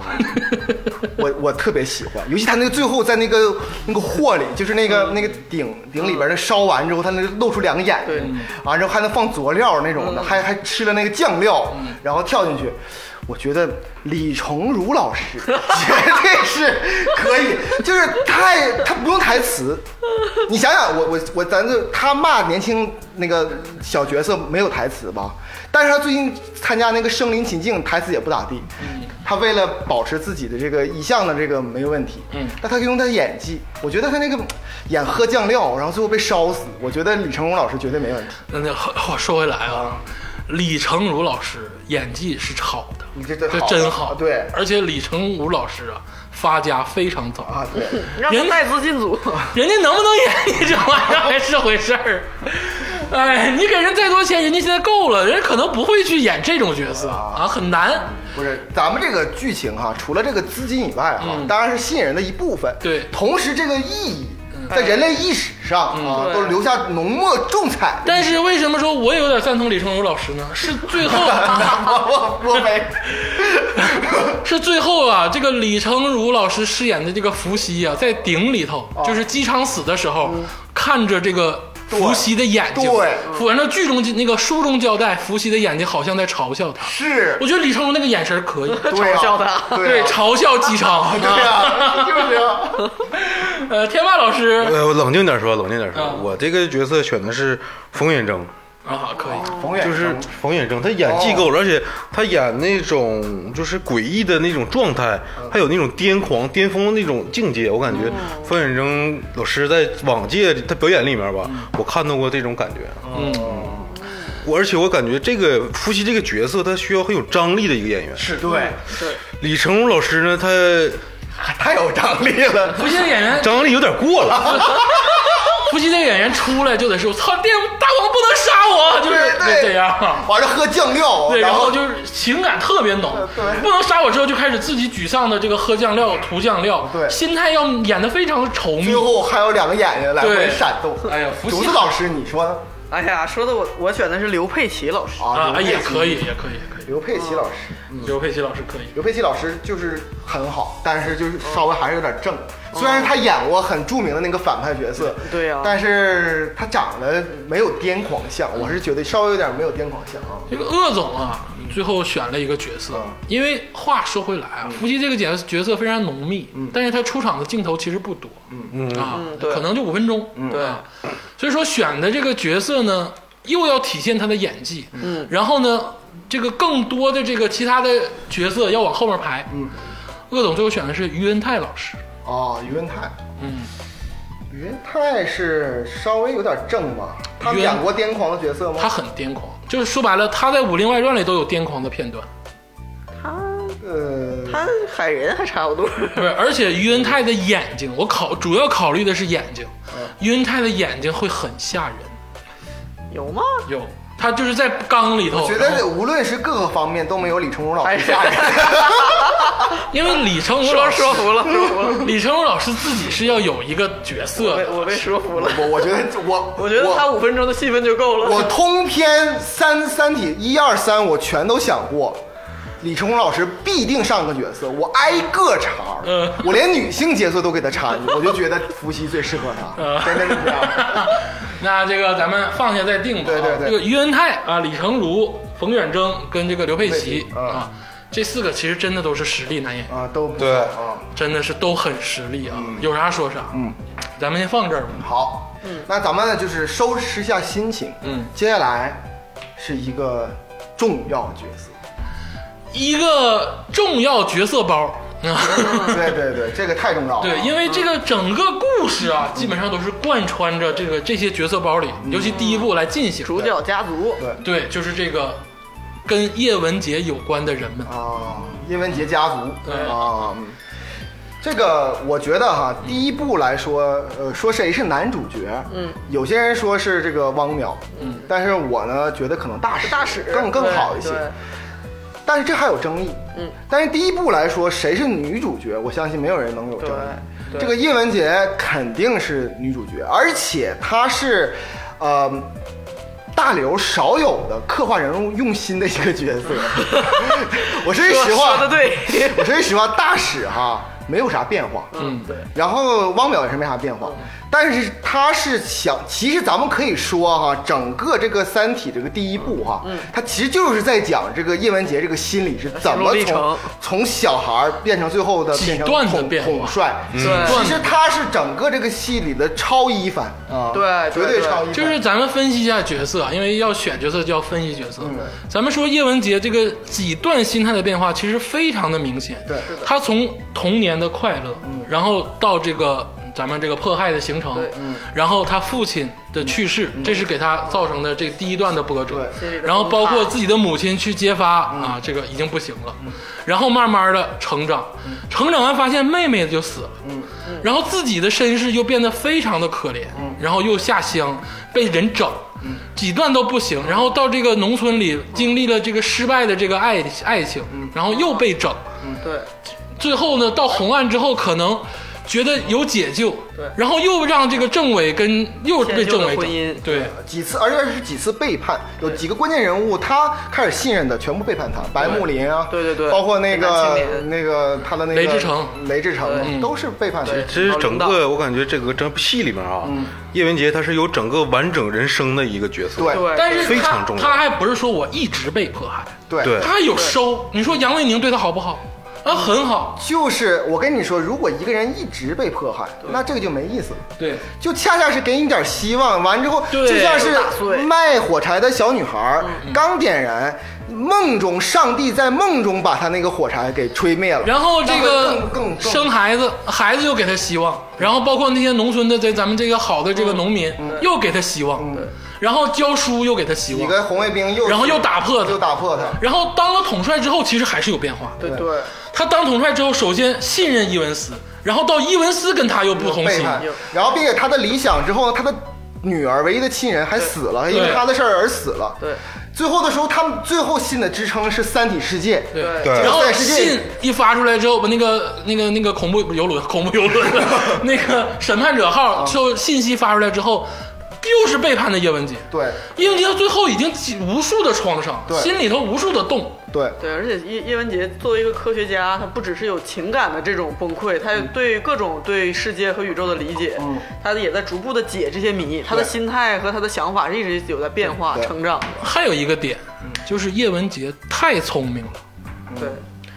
我我特别喜欢，尤其他那个最后在那个那个货里，就是那
嗯
个、那个鼎鼎里边的烧完之后，他那个露出两个眼
对
睛，完之后还能放佐料那
嗯
种的，还还吃了那个酱料，然后跳进去。我觉得李成儒
[laughs]
老师绝对是可以，就是太他不用
[laughs]
台词，你想想我我我咱就他骂年轻那个小角色没有台词吧，但是他最近参加那个身临其境，台词也不咋地，他为了保持自己的这个一向的这个没问题，
嗯
但他用他演技，我觉得他那个演喝酱料，然后最后被烧死，我觉得李成儒老师绝对没问题。
那那话说回来啊，李成儒老师演技是好的，
你这这好
真
啊
好，
对
而且李成儒老师啊，发家非常早
啊，对，
让他
人
带资进组。 [laughs]
人家能不能演你这玩意儿还是回事儿。哎，你给人再多钱，人家现在够了，人家可能不会去演这种角色啊，很难。
不是咱们这个剧情哈、除了这个资金以外哈、当然是吸引人的一部分，
对
同时这个意义在人类意识上啊，
对
都留下浓墨重彩的。
但是为什么说我有点赞同李成儒老师呢？是最后，啊
我我我没，
是最后啊，这个李成儒老师饰演的这个伏羲啊，在鼎里头，
哦
就是姬昌死的时候，看着这个伏羲的眼睛，
嗯对
反正剧中那个书中交代，伏羲的眼睛好像在嘲笑他。
是
我觉得李成儒那个眼神儿
[laughs]
可以，
对啊
嘲笑他
对啊
嘲笑姬昌，
[laughs] 对呀，就是啊。
[laughs] 呃，天霸老师，
呃，我冷静点说，冷静点说，
啊
我这个角色选的是冯远征，
啊，可以，
[laughs] 冯远征
就是冯远征，他演技
哦
够了，而且他演那种就是诡异的那种状态，
嗯
还有那种癫狂、巅峰的那种境界，我感觉冯远征老师在往届他表演里面
嗯
吧，我看到过这种感觉。啊
嗯，
我而且我感觉这个夫妻这个角色，他需要很有张力的一个演员。
是对，
李成儒老师
[laughs]
呢，他
太有张力了。
夫妻的演员，
[laughs] 张力有点过
[laughs]
了，
夫妻的演员出来就得是我操，电大王不能杀我，就是
对
得这样。
完了喝酱料，
对，然
后
后就是情感特别浓
对，
不能杀我之后就开始自己沮丧的这个喝酱料、涂酱料，
对
心态要演的非常稠密
最。后还有两个眼睛来回
对
闪动。
哎呀伏羲
竹子老师，你说呢
哎呀，说的我我选的是刘佩琦老师，
啊，哎
刘佩
也
琦
可以，啊也可以，也可以。
刘佩琦老师，
刘佩琦老师可以，
刘佩琦老师就是很好，但是
嗯
就是稍微还是有点正。虽然他演过很著名的那个反派角色，
对呀
但是他长得没有癫狂像，我是觉得稍微有点没有癫狂像啊。
这个鄂总啊，最后选了一个角色，因为话说回来啊，伏羲这个角角色非常浓密，但是他出场的镜头其实不多，嗯嗯啊，
对
可能就五分钟，
对
啊，所以说选的这个角色呢，又要体现他的演技，嗯，然后呢，这个更多的这个其他的角色要往后面排，嗯，鄂总最后选的是于恩泰老师，
哦，于文泰，
嗯，
于文泰是稍微有点正吧？他
于文
演过癫狂的角色吗？
他很癫狂，就是说白了，他在《武林外传》里都有癫狂的片段，
呃，
他海人还差不多。 [laughs]
不是，而且于恩泰的眼睛，我考主要考虑的是眼睛，于恩泰的眼睛会很吓人，
有吗？
有，他就是在缸里头，
觉
然
得
后
无论是各个方面都没有李成儒老
哎
师
呀
吓人。
因为李成儒
说
老师，
说 [laughs] 服了，说服了，
李成儒老师自己是要有一个角色
被
的，
我被说服了。
我我觉得我
我觉得他五分钟的戏份就够了。
我通篇三三体一二三我全都想过，李成儒老师必定上个角色，我挨个查，
嗯
我连女性角色都给他插进去，我就觉得伏羲最适合他，真的是
[laughs]
这样。
那这个咱们放下再定吧。
对对
啊
对
这个于恩泰啊，李成儒、冯远征跟这个刘佩琦
嗯
啊，这四个其实真的都是实力男演员，
啊，都不错
对
啊，
真的是都很实力啊，有啥说啥。嗯，咱们先放这儿吧。
好，那咱们呢就是收拾一下心情，
嗯，
接下来是一个重要角色，
一个重要角色包啊，
对对对，这个太重要了，
对，因为这个整个故事啊，
嗯
基本上都是贯穿着这个这些角色包里，尤其第一部来进行的。
主角家族，
对
对，就是这个跟叶文洁有关的人们。
啊，叶文洁家族
对
啊。嗯这个我觉得哈，第一部来说，呃，说谁是男主角，嗯，有些人说是这个汪淼，嗯，但是我呢觉得可能大使
大使
更更
对
好一些，
对
但是这还有争议，
嗯，
但是第一部来说，谁是女主角，我相信没有人能有争议。
对对
这个叶文洁肯定是女主角，而且她是，呃，大刘少有的刻画人物用心的一
[laughs]
个角色。我说句
说
实
说的
话，
对，
[laughs] 我说句实话，大使哈没有啥变化，
嗯，对，
然后汪淼也是没啥变
嗯
化，但是他是想，其实咱们可以说哈、整个这个《三体》这个第一部哈、
嗯
它其实就是在讲这个叶文洁这个心理是怎
心路
么
历
从
程
从小孩儿变成最后的
几
变成
段的
统
变化
统帅，
对
其实他是整个这个戏里的超一番啊，
对
绝
对对
超一番，
就是咱们分析一下角色，因为要选角色就要分析角
嗯
色。咱们说叶文洁这个几段心态的变化，其实非常的明显。
对是嗯
他从童年的快乐，然后到这个咱们这个迫害的形成
对，
嗯
然后他父亲的去世，这是给他造成的这第一段的波折。
对
心里的
然后包括
崩塌
自己的母亲去揭发、
嗯
啊，这个已经不行了。然后慢慢的成长，
嗯
成长完发现妹妹就死了，然后自己的身世又变得非常的可怜，
嗯
然后又下乡被人整。几段都不行，然后到这个农村
嗯
里经历了这个失败的这个爱爱情，然后又被整，
嗯
对
最后呢，到红岸之后，可能觉得有解救，
对
然后又让这个政委跟又被政委
现在就有婚
整
姻，
对，
几次，而且是几次背叛，有几个关键人物，他开始信任的全部背叛他，白慕林啊，
对对对
包括那
北大
个
青年
那个他的那个
雷志成
雷志成
对
都是背叛他。
对
其实整
老领
个我感觉这个整部戏里面啊，
嗯
叶文洁他是有整个完整人生的一个角色，
对
对，
但是
非
他
常重要
他还不是说我一直被迫害，
对
对
他有收。你说杨卫宁对他好不好？啊，很好，
就是我跟你说，如果一个人一直被迫害，那这个就没意思了。
对，
就恰恰是给你点希望，完之后
对
就像
打碎
是卖火柴的小女孩
嗯
儿刚点燃，梦中上帝在梦中把她那个火柴给吹灭了，
然后这
那会
个
更更更
生孩子，孩子又给他希望，然后包括那些农村的这咱们这个好的这个农民又给他希望，然后教书又给他希
几
望，
个红卫兵又
然后又打破
又
他，
打破他，
然后当了统帅之后，其实还是有变化的。
对对，
他当统帅之后，首先信任伊文斯，然后到伊文斯跟他又不同
背
心，
叛，然后并且他的理想之后，他的女儿唯一的亲人还死了，因为他的事儿而死了。
对，
最后的时候，他们最后信的支撑是《三体世界》。
对
对
然后
在世界
信一发出来之后，把那个那个那个恐怖不是游轮，恐怖游轮， [laughs] 那个审判者
啊
号就信息发出来之后，又是背叛的叶文洁。
对
叶文洁到最后已经几无数的创伤，
对
心里头无数的洞，
对
对，而且叶叶文洁作为一个科学家，他不只是有情感的这种崩溃，他
嗯
对各种对世界和宇宙的理解，他也在逐步的解这些谜，他的心态和他的想法是一直有在变化、
对对
成长的。
还有一个点，就是叶文洁太聪明了。
嗯
对，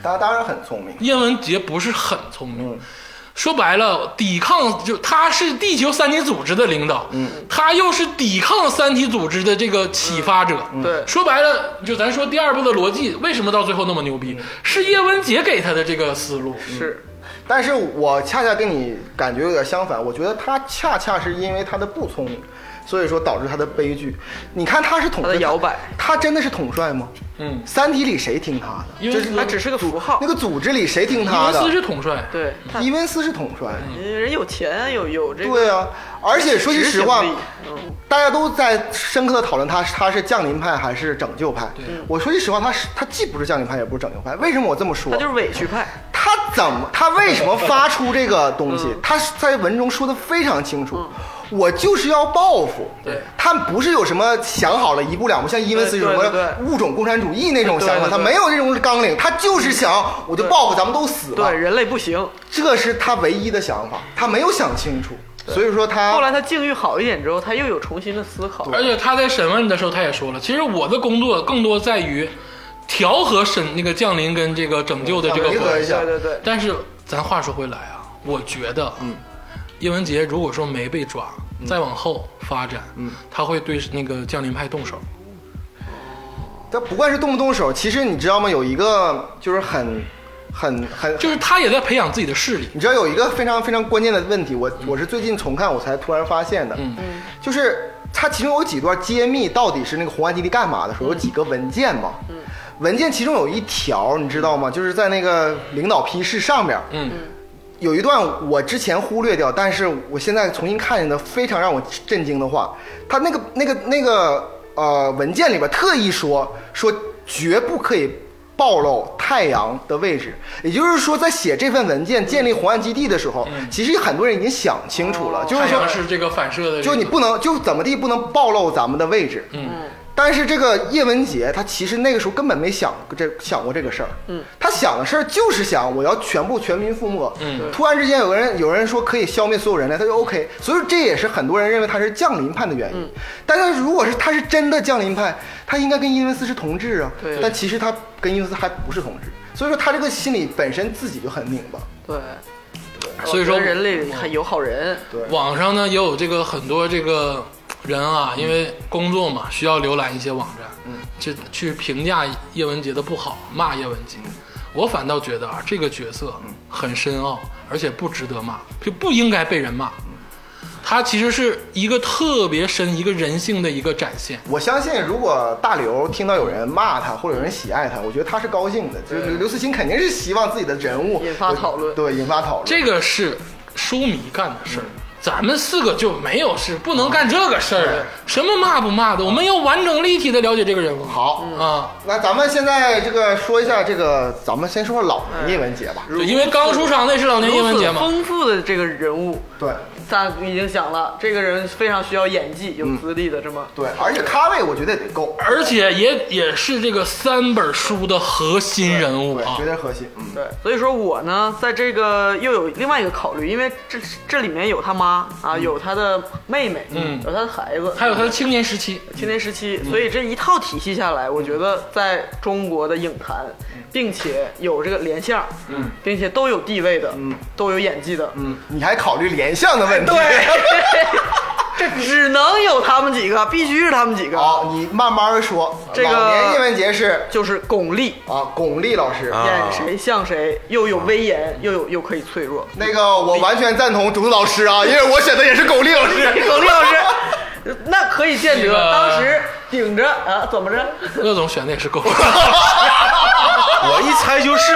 他当然很聪明，
叶文洁不是很聪明。说白了，抵抗就他是地球三体组织的领导，嗯，他又是抵抗三体组织的这个启发者，
对
说白了，就咱说第二部的逻辑，为什么到最后那么牛逼？是叶文洁给他的这个思路，
嗯
是，
但是我恰恰跟你感觉有点相反，我觉得他恰恰是因为他的不聪明，所以说导致他的悲剧。你看他是统
他的摇摆，
他真的是统帅吗？
嗯
三体里谁听他的？
因为
他只是个符号
那。个组织里谁听
伊
嗯他
文斯
的？
是统帅，
对，他
伊文斯是统帅，
人有钱，有有这个
对啊。而且说句
哎执
实
行
话，
力，嗯，
大家都在深刻的讨论他，他是降临派还是拯救派？我说句实话，他是他既不是降临派，也不是拯救派。为什么我这么说？
他就是委屈派。
他怎么，他为什么发出这个东
嗯
西？他在文中说的非常清楚，我就是要报复。
对，
他不是有什么想好了一步两步，像伊文斯有什
对对
么
对
物种共产主义那种想
对对
法，
对
他没有这种纲领，他就是想我就报复，咱们都死吧
对，。人类不行。
这是他唯一的想法，他没有想清楚，所以说他
后来他境遇好一点之后，他又有重新的思考。
而且他在审问的时候，他也说了，其实我的工作更多在于调和审那个降临跟这个拯救的这个
维
关
和
系
一。下
对。对对，
但是咱话说回来啊，我觉得，嗯，叶文洁如果说没被抓，
嗯
再往后发展，嗯，他会对那个降临派动手。
他不管是动不动手，其实你知道吗？有一个就是很、很、很，
就是他也在培养自己的势力，
你知道有一个非常非常关键的问题，我我是最近重看我才突然发现的，
嗯
就是它其中有几段揭秘到底是那个红岸基地干嘛的时候，有几个文件嘛，
嗯
文件其中有一条你知道吗？就是在那个领导批示上面，
嗯，
有一段我之前忽略掉，但是我现在重新看见的非常让我震惊的话，他那个那个那个呃文件里边特意说说绝不可以暴露太阳的位置，也就是说，在写这份文件建立红岸基地的时候，其实很多人已经想清楚了，就
嗯
是
哦太
说
阳是这个反射的这个，
就是你不能就怎么地不能暴露咱们的位置。嗯。但是这个叶文洁，他其实那个时候根本没想过这想过这个事儿。嗯，他想的事儿就是想我要全部全民覆没。
嗯，
突然之间有个人有人说可以消灭所有人类，他就 OK。所以这也是很多人认为他是降临派的原因。但是如果是他是真的降临派，他应该跟伊文斯是同志啊。
对
但其实他跟伊文斯还不是同志，所以说他这个心里本身自己就很拧巴。
对，
所以说嗯
我觉得人类还有好人，
网上呢也有这个很多这个人啊，因为工作嘛需要浏览一些网站，嗯，去去评价叶文洁的不好，骂叶文洁。我反倒觉得啊，这个角色很深奥，而且不值得骂，就不应该被人骂。他其实是一个特别深、一个人性的一个展现。
我相信，如果大刘听到有人骂他或者有人喜爱他，我觉得他是高兴的。就是刘慈欣肯定是希望自己的人物
嗯引发讨论
对，引发讨论。
这个是书迷干的事儿。咱们四个就没有是不能干这个事儿的，什么骂不骂的，我们要完整立体的了解这个人物。好啊，
那咱们现在这个说一下这个，咱们先说说老
嗯
年叶文洁吧。
对因为刚出场那是老年英文节
如此
嘛，
丰富的这个人物，
对
咱已经想了，这个人非常需要演技、
嗯
有资历的这么。
对，而且咖位我觉得也得够，
而且也也是这个三本书的核心人物
对，
啊
绝。对核心。嗯，
对，所以说我呢，在这个又有另外一个考虑，因为这这里面有他妈妈
嗯
啊，有他的妹妹，嗯，有他的孩子，
还有他的青年时期，
青年时期，所以这一套体系下来，我觉得在中国的影坛，并且有这个联想，嗯，并且都有地位的，嗯，都有演技的， [laughs] 嗯，
你还考虑联想的问题？对，
这只能有他们几个，必须是他们几个，
好，你慢慢说。
这个
老年叶文洁是
就是巩俐
啊，巩俐老师。
啊
演谁像谁，又有威严，又有又可以脆弱。
那个我完全赞同竹子老师啊，因为我选的也是巩俐老师。
[laughs] 巩俐老师，那可以见
这
得，
个
当时顶着啊，怎么着？
鄂总选的也是够。
[laughs]
我一猜就是，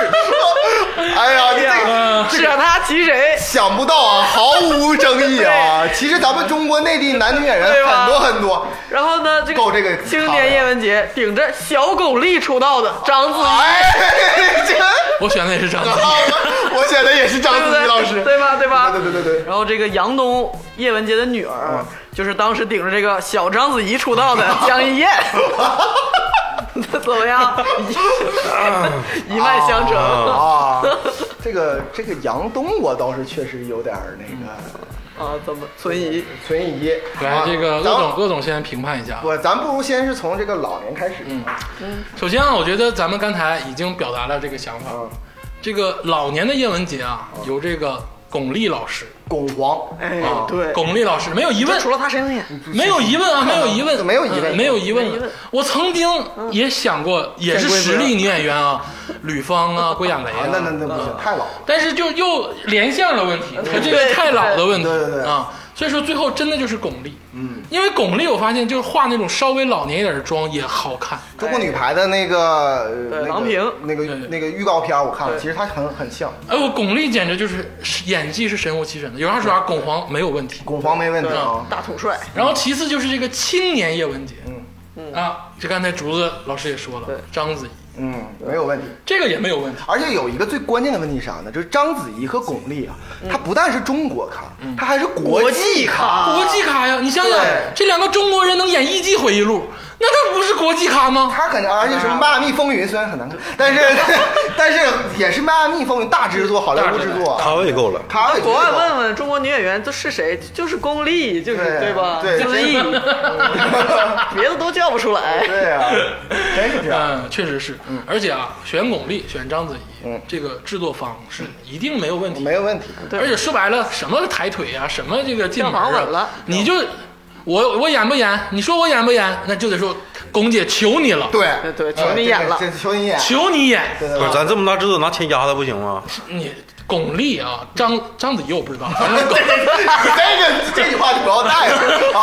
哎呀，你
啊
这个
是让他骑谁？
想不到啊，毫无争议啊。其实咱们中国内地男女演员
对吧
很多很多。
然后呢，这
够这个
青年叶文洁顶着小巩俐出道的章子怡，
哎，这个
我选的也是
[laughs]
张子
好
怡，
了我选的也是章
对不
子怡
对？
老师。
对吧？对吧？
对对对对对嗯
然后这个杨东，叶文洁的女儿，就是当时顶着这个小章子怡出道
[laughs]
的江一燕。怎么样？一一脉相承。
嗯啊，这个这个杨东，我倒是确实有点儿那个
啊，怎么存疑？
存疑。
来
啊
这个鄂
咱
总，鄂总先评判一下。啊
我咱不如先是从这个老年开始。
首先啊，我觉得咱们刚才已经表达了这个想法。
嗯
这个老年的叶文洁啊，由这个巩俐老师
巩皇，
哎
啊，，
对，
巩俐老师没有疑问
这，除了他谁能演？
没有疑问啊，没有疑问，
没有疑问
嗯没有疑
没疑
问嗯
问。
我曾经也想过，也是实力女演员啊，吕芳啊，郭亚蕾啊，，
啊那那那不行，太老了。
但是就又连线了问题，和这个太老的问题
对对对
啊，所以说最后真的就是巩俐，嗯，因为巩俐我发现就是化那种稍微老年一点的妆也好看，
中国女排的那个呃那个
郎平
那个
对
那个预告片儿我看了，
对
其实她很很像，
哎呦，巩俐简直就是是演技是神乎其神的，有话说
嗯
啥，巩皇没有问题。
巩皇没问题啊。
大统帅，
然后其次就是这个青年叶文洁，嗯啊，这刚才竹子老师也说了
对，
章子怡
嗯，没有问题。
这个也没有问题，
而且有一个最关键的问题是啥呢？就是章子怡和巩俐啊，她不但是中国咖，她还是国际咖。
国际咖呀，你想想
啊对
这两个中国人能演一季回忆录，那他不是国际咖吗？
她肯定，而且是《迈阿密风云》，虽然很难看， [laughs] 但是但是也是《迈阿密风云》大制作，好莱坞制作啊，
卡位够了。
咖位
国外问问中国女演员这是谁？就是巩俐，就是
对啊
吧？
对
就是
真的
[laughs] 别的都叫不出来。
对啊，真是这啊样。
嗯，确实是，而且啊，选巩俐、选章子怡，这个制作方是一定没有问题，
嗯没有问题，
对
而且说白了，什么抬腿啊，什么这个进门
票
啊
房稳了
你就我我演不演？你说我演不演？那就得说龚姐求你了，
对呃
对对求你演了
这求
[laughs]
你演，
求你演。
对对
不是，
对
咱这么大制作，拿钱压他不行吗？
你巩俐啊，章章子怡我不
[laughs]
知道，反正巩
这个这句话就不要带了啊！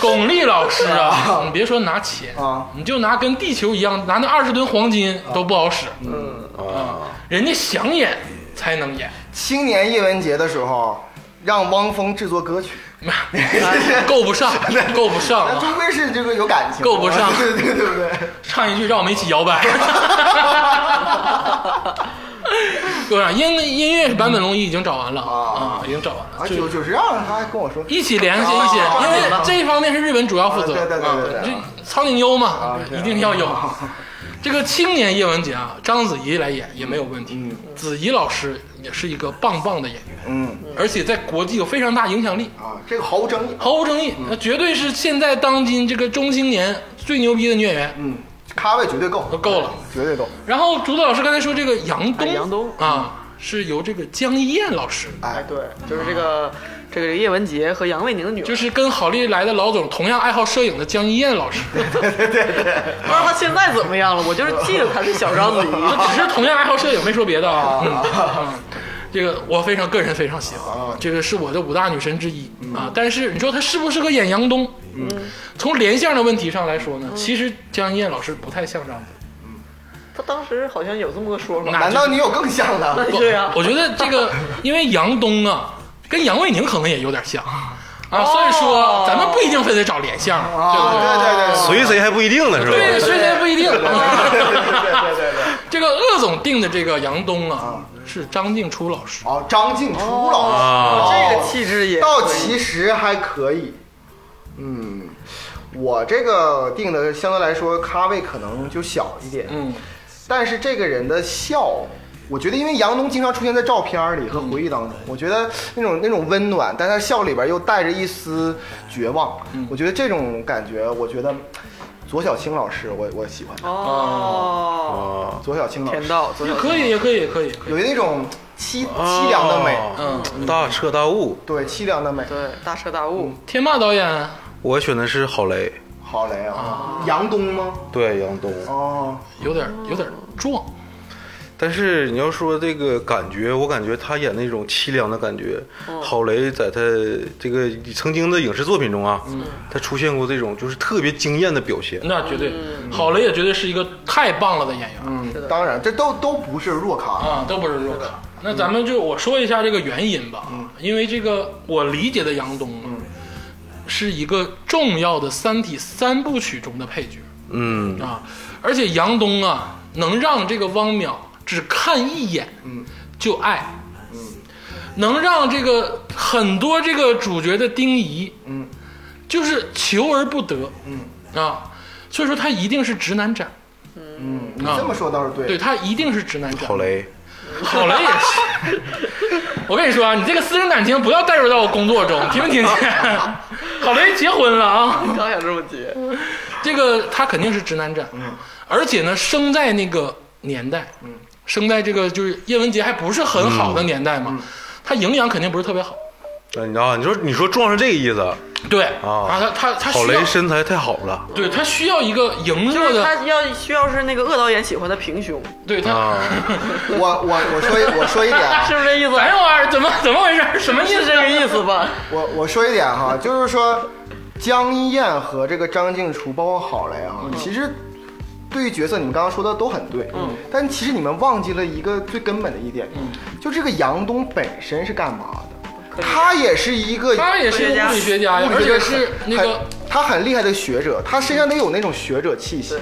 巩俐老师啊，你别说拿钱
啊
你就拿跟地球一样，拿那二十吨黄金都不好使，
嗯
啊，
人家想演才能演，
青年叶文洁的时候，让汪峰制作歌曲， [laughs]
够不上，够不上
那
啊。
终归是这个有感情，
够不上
[laughs] 对对对对对。
唱一句让我们一起摇
[laughs]
摆。对吧？音音乐版本龙一已经找完了
啊
啊，已经找完了，
啊，
就
九九十二，他还跟我说，
一起联系一起，
啊
因为这一方面是日本主要负责。
啊对对对对对
啊
对
这苍井优嘛
啊，对
一定要有。这个青年叶文洁啊，章子怡来演也没有问题。子怡老师也是一个棒棒的演员，
嗯
而且在国际有非常大影响力，
啊，这个毫无争议，
毫无争议，
嗯
那绝对是现在当今这个中青年最牛逼的女演员，
嗯，咖位绝对够，
都够了。
绝对够。
然后竹子老师刚才说这个杨东，
哎杨东
啊，是由这个江一燕老师，
哎，对，就是这个这个叶文洁和杨卫宁的女儿，
就是跟好利来的老总同样爱好摄影的江一燕老 [laughs] 师，
不知道她现在怎么样了。我就是记得她是小章子 [laughs]
只
怡，
是同样爱好摄影，没说别的啊。啊嗯嗯这个我非常个人非常喜欢，这个是我的五大女神之一啊。但是你说她适不适合演杨东？嗯，从连相的问题上来说呢，其实江一燕老师不太像张子。
她当时好像有这么个说
那
法。
难道你有更像的？
不
对啊
我觉得这个，因为杨东啊，跟杨卫宁可能也有点像啊，所以说咱们不一定非得找连相，对不
啊，
对？
对对对，
随谁还不一定呢，是
哦对，
吧？
谁谁不一 [laughs] 定。
对对对对对。
这个鄂总定的这个杨东啊，是张静初老师。
哦，张静初老师，
啊
哦
这个气质也
倒
可以
其实还可以。嗯，我这个定的相对来说咖位可能就小一点，
嗯，
但是这个人的笑我觉得，因为杨东经常出现在照片里和回忆当中，我觉得那种那种温暖，但他笑里边又带着一丝绝望。我觉得这种感觉，我觉得嗯左小青老师我，我喜欢他。
哦，
啊，
左小青老
天哦
师
道，左
也
小
可以，也可以，也可以。嗯
有那种凄凄凉的美，
啊，大彻大悟。
对，凄凉的美。
对，大彻大悟，
天霸导演，
我选的是郝雷，
好嘞啊，杨东吗？
对杨东。
哦，
有点有点壮，
但是你要说这个感觉，我感觉他演那种凄凉的感觉，
嗯
郝雷在他这个曾经的影视作品中啊，
嗯
他出现过这种就是特别惊艳的表现。
那绝对。郝雷也绝对是一个太棒了的演员，
当然，这都都不是弱咖。
啊，都不是弱咖。那咱们就我说一下这个原因吧，
嗯
因为这个我理解的杨东啊，是一个重要的《三体》三部曲中的配角
嗯，
啊，而且杨东啊能让这个汪淼只看一眼，
嗯
就爱，能让这个很多这个主角的丁仪，
嗯，
就是求而不得，嗯啊，所以说他一定是直男斩，
嗯，你
啊
这么说倒是
对
对。
他一定是直男斩
郝。雷，
好了也是。
[laughs]
我跟你说啊，你这个私人感情不要带入到工作中，
[laughs]
听没听见？郝雷结婚了啊，
[laughs]
嗯
刚想这么接，
这个他肯定是直男斩，
嗯
而且呢，生在那个年代，生在这个就是叶文洁还不是很好的年代
嗯
嘛，他营养肯定不是特别好，
啊，你知道，你说你说撞上这个意思，
对
哦
啊
啊，他他他
郝
需要
雷，身材太好了
对他需要一个羸
就
弱
是
的，
他要需要是那个恶导演喜欢的平胸，
对
哦
他，
啊，
我我我说一我说一点啊，
[laughs] 是不是这意思？
哎呦玩意儿，怎么怎么回事？什么意
是
思啊
这？个意思吧？
我我说一点哈，就是说江一燕和这个张静初，包括郝蕾
嗯
啊，其实对于角色，你们刚刚说的都很对，嗯，但其实你们忘记了一个最根本的一点，嗯，就这个杨东本身是干嘛的？他也是一个
他也是物理学家呀，
物
而
理
且
学家
是那个
很他很厉害的学者，他身上得有那种学者气息，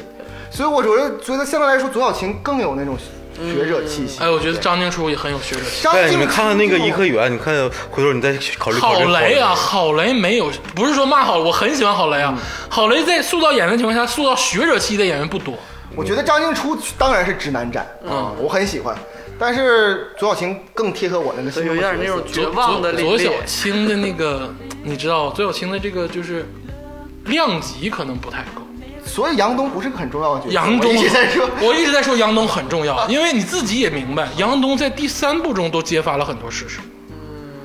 所以我觉得觉得相对来说，左小琴更有那种学者气息。
哎，我觉得张静初也很有学者气。
张
对，哎
静
你们看看那个
初
颐和园，你看回头你再考虑考
郝
虑。
雷啊，，郝雷没有，不是说骂郝，我很喜欢郝雷
嗯
啊。郝雷在塑造演员的情况下，塑造学者期的演员不多。
我觉得张静初当然是直男斩
嗯
啊、我很喜欢。但是左小晴更贴合我那个
所
性
以
格，
有点那种绝
左
望的
左
凛
左
冽
小，青的那个， [laughs] 你知道左小青的这个就是量级可能不太够。
所以杨东不是个很重要的角色。
杨
我
东
一直
[laughs]
在说，
[laughs] 我一直在说杨东很重要，因为你自己也明白，杨东在第三部中都揭发了很多事实，
嗯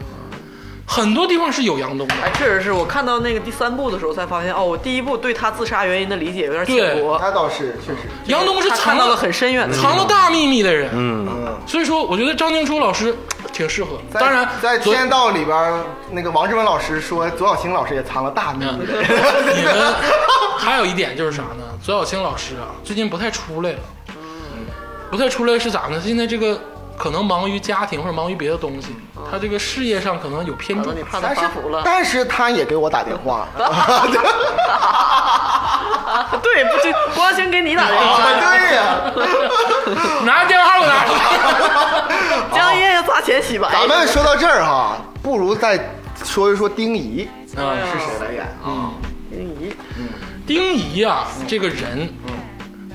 很多地方是有杨东的。
哎，确实是我看到那个第三部的时候才发现，哦，我第一部对他自杀原因的理解有点浅薄，
他倒是确实，
杨东是
他
藏
看到了很深远的。
藏了大秘密的人，
嗯，
所以说我觉得张静初老师挺适合。
在
当然，
在
昨
天道里边，那个王志文老师说左小晴老师也藏了大秘密。
嗯
[laughs]
你们还有一点就是啥呢？左小青老师啊，最近不太出来了，不太出来是咋呢？现在这个可能忙于家庭或者忙于别的东西，他这个事业上可能有偏
完
重
了，。你怕他
但是
发福了？
但是他也给我打电话，
[laughs] 对，不是光先给你打电
啊，
话，
对呀、
拿着电话号给我拿出来。
江夜要砸钱洗白。
咱们说到这儿哈，不如再说一说丁仪
啊 [laughs]
哎
是谁来演啊？
林怡，
丁仪啊，这个人，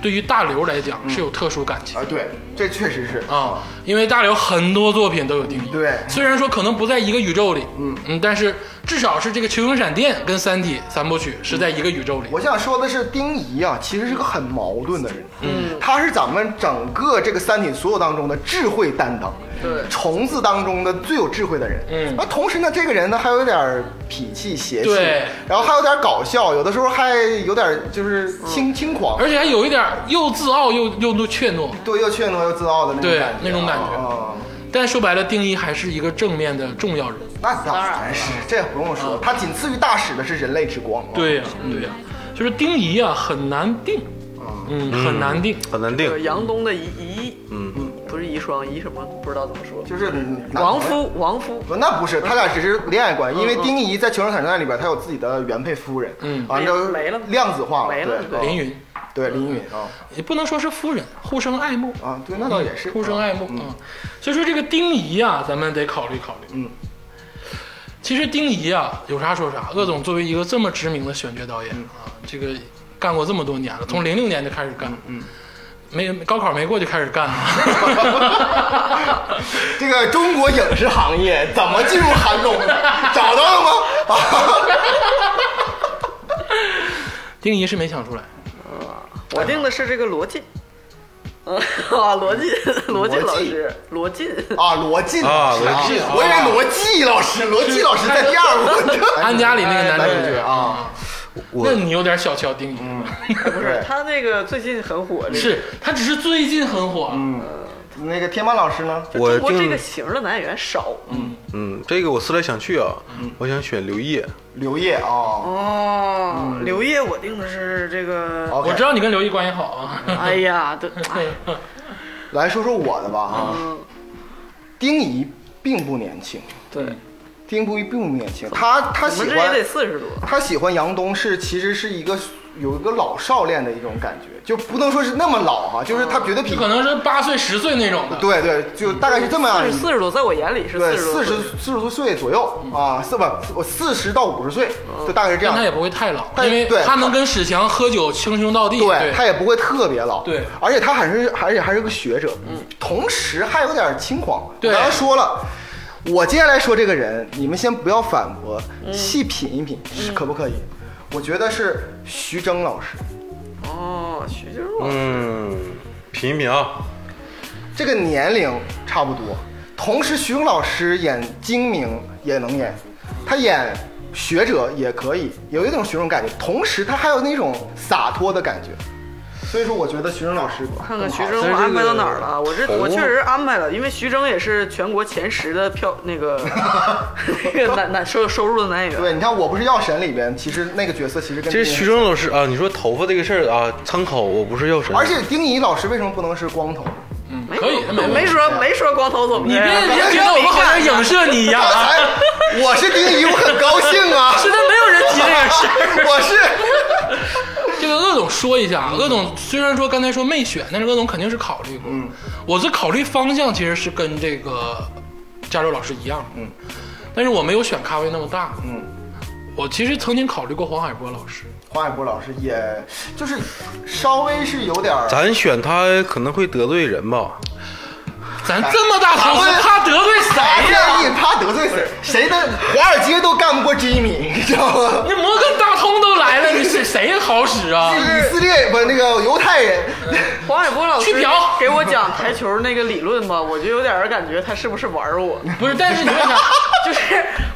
对于大刘来讲是有特殊感情
啊，对，这确实是
嗯啊，因为大刘很多作品都有丁仪。
对
虽然说可能不在一个宇宙里，嗯嗯，但是至少是这个《球形闪电》跟《三体》三部曲是在一个宇宙里。
我想说的是，丁仪啊，其实是个很矛盾的人。嗯，他是咱们整个这个三体所有当中的智慧担当，
对
虫子当中的最有智慧的人。
嗯
那同时呢，这个人呢还有点儿痞气邪气
对，
然后还有点搞笑，有的时候还有点就是轻、轻狂，
嗯而且还有一点儿又自傲又又又怯懦。
对，又怯懦又自傲的那种
对
感觉，
那种感觉
啊、
但说白了，丁一还是一个正面的重要人物。
那当然是，这不用说，他仅次于大使的是人类之光。啊，
嗯对呀、对呀、就是丁仪啊，很难定，嗯，很难定。
很难
有
定。
杨东的遗遗，
嗯，
不是遗孀，遗什么不知道怎么说。
就是
亡。夫，亡夫，
那不是，他俩只是恋爱关系，因为丁仪在《求生闪战》里边，他有自己的原配夫人，
嗯
啊，就
没了
量子化
没了
对，
凌
啊
云
对林允啊，
也不能说是夫人，互生爱慕，
啊，对，那倒也是，
互生爱慕嗯。所以说这个丁仪啊，咱们得考虑考虑。
嗯，
其实丁仪啊，有啥说啥。鄂总作为一个这么
嗯
知名的选角导演啊，这个干过这么多年了，从零六年就开始干，嗯，没高考没过就开始干啊。 [laughs]
这个中国影视行业怎么进入寒冬的？找到了吗？啊，
定义是没想出来，
我定的是这个罗晋，
哎
嗯啊，罗晋，罗晋老师，罗晋，
啊罗晋
啊
老师
罗晋
我以为罗辑老师，罗辑老师在第二部。
安家里
[laughs]
那个男
男
主
主
角
角
啊，
啊，
那你有点小瞧定义。
嗯
不是
对
他那个最近很火，这个
是他只是最近很火，
嗯那个天霸老师呢？
就
我
中国这个
定
型的男演员少，嗯，
嗯，这个我思来想去啊，
嗯
我想选刘烨，
刘烨啊，
哦，
嗯
刘烨我定的是这个，
OK
我知道你跟刘毅关系好啊。[laughs]
嗯
哎呀，对，哎
来说说我的吧啊，
嗯
丁仪并不年轻，
对，
丁不一并不年轻，他他
我
喜
们这也
欢
得四十多，
他喜欢杨东是其实是一个有一个老少恋的一种感觉，就不能说是那么老哈、就是他绝对比
就可能是八岁、十岁那种的。
对对，就大概是这么样
四
一
十
个。
四十多，在我眼里是
对，
四十
四十
多，
四十多岁左右啊，四不我四十到五十岁，就大概是这
但
样
他。也不会太老，
但
因为
对
他能跟史强喝酒称兄道弟。
对他也不会特别老，
对
而且他还是而且还是个学者，嗯，同时还有点轻狂。
对
我刚才说了，我接下来说这个人，你们先不要反驳，细品一品，是可不可以？我觉得是徐峥老师，
哦，徐静茹，
嗯，品一品啊，
这个年龄差不多。同时，徐峥老师演精明也能演，他演学者也可以，有一种徐峥感觉。同时，他还有那种洒脱的感觉。所以说，我觉得徐峥老师
看看
更好
徐峥我安排到哪儿了啊？我这我确实安排了，因为徐峥也是全国前十的票那
[laughs]
个那个男男收收入的男演员。
对，你看《我不是药神》里边，其实那个角色其实跟
这是徐峥老师啊，你说头发这个事儿啊，参考我不是药神，
而且丁仪老师为什么不能是光头？ [laughs]
嗯，
没
可以，没
没说没说光头怎么
你别别
别
觉得我们好像影射你一样
刚
啊！
才我是丁仪，我很高兴啊！
现在没有人提这 [laughs] 个事儿。
我是
这个鄂总说一下，啊，鄂总虽然说刚才说没选，但是鄂总肯定是考虑过。嗯，我这考虑方向其实是跟这个加州老师一样。嗯，但是我没有选咖位那么大。嗯，我其实曾经考虑过黄海波老师。
黄海波老师，也就是稍微是有点儿
咱选他可能会得罪人吧，
咱这么大投资，他得罪
啥
谁呀、
建议，怕得罪谁？谁的华尔街都干不过 Jimmy，你知道
[laughs]
吗？
那摩根大通都来了，你是谁好使啊？
以色列不那个犹太人，
黄海波老师
去嫖
给我讲台球那个理论吧，我就有点儿感觉他是不是玩我？ [laughs]
不是，但是你看
[laughs]
看，
就是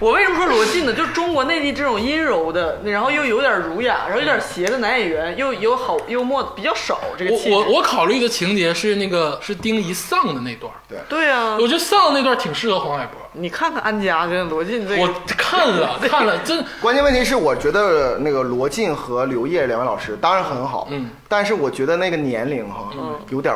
我为什么说罗晋呢？就是中国内地这种阴柔的，然后又有点儒雅，然后有点邪的男演员，又有好幽默比较少这个
我
气质。
我我考虑的情节是那个是丁仪丧的那段儿，
对啊，
我觉得丧的那段儿挺适合黄海波。
你看看安家跟罗晋这个，
我看
[laughs]
了看了，真
关键问题是，我觉得那个罗晋和刘烨两位老师当然很好，
嗯，
但是我觉得那个年龄哈、有点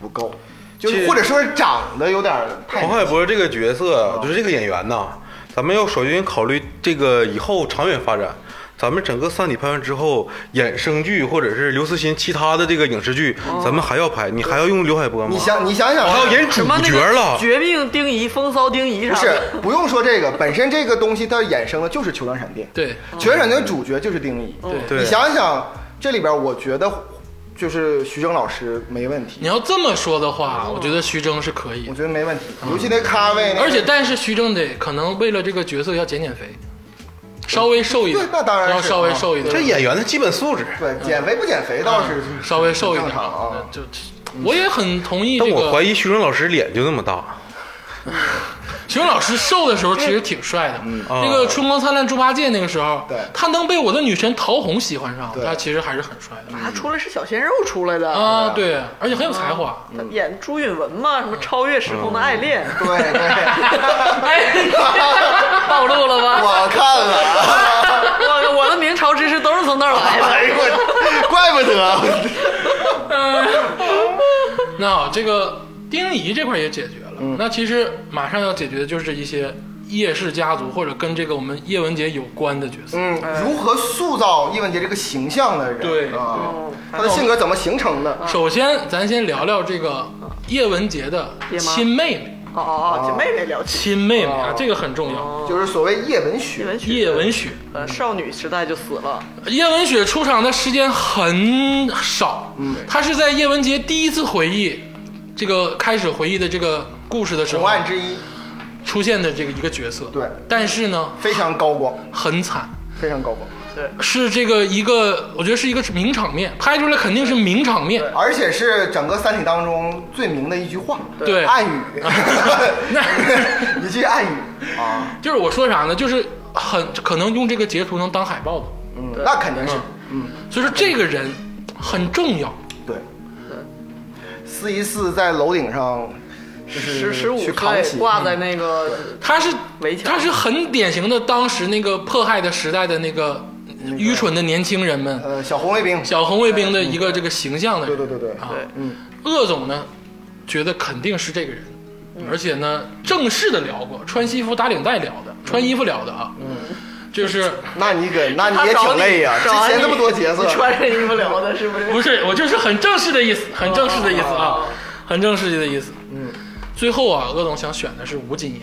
不够，
嗯
就是或者说是长得有点太
黄海波这个角色就是这个演员呐，咱们要首先考虑这个以后长远发展。咱们整个《三体》拍完之后，衍生剧或者是刘慈欣其他的这个影视剧，咱们还要拍，你还要用刘海波吗？
你想
[laughs]
你想想，啊
还要演主
什么那
角
个
了？
绝命丁仪、风骚丁仪啥
不
的，
是不用说这个，本身这个东西它衍生的就是球状闪电，
对
球状闪电的主角就是丁一，
对
对
你想想这里边，我觉得就是徐峥老师没问
你
题，
要这么说的话，我觉得徐峥是可以
啊我，觉得没问题，
嗯
尤其那咖位那个，
而且但是徐峥得可能为了这个角色要减减肥，稍微瘦一点，
对那当然是
要稍微瘦一点，
这演员的基本素质。
对减肥不减肥倒是
嗯
稍微瘦一点
正常啊，
就我也很同意
但
这
我怀
个。
疑徐峥老师脸就那么大，
徐峥老师瘦的时候其实挺帅的，那个《春光灿烂猪八戒》那个时候，
嗯对
他能被我的女神陶虹喜欢上，
对
他其实还是很帅的
他出来是小鲜肉出来的，
啊，对，啊而且很有才华。
他演朱允文嘛，什么超越时空的爱恋，哎
对
嗯
对，
[laughs] 暴露了吧？
我看了。啊
我我的明朝知识都是从那儿来
[laughs] 哎
[laughs] 的。
呦我，怪不得。
那好这个丁仪这块也解决了，那其实马上要解决的就是一些叶氏家族或者跟这个我们叶文洁有关的角色。
嗯，如何塑造叶文洁这个形象的人？
对嗯
啊，他的性格怎么形成的？
首先，咱先聊聊这个叶文洁的亲妹妹
哦哦，姐妹得了解。
亲妹妹啊，这个很重要。
就是所谓叶文
叶
学，
文雪，
叶文雪，
呃，少女时代就死了。
叶文雪出场的时间很少，她是在叶文洁第一次回忆这个开始回忆的这个故事的时候
红岸之一，
出现的这个一个角色。
对
但是呢，
非常高光，
很惨，
非常高光，
对，
是这个一个，我觉得是一个名场面，拍出来肯定是名场面。
而且是整个《三体》当中最明的一句话，
对
暗语，
那
一句暗语啊，
就是我说啥呢？就是很可能用这个截图能当海报的，
嗯，那肯定是，嗯，
所以说这个人很重要。
对，四一四在楼顶上，就是
十十五
去扛
岁
起
挂在那个
他是
围墙
他是很典型的当时那个迫害的时代的那个愚蠢的年轻人们，
呃小红卫兵，
小红卫兵的一个这个形象的
对
人。
对对对，
啊，
对，
鄂总呢，觉得肯定是这个人，而且呢，正式的聊过，穿西服打领带聊的，穿衣服聊的啊，就是
那你给，那
他
你也
找
挺累呀，之
找完
前那么多
你
角色
你， [laughs] 穿着衣服聊的，是不是？
[laughs] 不是我就是很正式的意思，
哦
很正式的意思啊，很正式的意思。嗯，最后啊，鄂总想选的是吴谨言，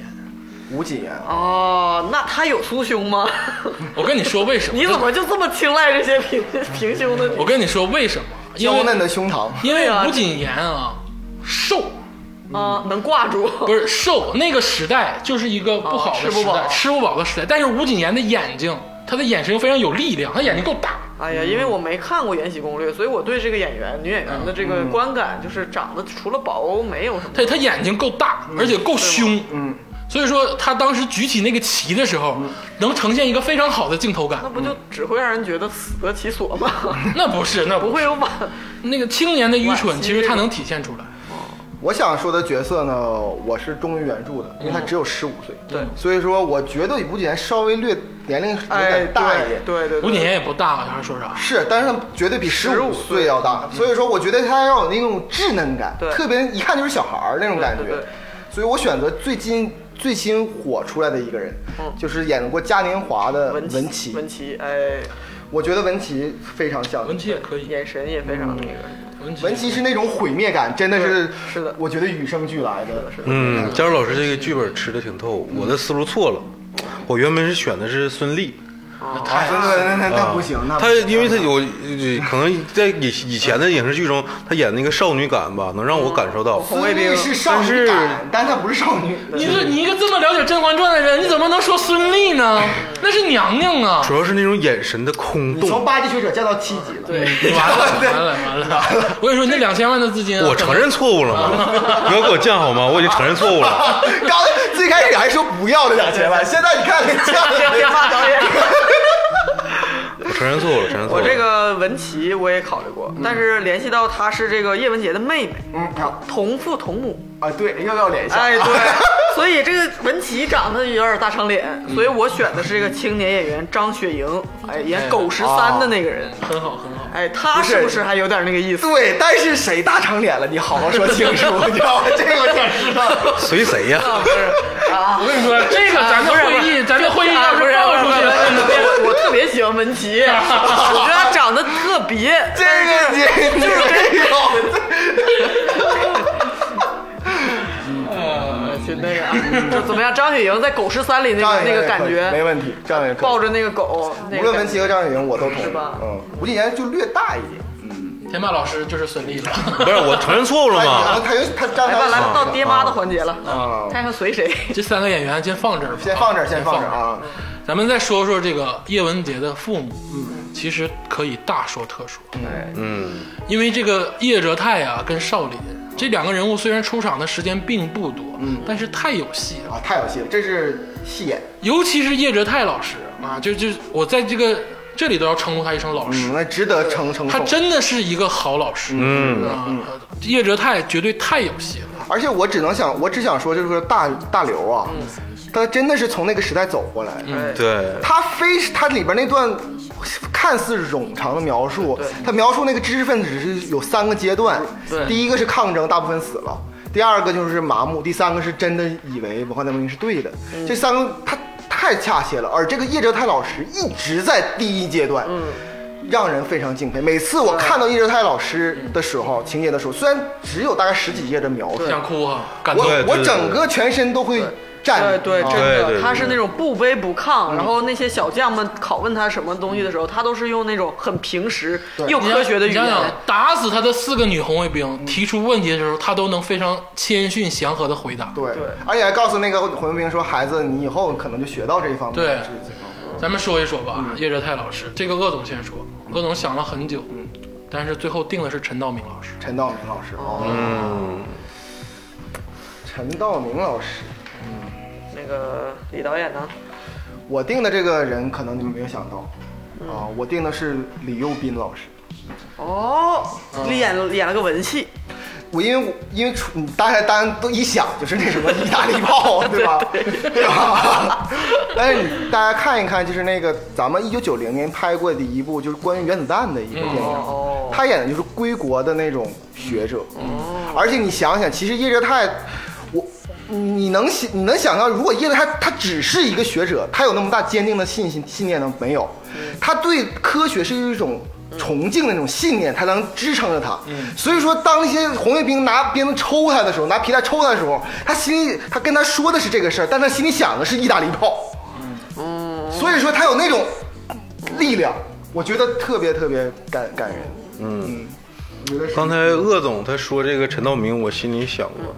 吴谨啊言，
哦，那他有酥胸吗？ [laughs]
我跟你说为什么？
你怎么就这么青睐这些平平胸的
我
女？
跟你说为什么？因
娇嫩
为
的胸膛，
因
对啊
为吴谨言啊，瘦。
啊，能挂住？
不是瘦，那个时代就是一个不好的时代，
哦吃不饱
吃不饱的时代。但是吴谨言的眼睛，他的眼神非常有力量，他眼睛够大。
哎呀，因
嗯
为我没看过《延禧攻略》，所以我对这个演员、女演员的这个观感就是长得除了薄没有什么。
他他眼睛够大，而且够凶，
嗯，
所以说他当时举起那个旗的时候，能呈现一个非常好的镜头感
嗯那。不就只会让人觉得死得其所
[laughs]
吗？
那不是，那
不
不
会有晚
那个青年的愚
惋
蠢，
惜
其实他能体现出来。
我想说的角色呢，我是忠于原著的，因为他只有十五岁，
嗯对
所以说我觉得比吴谨言稍微略年龄有
哎
点大一点，
对对对，
吴谨言也不大，还是说啥？
是，但是绝对比十
15
五岁要大，所以说我觉得他要有那种稚嫩感
嗯对，
特别一看就是小孩儿那种感觉
对对对，
所以我选择最近最新火出来的一个人
嗯，
就是演过嘉年华的
文
文琪，
文琪，哎，
我觉得文琪非常像
文琪也可以，
眼神也非
嗯
常那个。
文琪
文琪是那种毁灭感，真的是
对是的
我觉得与生俱来的，
是的
嗯，佳茹老师这个剧本吃的挺透，我的思路错了。我原本是选的是孙俪，
啊，真的那那那不行，那不
她
行
因为她有呃可能在以以前的影视剧中，她演那个少女感吧，能让我感受到。
孙俪是少
但
女
是
感，但她不是少女，
你这你一个这么了解《甄嬛传》的人，你怎么能说孙俪呢？那是娘娘啊！
主要是那种眼神的空
你从
洞。
八级学者降到七级了，
对，
完了完了完了！我跟你说，你那两千万的资金啊，
我承认错误了吗？不要给我犟好吗？我已经承认错误了。
[laughs] 刚才最开始还说不要这两千万，现在你
[laughs]
看这降了
别骂导
[laughs]
演。
我承认错误了，承认错误
我
了。
这个文琪我也考虑过，但是联系到她是这个叶文洁的妹妹，
嗯啊
同父同母。
啊，对，又要脸一下，
[laughs] 哎，对，所以这个文琪长得有点大长脸，
嗯
所以我选的是这个青年演员张雪迎，哎，演狗十三的那个人。
哦
很好很好。
哎，他是不是还有点那个意思？
[laughs] 对，但是谁大长脸了？你好好说清楚，
[laughs]
你知道吗？这个我想知道。
随谁呀？
[laughs]
我跟你说，这个咱的会议，咱的会议
啊
要
不是，
爆
不
出
是
去，
我我特别喜欢文
[laughs]
琪，我觉得他长得特别，
这个你这个
就那个啊， [laughs] 就怎么样？张雪迎在《狗十三》里那
张
个
远
那个感
没
觉，
问题，张远
抱着那个狗，那
无
个
论
感
文
觉
琪和张远莹我都同意。
是吧
嗯，吴谨言就略大一点。
天霸老师就是孙俪
不
了。 [laughs]
是，我承认错误了
他
吗？
他又他站
来吧，来吧，哎到爹妈的
环。
环节了，
啊
看看随谁。
这三个演员先放这儿吧，
先放这儿，
先
先放这儿
儿。
啊！
嗯
咱们再说说这个叶文洁的父母，其实可以大说特说，
哎
嗯，
因为这个叶哲泰啊跟邵林这两个人物虽然出场的时间并不多，
嗯
但是太有戏了。
啊，太有戏了，这是戏演。
尤其是叶哲泰老师啊，就就我在这个这里都要称呼他一声老师，
嗯，那值得称称
他
颂。
真的是一个好老师。嗯啊，叶哲泰绝对太有戏了。
而且我只能想，我只想说，就是说大大刘啊，
嗯
他真的是从那个时代走过来。
哎
对，
他非他里边那段看似冗长的描述，他描述那个知识分子是有三个阶段
对，
第一个是抗争，大部分死了；第二个就是麻木；第三个是真的以为文化大革命是对的。
嗯嗯
这三个他太恰切了，而这个叶哲泰老师一直在第一阶段，让人非常敬佩。每次我看到叶哲泰老师的时候，情节的时候，虽然只有大概十几页的描述，
想哭啊，感动。
我
对
我
对
整个全身都会
对
站。
哎对，
啊
真
对对
的，
对
他是那种不卑不亢，然后那些小将们拷问他什么东西的时候，他都是用那种很平实又科学的语
你想想
言。，
打死他的四个女红卫兵提出问题的时候，他都能非常谦逊祥和的回答。
对
对
而且还告诉那个混兵说：“孩子，你以后可能就学到这一方面
对
的知识。
咱们说一说吧，叶哲泰老师，这个鄂总先说，鄂总想了很久，但是最后定的是陈道明老师。
陈道明老师哦，
嗯，
陈道明老师，
那个李导演呢？
我定的这个人可能你们没有想到啊，我定的是李幼斌老师。
哦，演了演了个文戏，
我因为我因为出大家大家都一想就是那什么意大利炮， [laughs] 对吧？对吧？ [laughs] 但是你大家看一看，就是那个咱们一九九零年拍过的一部就是关于原子弹的一个电影，
哦
他演的就是归国的那种学者。而且你想想，其实叶哲泰，我你能想你能想到，如果叶哲泰他只是一个学者，他有那么大坚定的信心信念呢？没有，他对科学是一种。崇敬的那种信念，才能支撑着他。所以说，当那些红卫兵拿鞭子抽他的时候，拿皮带抽他的时候，他心里他跟他说的是这个事儿，但他心里想的是意大利炮。所以说他有那种力量，我觉得特别特别感感人。嗯，我觉得是
刚才鄂总他说这个陈道明，我心里想过，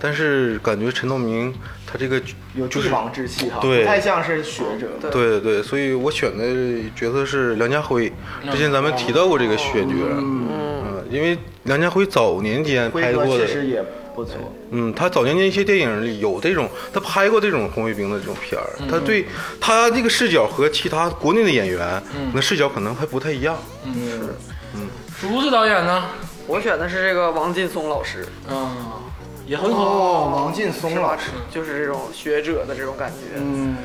但是感觉陈道明他这个
有
就
帝
是
王之气哈，
对
不太像是学者。
对对对，所以我选的角色是梁家辉。之前咱们提到过这个选角，嗯，因为梁家辉早年间拍
辉哥
过的
确，实也不错，
嗯，他早年间一些电影里有这种，他拍过这种红卫兵的这种片儿，他对他这个视角和其他国内的演员那视角可能还不太一样。
竹子导演呢？
我选的是这个王劲松老师，
嗯，也很好。
哦，王劲松老师，
就是这种学者的这种感觉。
嗯，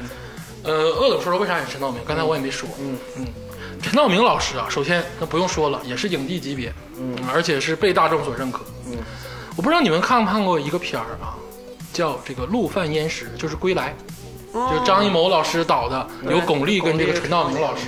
呃，鄂总说说为啥选陈道明？刚才我也没说。嗯嗯，陈道明老师啊，首先那不用说了，也是影帝级别，嗯，而且是被大众所认可。嗯，我不知道你们看没看过一个片儿啊，叫这个《陆犯焉识》，就是《归来》。就是张艺谋老师导的，有哦巩俐跟这个嗯陈道明老师。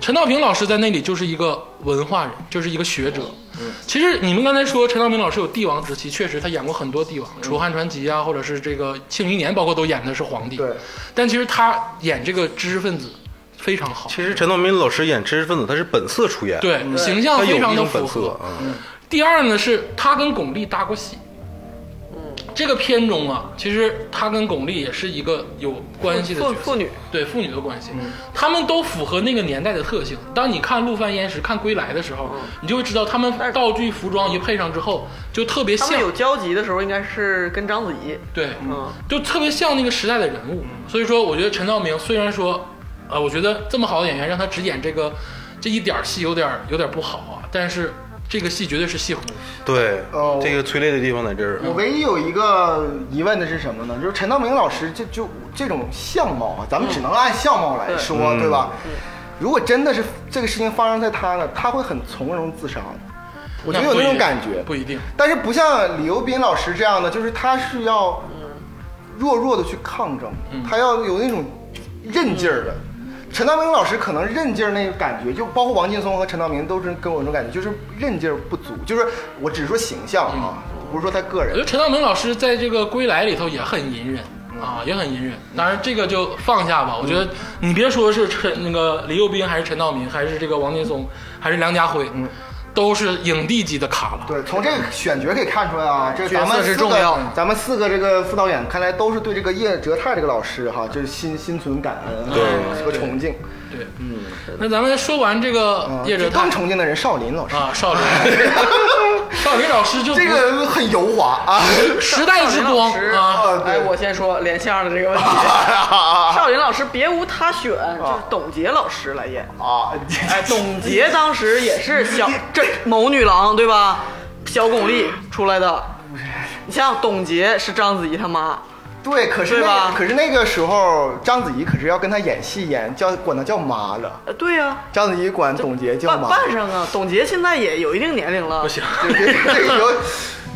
陈道明老师在那里就是一个文化人，就是一个学者。
嗯
其实你们刚才说陈道明老师有帝王之气，确实他演过很多帝
嗯
王，楚汉传奇》啊，或者是这个《庆余年》，包括都演的是皇帝。
对，
但其实他演这个知识分子非常好，
其实陈道明老师演知识分子，他是本色出演，，
对形象
他有
非常
一
的
种
符
本
合
色。。嗯，
第二呢，是他跟巩俐搭过戏。
嗯
这个片中啊，其实他跟巩俐也是一个有关系的
妇
角色
妇女，
对父女的关系，
嗯
他们都符合那个年代的特性。当你看《陆犯焉识》、看《归来》的时候，
嗯
你就会知道他们道具、服装一配上之后，就特别
他
像
们，有交集的时候，应该是跟章子怡。
对，
嗯，
就特别像那个时代的人物。所以说，我觉得陈道明虽然说，呃，我觉得这么好的演员让他只演这个这一点儿戏有点儿有点儿不好啊，但是这个戏绝对是戏红。
对
哦，
这个催泪的地方在这儿。
我唯一有一个疑问的是什么呢？就是陈道明老师就就这种相貌啊，咱
嗯
们只能按相貌来说，
嗯
对吧？如果真的是这个事情发生在他那，他会很从容自杀的，我觉得有那种感觉。
不一定。
但是不像李幼斌老师这样的，就是他是要
嗯
弱弱的去抗争，他要有那种韧劲儿的。陈道明老师可能韧劲儿那个感觉，就包括王劲松和陈道明都是跟我有种感觉，就是韧劲儿不足。就是我只是说形象啊，不是说他个
我觉
人
得。陈道明老师在这个《归来》里头也很隐忍啊，也很隐忍。当然，这个就放下吧。我觉得你别说是陈那个李幼斌，还是陈道明，还是这个王劲松，还是梁家辉，都是影帝级的咖了。
对，从这个选角可以看出来啊，这咱
角色
们
是
四
重
个
要
咱们四个这个副导演看来都是对这个叶哲泰这个老师哈，就是心心存感恩啊和崇敬。
对，嗯。那咱们说完这个
嗯
叶哲泰
更崇敬的人少林老师，
啊，少林，少林老师就不
这个很油滑啊。
时代之光
少林老
啊，
啊
师
对
哎，我先说连相的这个 [laughs] 问题。少林老师别无他选，就是董洁老师来演。
啊，
哎，董洁当时也是
[laughs]
小这某女郎对吧？小巩俐出来的。你像董洁是章子怡她妈，
对，可是
对
那
吧
可是那个时候，章子怡可是要跟他演戏演，叫管他叫妈了。
呃，对呀、
章子怡管董洁叫
扮
妈，
扮上啊。董洁现在也有一定年龄了
不，行，
[laughs]
对对对有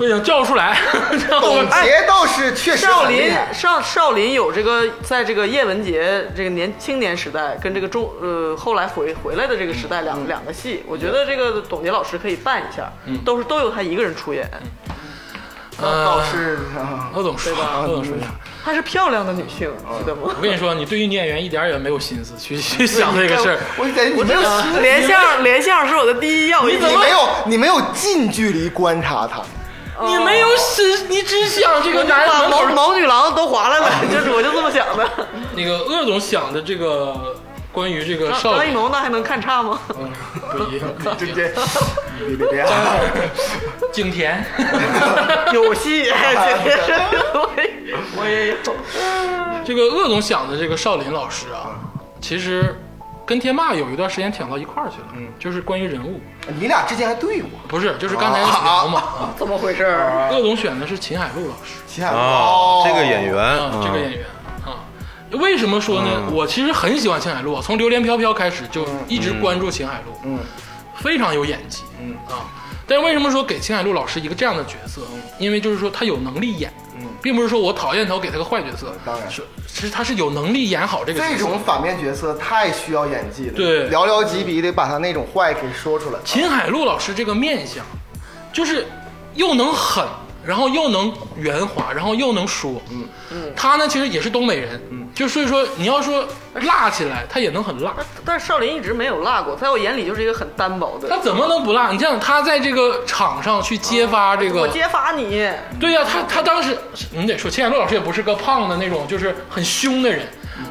我已经叫不出来。这样
董
我
洁倒是确实
哎少
很厉
林
害，
少少林有这个，在这个叶文洁这个年青年时代，跟这个中呃后来回回来的这个时代
嗯
两、两个戏，我觉得这个董洁老师可以办一下，都是都由她一个人出演，
嗯那倒是啊，
鄂总说，鄂总说一下。
她是漂亮的女性，
哦
记得吗
我？跟你说，你对于女演员一点儿也没有心思去去想这个事儿。
我感觉你
[laughs]
没有心
连相连相是我的第一要义，
你没有，你没有近距离观察他，
你没有心，你只想这个男
把
人
毛
门口。
[laughs] 毛女郎都划拉 [laughs] 了，就是我就这么想的。
那个鄂总想的这个关于这个
张
少
张艺
林，
谋那还能看差 [laughs] 吗？
嗯， [laughs] 不一样。
对
[laughs]
不对？别别别啊，
景甜，
有戏，这个是我也我也有。
[laughs] 这个鄂总想的这个少林老师啊，其实跟天霸有一段时间讲到一块儿去了，嗯，就是关于人物，
你俩之前还对过，
不是，就是刚才聊嘛。啊
[laughs] 怎么回事儿？
鄂总选的是秦海璐老师
秦海璐
啊，这个演员，
啊，哦这个演
员，
员啊。为什么说呢？我其实很喜欢秦海璐啊，从《榴莲飘飘》开始就
嗯
一直关注秦海璐，嗯，非常有演技，嗯啊。但是为什么说给秦海璐老师一个这样的角色？
嗯
因为就是说他有能力演，嗯，并不是说我讨厌他，我给他个坏角色，
当然
是，其实他是有能力演好这个角
这
色。
种反面角色太需要演技了，
对
寥寥几笔得把他那种坏给说出来。
秦海璐老师这个面相，就是又能狠，然后又能圆滑，然后又能说。嗯嗯，他呢其实也是东北人，嗯，就所以说你要说辣起来，他也能很辣。
但是少林一直没有落过，在我眼里就是一个很单薄的
他。怎么能不辣？你想想，他在这个场上去揭发这个，
我揭发你，
对呀、他他当时你得说，秦海璐老师也不是个胖的那种，就是很凶的人，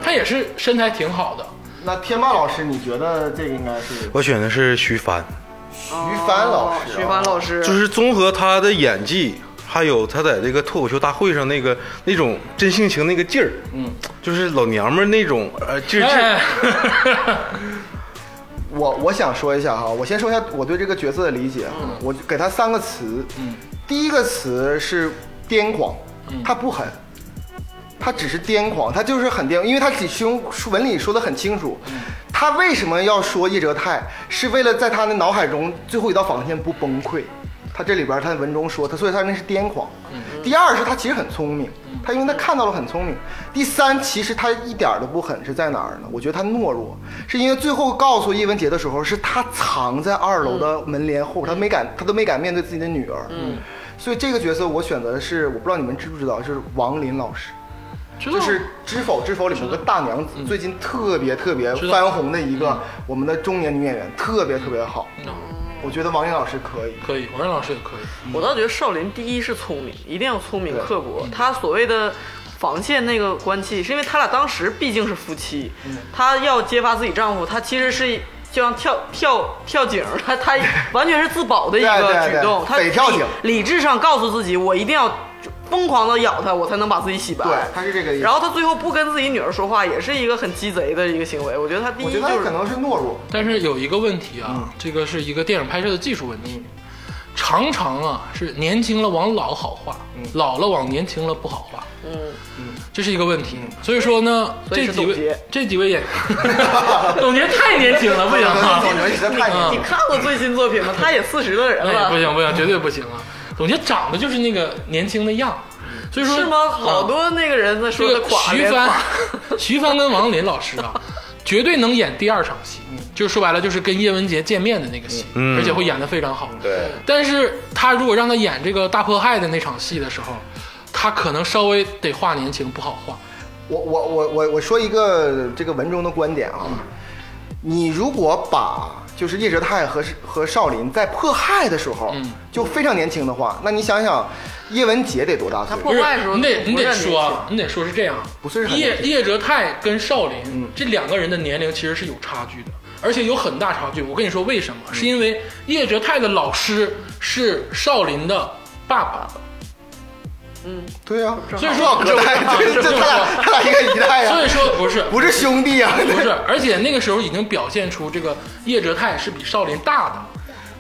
他也是身材挺好的。
那天霸老师，你觉得这个应该是
我选的是徐帆，
徐帆老
哦
师啊、
徐帆老师，
就是综合他的演技，还有他在这个脱口秀大会上那个那种真性情那个劲儿，嗯，就是老娘们儿那种呃劲儿劲儿
哎， [laughs]
我我想说一下哈，我先说一下我对这个角色的理解哈，我给他三个词，第一个词是癫狂，他不狠，他只是癫狂，他就是很癫，因为他只胸文理说的很清楚，他为什么要说叶哲泰，是为了在他的脑海中最后一道防线不崩溃。他这里边他文中说他，所以他那是癫狂。第二是他其实很聪明，他因为他看到了很聪明。第三，其实他一点儿都不狠，是在哪儿呢？我觉得他懦弱，是因为最后告诉叶文洁的时候，是他藏在二楼的门帘后，他没敢，他都没敢面对自己的女儿。嗯，所以这个角色我选择的是，我不知道你们知不知道，是王林老师。
知道
就是《知否知否》里面有个大娘子，最近特别特别
知道
翻红的一个我们的中年女演员，特别特别好。我觉得王林老师可以。
可以，王源老师也可以。
我倒觉得少林第一是聪明，一定要聪明刻薄。他所谓的防线那个关系，是因为他俩当时毕竟是夫妻，
嗯
他要揭发自己丈夫，他其实是就像跳跳跳井儿，他 [laughs] 他完全是自保的一
对
个
对对
举动，他
匪跳井
理理智上告诉自己，我一定要疯狂的咬他，我才能把自己洗白。
对，他是这个意思。
然后他最后不跟自己女儿说话，也是一个很鸡贼的一个行为。我觉得他第
我
一
觉
就
得他可
是
能是懦弱，
但是有一个问题啊，
嗯
这个是一个电影拍摄的技术问题，常常啊是年轻了往老好画，老了往年轻了不好画，
嗯，
这是一个问题。所以说呢，
所
这
以是
几
董
位
洁
这几位演，
[laughs]
董洁太年轻了，不行啊，
你们实在太年
你
轻。
看过最新作品吗？他也四十的人
哎，
了，
不行不行，绝对不行啊！董洁长得就是那个年轻的样，所以说
是吗？
啊
好多那个人在
这
说他
个
垮，
徐
脸
帆
垮，
[laughs] 徐帆跟王林老师
[laughs]
啊，绝对能演第二场戏，
嗯
就说白了就是跟叶文洁见面的那个戏，
嗯
而且会演得非常好。
对，
但是他如果让他演这个大迫害的那场戏的时候，他可能稍微得画年轻，不好画。
我我我我我说一个这个文中的观点啊，你如果把就是叶哲泰和和少林在迫害的时候
嗯
就非常年轻的话，那你想想叶文洁得多大岁
他
数？
迫
不是
害的时候
你得
不
你得
认识
说啊，你得说是这样，
不是很
叶叶哲泰跟少林、这两个人的年龄其实是有差距的，而且有很大差距。我跟你说为什么？是因为叶哲泰的老师是少林的爸爸，
对呀、
所以
多少
说
隔代？啊对，这他俩他俩一个一代
所以
呀，
说不是啊
不是兄弟啊呀、
不是，而且那个时候已经表现出这个叶哲泰是比少林大的。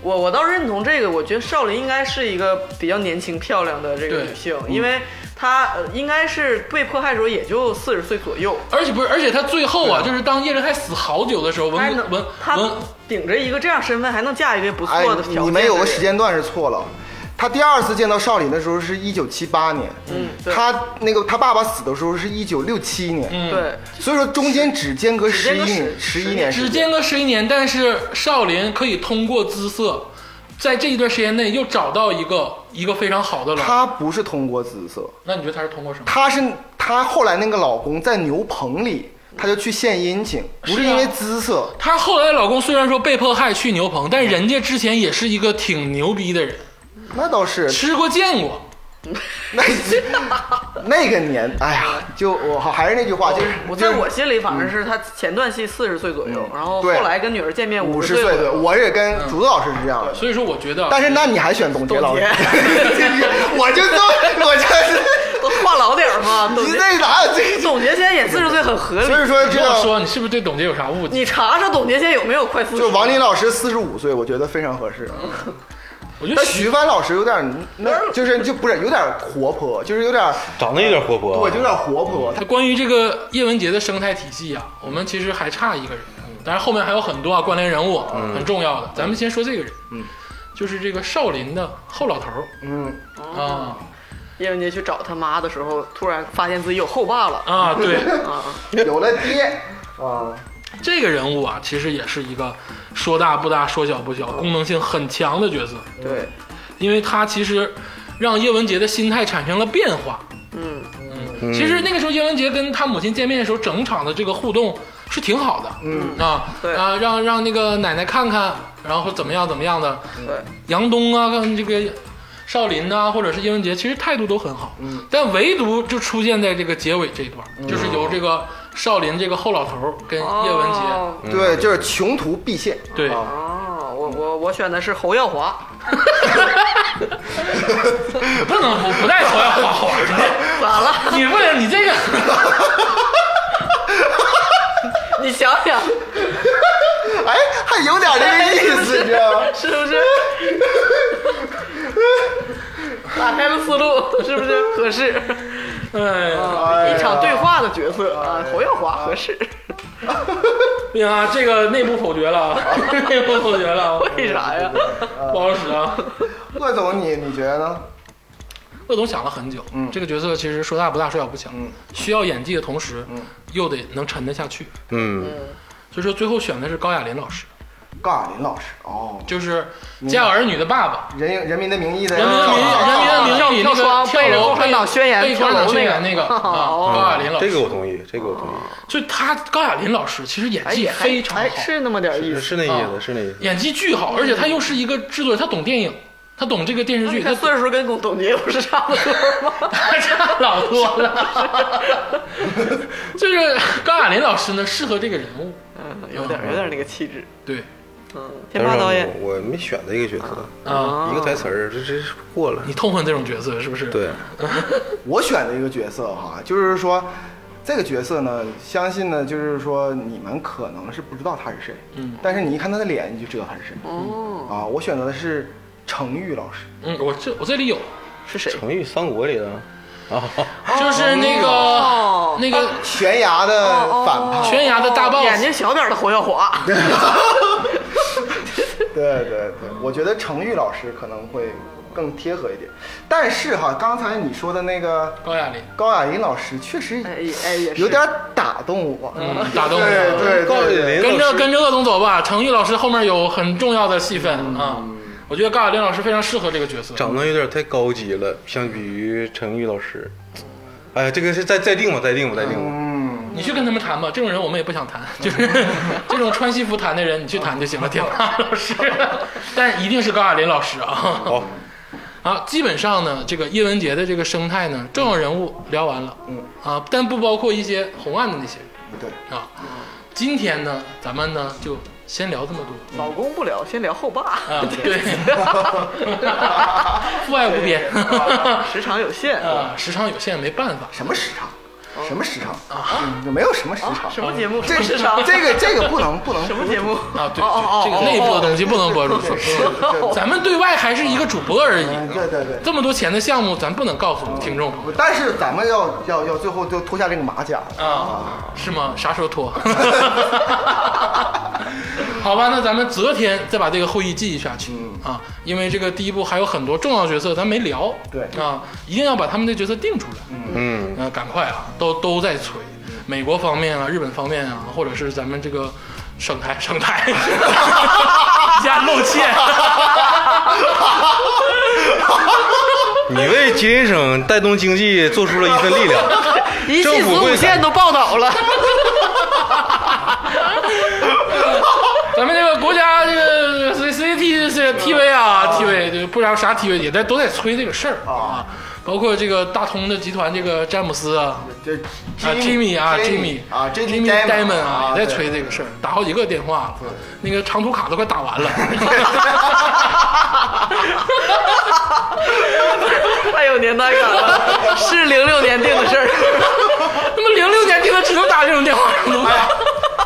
我我倒是认同这个，我觉得少林应该是一个比较年轻漂亮的这个
对嗯
女性，因为她呃应该是被迫害的时候也就四十岁左右，
而且不是，而且他最后啊，就是当叶哲泰死好久的时候，
她
文
能
文
她
文
顶着一个这样身份还能嫁一个不
哎
错的条件的人，
你们有个时间段是错了。他第二次见到少林的时候是一九七八年，嗯
对
他那个他爸爸死的时候是一九六七年，
嗯
对，
所以说中间只间隔
只
十
间
一
隔
年，
十
十一年
只
时间
间隔十一年，但是少林可以通过姿色，在这一段时间内又找到一个一个非常好的老。
他不是通过姿色，
那你觉得他是通过什么？
她是她后来那个老公在牛棚里，她就去献殷勤，不
是
是
啊
因为姿色。
她后来老公虽然说被迫害去牛棚，但人家之前也是一个挺牛逼的人，
那
[laughs]
倒是
吃过见过。
那那个年，哎呀，就我还是那句话，就是
哦我
就
在
是嗯
我心里反正是他前段戏四十岁左右，然后后
对
来跟女儿见面
五
十
十
左
岁对，
右。
我也跟竹子老师是这样的。
嗯所以说，我觉得，
但是那你还选董洁老师
董？
[laughs] 我就这，我这
[laughs] 都话痨点儿嘛，董
[laughs] 你
洁，
这哪有这？
董洁现在演四十岁很合理。
所以说
你
这
跟我
个，
说，你是不是对董洁有啥误解？
你查查董洁现在有没有快啊速？
就王林，老师四十五岁，我觉得非常合适。
嗯我觉得
但徐帆老师有点，
嗯
那就是就不是有点活泼，就是有点，
长得有点活泼
哦
对，
啊
就，有点活泼。他
那关于这个叶文洁的生态体系啊，我们其实还差一个人，嗯当然后面还有很多啊关联人物、很重要的。咱们先说这个人，嗯，就是这个少林的后老头儿，
嗯，
啊
叶文洁去找他妈的时候，突然发现自己有后爸了。
啊，对，
有了爹
嗯
啊，
这个人物啊，其实也是一个说大不大，说小不小，功能性很强的角色，
对，
因为他其实让叶文洁的心态产生了变化。
嗯，
嗯，其实那个时候叶文洁跟他母亲见面的时候，整场的这个互动是挺好的。嗯啊，
对
啊，让让那个奶奶看看，然后怎么样怎么样的。
对，
杨东啊，跟这个少林呐、或者是叶文洁，其实态度都很好。嗯，但唯独就出现在这个结尾这一段，就是由这个少林这个后老头儿跟嗯叶文洁、
哦
对，就是穷途必现。
对。
啊
哦，我我我选的是侯耀华，
不能不不带头要画花的，
咋了？
你不能你这个，
你想想
嗯
哎，还有点那个意思，你知道吗？
[laughs]
是不是？打开了思路，是不是合适？
哎呀，
哎呀哎
一场对话的角色啊，侯耀华合适，
不行啊，这个内部否决了 [laughs] 啊，内部否决了啊，
[laughs] 为啥呀？
不好使啊。
鄂总，你你觉得呢？
鄂总想了很久，
嗯
这个角色其实说大不大，说小不小，
嗯
需要演技的同时，又得能沉得下去。
嗯，
所以说最后选的是高亚麟老师，
高亚麟老师哦，
就是《家有儿女》的爸爸，
人人民的名义的
《人民的名义》《人民的名义》
跳
那
窗
个
被人
楼
共产党宣言
被共产党
跳楼
宣
那个
言那
[laughs]
个啊，
哦
高亚麟老
这
师，哦
个我同意，这个我同
所以他高亚麟老师其实演
哎，
技
也
非常好
还，是那么点意
意，
思。
是那意
啊
思，是那意思。
演技巨好，而且他又是一个制作人，他懂电影，他懂这个电视剧，
你
他
看岁数跟董董洁不是差不多吗？
他 [laughs] 差老多了。 [laughs] 就是高亚麟老师呢，适合这个人物。
嗯，有点有点那个气质。
对，
嗯，天
但
霸
是
导演，
我我没选这个角色，
啊，
一个台词儿，这这是过了
你。痛恨这种角色是不是？，
对，
我选的一个角色哈，就是说这个角色呢，相信呢，就是说你们可能是不知道他是谁，
嗯，
但是你一看他的脸，你就知道他是谁
哦，
啊。我选择的是程昱老师，
嗯，我这我这里有，
是谁？
成语《三国》里的啊，
就是那个、
哦
那个
悬崖的反派，
悬崖的大 boss，、
眼睛小点的侯
[laughs]
耀华，
对对对，我觉得程昱老师可能会更贴合一点，但是哈，刚才你说的那个
高亚麟，
高亚麟老师确实
哎哎也是
有点打动我，
嗯，打动我
对
了。
对
高
对
亚
对，
麟
跟着
老师
跟着鄂总走吧，程昱老师后面有很重要的戏份、
嗯
啊。我觉得高亚麟老师非常适合这个角色。
长得有点太高级了，相比于程昱老师。哎呀，这个是再再定吧，再定吧，再定吧。
嗯，
你去跟他们谈吧，这种人我们也不想谈， [laughs] 就是这种穿西服谈的人，你去谈就行了，天霸老
[laughs]
师。但一定是高亚麟老师啊。 [laughs]
好，
啊，基本上呢，这个叶文洁的这个生态呢，重要人物聊完了，
嗯
啊，但不包括一些红案的那些人
对，
啊。今天呢，咱们呢就先聊这么多
老公不聊，先聊
[laughs]
后爸。 [laughs]
啊，对，父爱无边 [laughs]
时长有限，
啊，时长有限，没办法。
什么时长？什么时长啊？嗯没有什么时长，
什么节目？什
这
么时长？
这个这个
[laughs]
不能不能
什么节目？
啊，对，
哦哦哦
这个
哦
内部的
哦
东西不能播出去， [laughs] 咱们对外还是一个主播而已。
嗯对对对
这么多钱的项目，咱不能告诉听众朋友
但是咱们要要要最后就脱下这个马甲
啊，是吗？啥时候脱？好吧，那咱们择天再把这个会议记一下去啊，因为这个第一部还有很多重要角色咱没聊，
对
啊，一定要把他们的角色定出来，嗯，
嗯，
呃，赶快啊，都都在催，美国方面啊，日本方面啊，或者是咱们这个省台省台，一下露怯，
你为吉林省带动经济做出了一份力量。
一
政
汽
府
子
会
午线都报道了，
[laughs] 咱们这个国家这个 C C T 这 T V 啊 T V 就不知道啥 T V 也在都在催这个事儿啊，包括这个大通的集团这个詹姆斯啊。
这
啊，Jimmy 啊，Jimmy
啊
，Jimmy
，Jimmy
Diamond 啊，也在
对
催这个事儿，打好几个电话了，那个长途卡都快打完了。 [laughs]
太有哎年代感了，
[laughs]
是零六年定的事儿，
他妈零六年听的只能打这种电话，怎么办？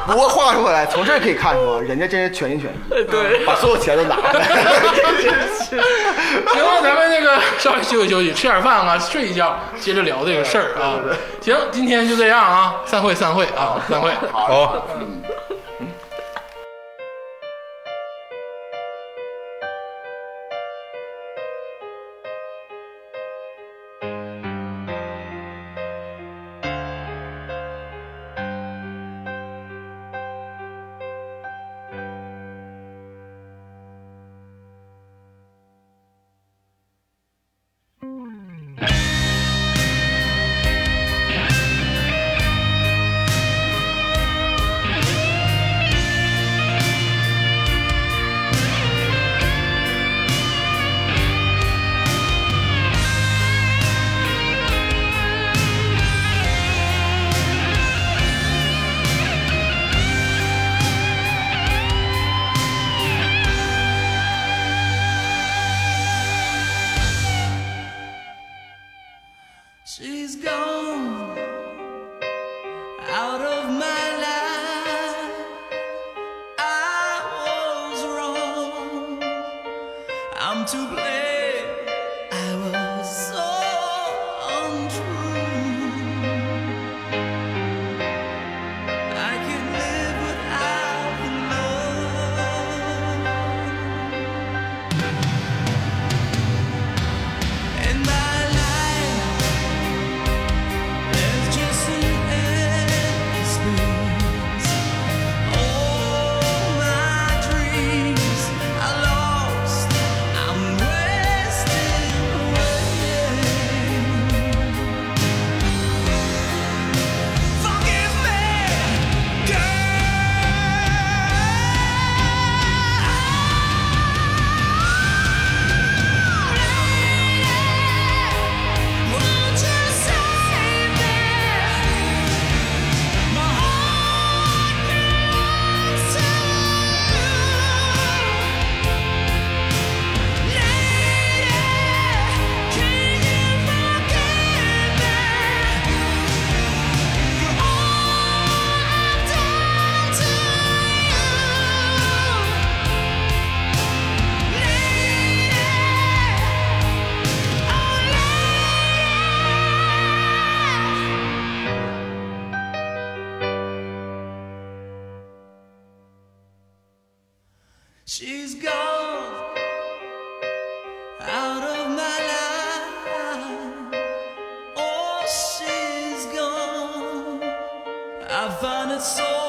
不过话说回来，从这儿可以看出，人家真是全心全意，
对，
把所有钱都拿
哎
了。
[laughs] 行了，咱们那个稍微休息休息，吃点饭啊，睡一觉，接着聊这个事儿啊。行，今天就这样啊，散会散会啊，散会。
好。
She's gone out of my life. I was wrong. I'm to blame. I was so untrue. I can live without love. And my life there's just an empty space. All my dreams are lost. I'm wasting Forgive me, girl. Won't you save me? My heart belongs to you, lady. Can you forgive me for all I've done to you, lady? She's gone out of my life. Oh, she's gone. I find it so